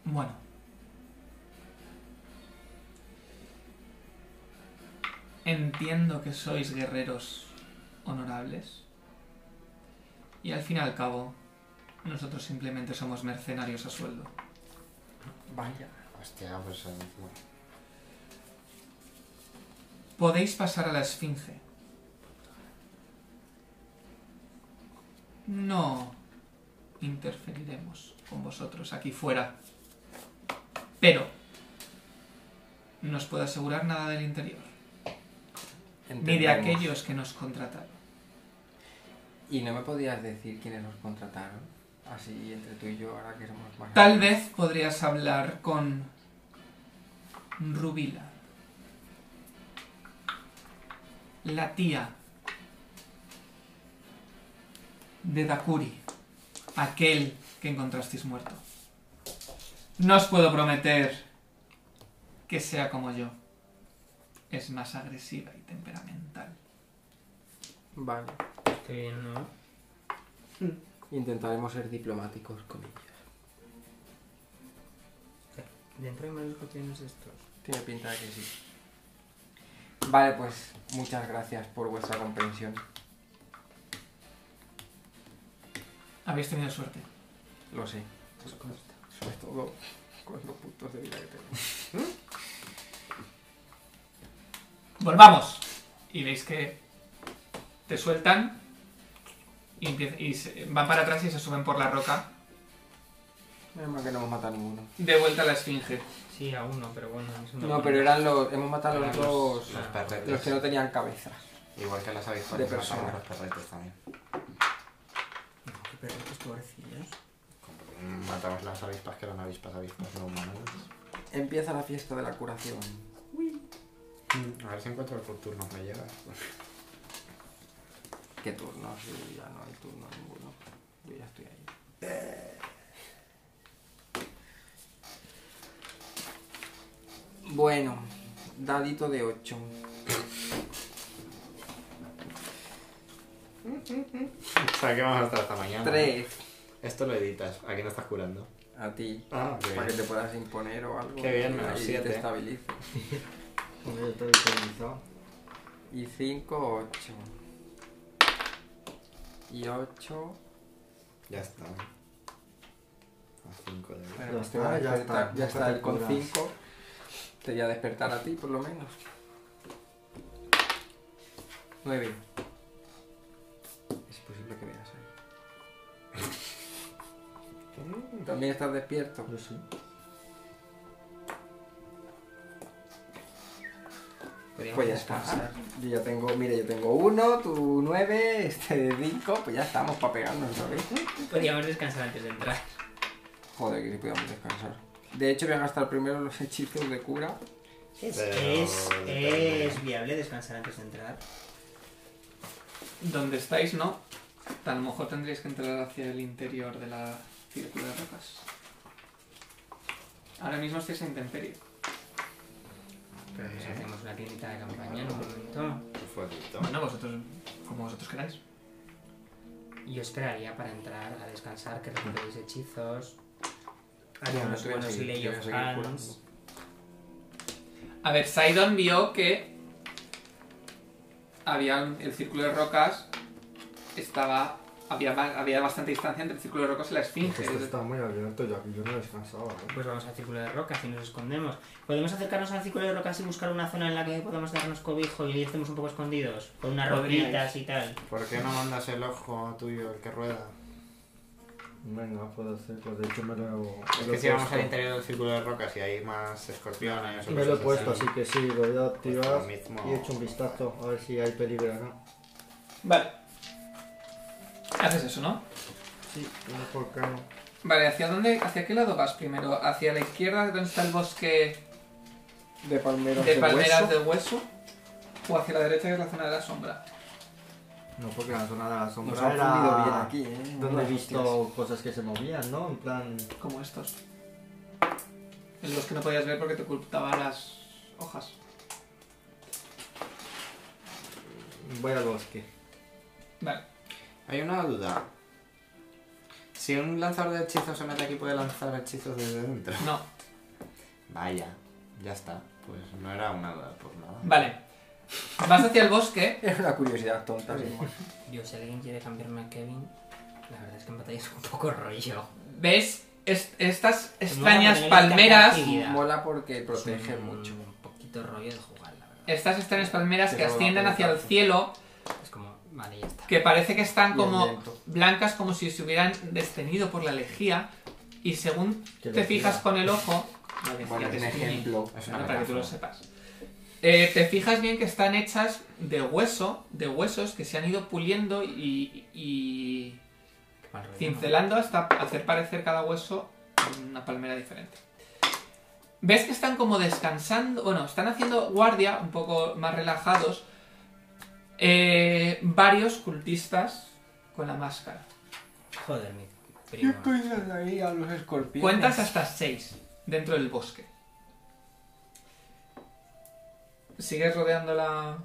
Bueno. Entiendo que sois guerreros honorables. Y al fin y al cabo, nosotros simplemente somos mercenarios a sueldo. Vaya. Hostia, pues. eh, bueno. Podéis pasar a la esfinge. No interferiremos con vosotros aquí fuera. Pero no os puedo asegurar nada del interior, ni de Entendemos. aquellos que nos contrataron. Y no me podías decir quiénes nos contrataron. Así entre tú y yo, ahora que somos más. Tal vez podrías hablar con Rubila, la tía de Dakuri, aquel que encontrasteis muerto. No os puedo prometer que sea como yo. Es más agresiva y temperamental. Vale. Qué bien, ¿no? Intentaremos ser diplomáticos con ellos. Dentro de varios cotidianos de estos. Tiene pinta de que sí. Vale, pues muchas gracias por vuestra comprensión. Habéis tenido suerte. Lo sé. Sobre todo con los puntos de vida que tengo. ¡Volvamos! Pues Y veis que te sueltan y, empie- y se- van para atrás y se suben por la roca. Menos mal que no hemos matado a ninguno. De vuelta a la esfinge. Sí, a uno, pero bueno. eso No, pero eran los. Hemos matado a los Eran dos. Los perretes. Los que no tenían cabeza. Igual que las De avispas, persona. matamos a los perretes también. Qué perritos pobrecillos. Mm, Matamos las avispas que eran avispas, avispas no humanas. Empieza la fiesta de la curación. Mm, A ver si encuentro el futuro, me llega. ¿Qué turnos? Sí, ya no hay turno ninguno. Yo ya estoy ahí. Bueno, dadito de 8. O sea, que vamos a estar hasta mañana. Tres. Esto lo editas. ¿A quién estás curando? A ti. Ah, qué Para que bien. te puedas imponer o algo. Qué bien, menos Y siete. te estabilice. Porque yo estoy estabilizado. Y 5, 8. Y 8. Ya está. A 5 de Bueno, Ya pues te está, voy a ya despertar. está, Ya ya está, te con curas. 5. Te voy a despertar a ti, por lo menos. 9. Es posible que veas ahí. También estás despierto. Yo sí. Pues ya está. Yo ya tengo, mira, yo tengo 1, tú 9, este 5. Pues ya estamos para pegarnos, ¿sabes? Podríamos descansar antes de entrar. Joder, que si podíamos descansar. De hecho, voy a gastar primero los hechizos de cura. Es, Pero es, depende. es viable descansar antes de entrar. Donde estáis, no. A lo mejor tendréis que entrar hacia el interior de la círculo de rocas. Ahora mismo estáis en intemperie. Pero nos hacemos una tiendita de campaña en un momento. fueguito. Bueno, vosotros, como vosotros queráis. Yo esperaría para entrar a descansar, que recuperéis hechizos. Haría Bueno, unos tú voy a buenos seguir- lay yo voy a of seguir hands. A ver, Sidon vio que había un- el círculo de rocas estaba había, ba- había bastante distancia entre el círculo de rocas y la esfinge. Esto está muy abierto, yo aquí yo no descansaba. ¿eh? Pues vamos al círculo de rocas y nos escondemos. ¿Podemos acercarnos al círculo de rocas y buscar una zona en la que podamos darnos cobijo y estemos un poco escondidos? Con unas Pues Podríais. roquitas y tal. ¿Por qué no mandas el ojo tuyo, el que rueda? Venga, puedo hacer, pues de hecho me lo, me Es lo que he si vamos puesto. al interior del círculo de rocas y hay más escorpiones o Me lo he cosas puesto, así que sí, lo voy a activar lo mismo. y he hecho un vistazo a ver si hay peligro o no. Vale. Haces eso, ¿no? Sí, no por qué no. Vale, ¿hacia dónde, hacia qué lado vas primero? ¿Hacia la izquierda, donde está el bosque De palmeras de de, palmeras hueso. de hueso? ¿O hacia la derecha, que es la zona de la sombra? No, porque la zona de la sombra Nos han era... fundido bien aquí, ¿eh? Donde he Unas visto hostias. cosas que se movían, ¿no? En plan... Como estos. En los que no podías ver porque te ocultaban las hojas. Voy al bosque. Vale. Hay una duda. Si un lanzador de hechizos se mete aquí, puede lanzar hechizos desde dentro. No. Vaya, ya está. Pues no era una duda por nada. Vale. Vas hacia el bosque. Es una curiosidad tonta, sí. Yo, si alguien quiere cambiarme a Kevin, la verdad es que en batalla es un poco rollo. ¿Ves est- estas Mola extrañas porque no hay palmeras? tanta actividad. Mola porque protege Es un- mucho. Un poquito rollo de jugar, la verdad. Estas extrañas palmeras que Pero va ascienden por hacia el detrás. cielo, Es como, vale, ya está. que parece que están Bien como lento. blancas, como si se hubieran destenido por la lejía. Y según Qué te fijas locura. con el ojo, Bueno, un ejemplo. Es una Bueno, para que tú lo metáfora. sepas. Eh, te fijas bien que están hechas de hueso, de huesos que se han ido puliendo y, y Qué mal rollo, ¿no? cincelando hasta hacer parecer cada hueso una palmera diferente. Ves que están como descansando, bueno, están haciendo guardia, un poco más relajados, eh, varios cultistas con la máscara. Joder, mi primo. ahí a los escorpiones. Cuentas hasta 6 dentro del bosque. ¿Sigues rodeando la.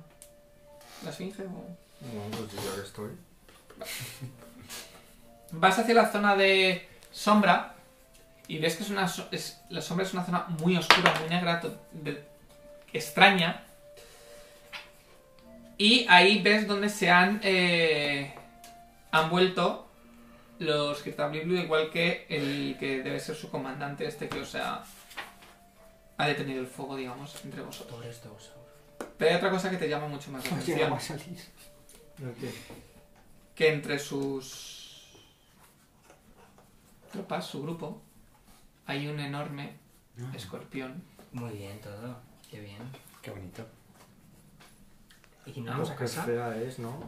la esfinge? o- No, pues yo ya estoy. Vas hacia la zona de sombra y ves que es una. so- es- la sombra es una zona muy oscura, muy negra, to- de- extraña. Y ahí ves donde se han. eh, han vuelto los Kirtabli Blue, igual que el que debe ser su comandante, este que os ha. ha detenido el fuego, digamos, entre vosotros. Pobre Stowsaur. Pero hay otra cosa que te llama mucho más la Oye, no va atención: a salir. ¿El qué? que entre sus. tropas, su grupo, hay un enorme escorpión. Muy bien todo. Qué bien. Qué bonito. ¿Y no vamos a Pues qué casa? fea es, ¿no?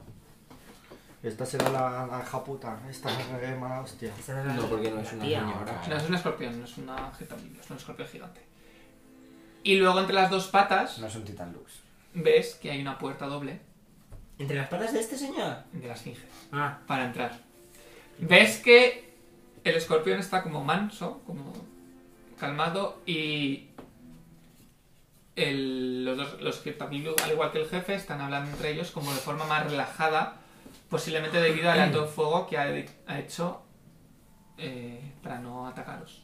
Esta será la granja puta. Esta es mala hostia. Esta es la- No, porque no es la una tía. señora. Ah. No es un escorpión, no es una getablina, es un escorpión gigante. Y luego entre las dos patas No es un Titan Lux. ves que hay una puerta doble ¿Entre las patas de este señor? de la esfinge Ah, para entrar. Ves que el escorpión está como manso, como calmado y el- los dos, los Kirtabilu, al igual que el jefe, están hablando entre ellos como de forma más relajada, posiblemente debido al alto fuego que ha, de- ha hecho eh, para no atacaros.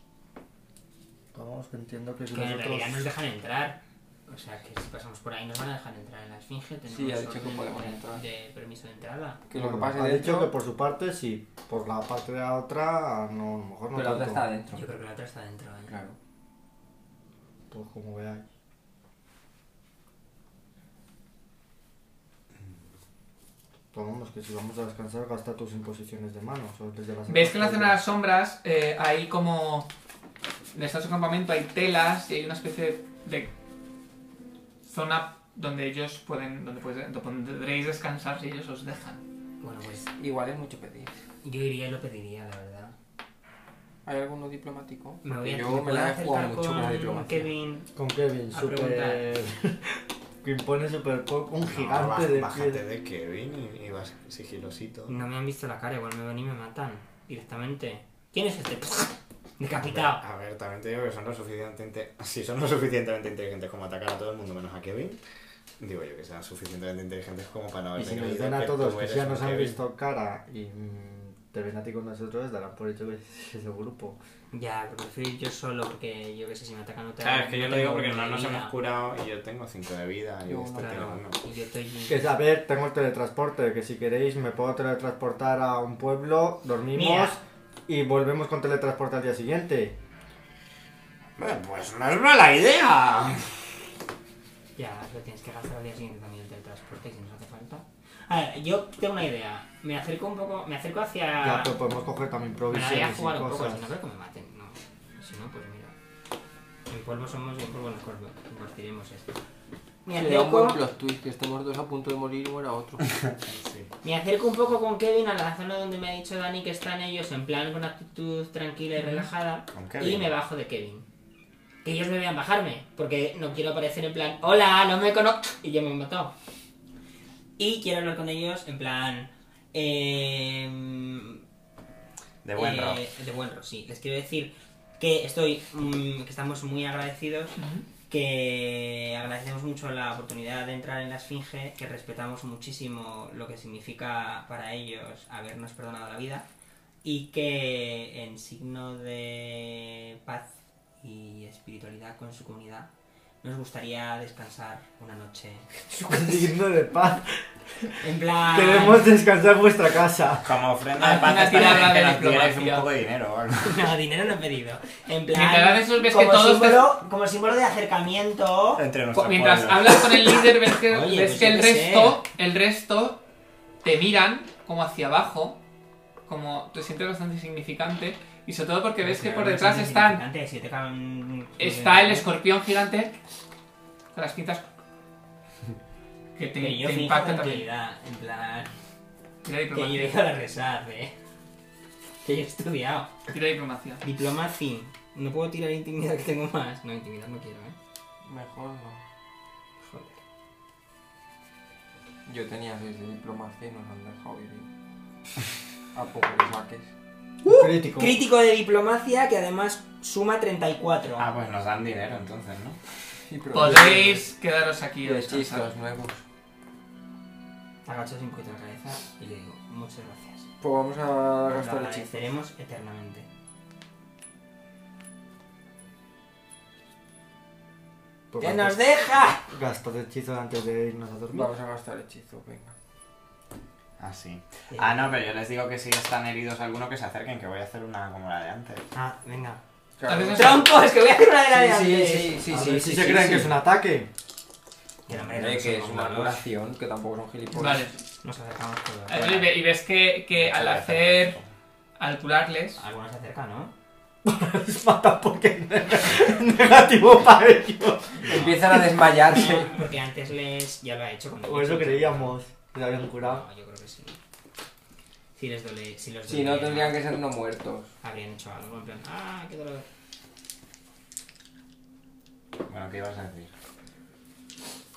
Vamos, que entiendo que si Que en nosotros... realidad nos dejan entrar. O sea, que si pasamos por ahí nos van a dejar entrar en la esfinge. Tenemos Sí, ha dicho que orden podemos de- entrar. De permiso de entrada. Que lo que Bueno, pase ha dicho dentro. que por su parte sí, por la parte de la otra, no, a lo mejor no Pero la otra tanto. está adentro. Yo creo que la otra está dentro. ¿eh? Claro. Pues como veáis. Pues vamos, que si vamos a descansar, gasta tus imposiciones de manos. o desde las- Veis que en la zona de las sombras eh, hay como... En este campamento hay telas y hay una especie de zona donde ellos pueden... donde, puedes- donde podréis descansar si ellos os dejan. Bueno, pues Igual es mucho pedir. yo iría y lo pediría, la verdad. ¿Hay alguno diplomático? Me voy a yo me ¿puedo la he jugado acercar mucho con la con diplomacia. Kevin. Con Kevin, A super. que impone super poco, un No, gigante baj- de bájate piedra. de Kevin y, y vas sigilosito. No me han visto la cara, igual me ven y me matan directamente. ¿Quién es este? Decapitado. A ver, también te digo que son lo suficientemente. Si son lo suficientemente inteligentes como atacar a todo el mundo menos a Kevin, digo yo que sean suficientemente inteligentes como para no Y haber si nos ven a todos que ya nos han han visto cara y mm, te ven a ti con nosotros, darán por hecho que es el grupo. Ya, pero prefiero ir yo solo porque yo qué sé si me atacan otra Claro, es que yo lo digo porque no nos se hemos curado y yo tengo 5 de vida y Yo este uno, tiene Claro, uno. y yo estoy. Que es, a ver, tengo el teletransporte, que si queréis me puedo teletransportar a un pueblo, dormimos Mira. y volvemos con teletransporte al día siguiente. Bueno, Pues no es mala idea. Ya, lo tienes que gastar al día siguiente también el teletransporte si nos hace falta. A ver, yo tengo una idea. Me acerco un poco, me acerco Ya, hacia. pero podemos coger también me la voy Ah. a provisiones y jugar un poco, cosas. si no creo que me maten. No, si no, pues mira. En polvo somos y en polvo nos cor- compartiremos esto. Me Sería un buen acerco, plot twist, que estemos dos a punto de morir y muera otro. me acerco un poco con Kevin a la zona donde me ha dicho Dani que están ellos, en plan con actitud tranquila y relajada. Con Kevin. Y me bajo de Kevin. Que ellos me vean bajarme, porque no quiero aparecer en plan, hola, no me conozco. Y ya me han matado. Y quiero hablar con ellos en plan. em, De buen eh, rock. de buen rock, sí. Les quiero decir que estoy. mm, que estamos muy agradecidos. Que agradecemos mucho la oportunidad de entrar en la Esfinge. Que respetamos muchísimo lo que significa para ellos habernos perdonado la vida. Y que en signo de paz y espiritualidad con su comunidad. Nos gustaría descansar una noche. Digno de paz. En plan. Queremos descansar vuestra casa. Como ofrenda de Haz una paz estaría bien tirada que de nos dierais diplomacia. un poco de dinero o algo. No, dinero no he pedido. En plan. Mientras haces- ves que como todos te- símbolo, como símbolo de acercamiento. Entre Cu- nuestros Mientras pueblos. hablas con el líder ves que, Oye, ves pues que yo el qué resto, el resto te miran como hacia abajo, como te sientes bastante insignificante y sobre todo porque ves que por detrás están Significante, si te caben- Eh, está el escorpión gigante con las pinzas que te, Que yo te finjo impacta también. tranquilidad, en plan. Tira Que yo he diplomacia. ido a la resad, eh. Que yo he estudiado. Tira diplomacia. Diplomacia. No puedo tirar intimidad que tengo más. No, intimidad no quiero, eh. Mejor no. Joder. Yo tenía 6 de diplomacia y nos han dejado vivir. A poco que saques. Crítico. Crítico de diplomacia que además suma 34. Ah, pues nos dan dinero entonces, ¿no? Sí, pero- Podéis quedaros aquí a Y descansar. hechizos nuevos. Agacho sin cuenta la cabeza y le digo, muchas gracias. Pues vamos a Lo gastar hechizos. agradeceremos eternamente. Pues ¡Que gasta- nos deja! Gastad hechizos antes de irnos a dormir. Vamos a gastar hechizos, venga. Ah, sí. Ah, no, pero yo les digo que si están heridos alguno que se acerquen, que voy a hacer una como la de antes. Ah, venga. Tal vez ¡Tronco! Es que voy a hacer una de la de Sí, sí, antes. sí, sí, A sí, ver sí, si se sí, creen sí. que es un ataque. Que no, hombre, Hombre, no que es somos una malos. curación, que tampoco son gilipollas. Vale. Nos acercamos todos. Eh, y ve- Y ves que, que al Muchas gracias. hacer, al curarles, Algunos se acerca, ¿no? Les mata porque es negativo para ellos. Eh, Empiezan a desmayarse. No, porque antes les. Ya lo ha hecho con O eso creíamos. Que lo habían curado. No, yo creo que sí. Si les dole. Si los Si no, dolería, tendrían que ser no muertos. Habrían hecho algo en plan. ¡Ah, qué dolor! Bueno, ¿qué ibas a decir?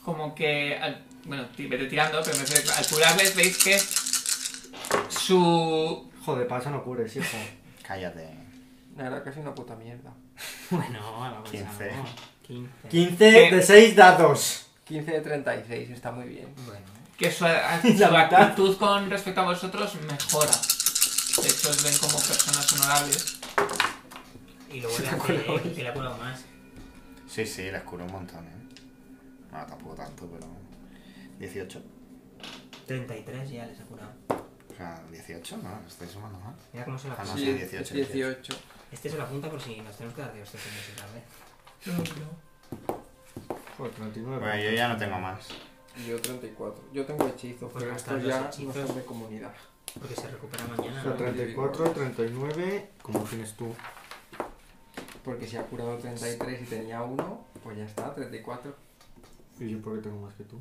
como que al- bueno ti- vete tirando pero me refiero- al curarles veis que su Joder, pasa no cures, hijo. Cállate. La verdad que es una puta mierda. Bueno, vamos 15. 15. 15 de 6 dados. 15 de 36, está muy bien. Bueno, eh. que su, act- La su mata. actitud con respecto a vosotros mejora. De hecho, os ven como personas honorables. Y lo vuelve a hacer, eh, que le ha curado más. Sí, sí, les curo un montón, ¿eh? Bueno, tampoco tanto, pero... 18. 33 ya les ha curado. O sea, 18, ¿no? Estoy sumando mal. Mira cómo se lo Ah, apunta. no, ¿eh? sí, 18, 18. Este se lo apunta por si nos tenemos que dar de hostias en esa tarde. Joder, 39. Bueno, yo ya no tengo más. Yo 34. Yo tengo hechizos, Pues pero gastar estos ya los hechizos. no son de comunidad. Porque se recupera O mañana. sea, ¿no? 34, 39, como tienes tú. Porque si ha curado 33 y tenía uno, pues ya está, 34. Y yo porque tengo más que tú.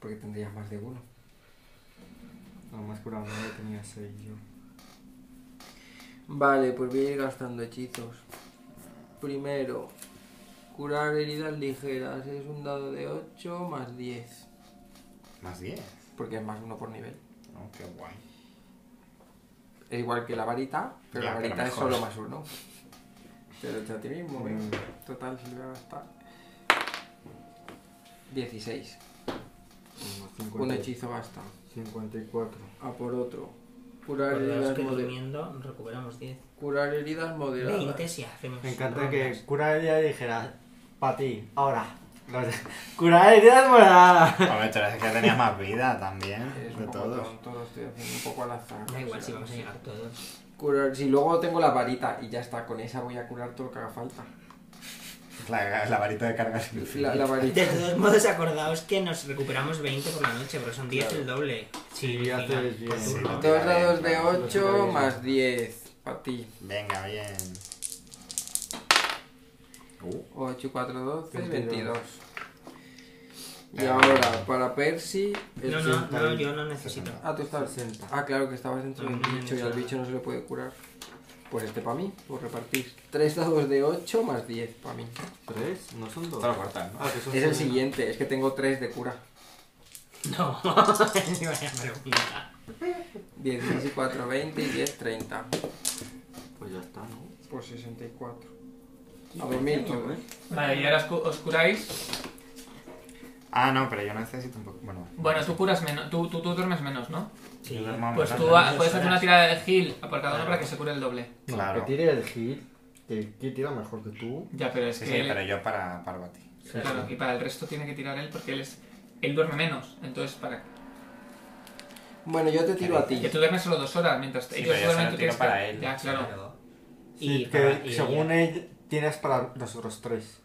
Porque tendrías más de uno. Nada más curado 9 tenía 6 yo. Vale, pues voy a ir gastando hechizos. Primero, curar heridas ligeras. Es un dado de 8 más 10. Más 10. Porque es más uno por nivel. Oh, qué guay. Es igual que la varita, pero Ya, la pero varita es mejor. Mm. solo más uno. Te lo echo a ti mismo, venga. Total, si lo voy a gastar. 16. Unos Un 50, hechizo gasta. 54. A por otro. Curar Por los heridas, que moder- durmiendo recuperamos 10. curar heridas 20 moderadas. si hacemos. Me encanta rondas. que cura heridas dijera, para ti, ahora. cura heridas morada. Hombre, tú eres el que tenías más vida también, Es de un poco todos. tonto, lo estoy haciendo un poco al azar. Da igual O sea, si vamos a sí. llegar todos. Curar, si luego tengo la varita y ya está, con esa voy a curar todo lo que haga falta. La, la varita de carga sin fin. La, la varita. De todos modos, acordaos que nos recuperamos 20 por la noche, pero son 10 el doble. Sí, Al final, haces bien. por Sí, turno. lo Dos dados de Vale, lo 8 superé. más 10. Para ti. Venga, bien. Uh, 8, 4, 12, 22. 22. Y ahora, para Percy. el No, no, no, 60. yo no necesito. Ah, tú estabas. 60. Ah, claro que estabas dentro No, del no, no, bicho y no. al bicho no se le puede curar. Pues este para mí, por repartir. 3 dados de 8 más 10 para mí. 3, no son esto lo 2. cortas, ¿no? Ah, que son Es el seis. siguiente, es que tengo 3 de cura. No, ni vaya pregunta. 10, 14, 20 y 10, 30. Pues ya está, ¿no? Por 64. A dormir todo, ¿eh? Vale, y ahora os, cu- os curáis. Ah, no, pero yo necesito un poco. Bueno, Bueno, tú curas menos, tú, tú, tú duermes menos, ¿no? Sí. yo duermo Pues menos, tú ¿no? ah, puedes hacer una tirada de heal por cada uno para que se cure el doble. Claro. Que tire el hit, que, que tira mejor que tú. Ya, pero es Sí, que sí, él- pero yo para, para batir. claro, y para el resto tiene que tirar él porque él es él duerme menos, entonces para Bueno, yo te tiro a ti. que tú duermes solo dos horas mientras Sí, ellos pero yo duermen solo tú tiro tienes que- para él. Ya, claro. Sí, Y que para- y según ella. él, tienes para nosotros tres.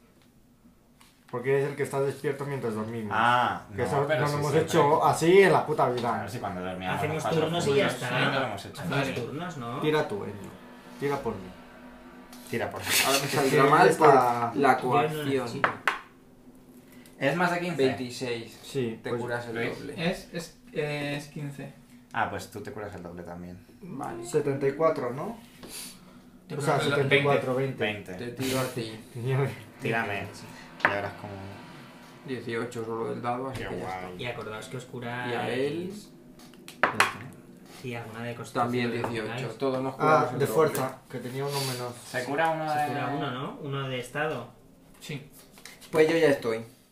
Porque eres el que está despierto mientras dormimos. Ah, que no, eso no pero lo sí, hemos siempre. hecho así en la puta A vida. ver si cuando dormíamos. Hacemos cuatro turnos y ya juntos, está. sí, no lo hemos hecho. Hacemos turnos, ¿no? Tira tú, Enio. Tira por mí. Tira por Ahora me Sí, saldrá mal está- por la Yo no coacción. necesito. Es más de 15. 26. Sí, Te pues- curas el ¿Veis? doble. Es es, eh, es 15. Ah, pues tú te curas el doble también. Vale. 74, ¿no? Te O sea, curas el doble. 74, 20. 20. Te tiro a ti. Tírame. Y ahora es como. 18 solo del dado, así Qué que ya está. Y guay. acordaos que os curáis. Y a él Sí, alguna de constitución. también que 18. tengáis. Todos nos curamos Ah, el de doble. fuerza, que tenía uno menos. Se cura uno Se de. cura uno, ¿no? Uno de estado. Sí. Pues yo ya estoy.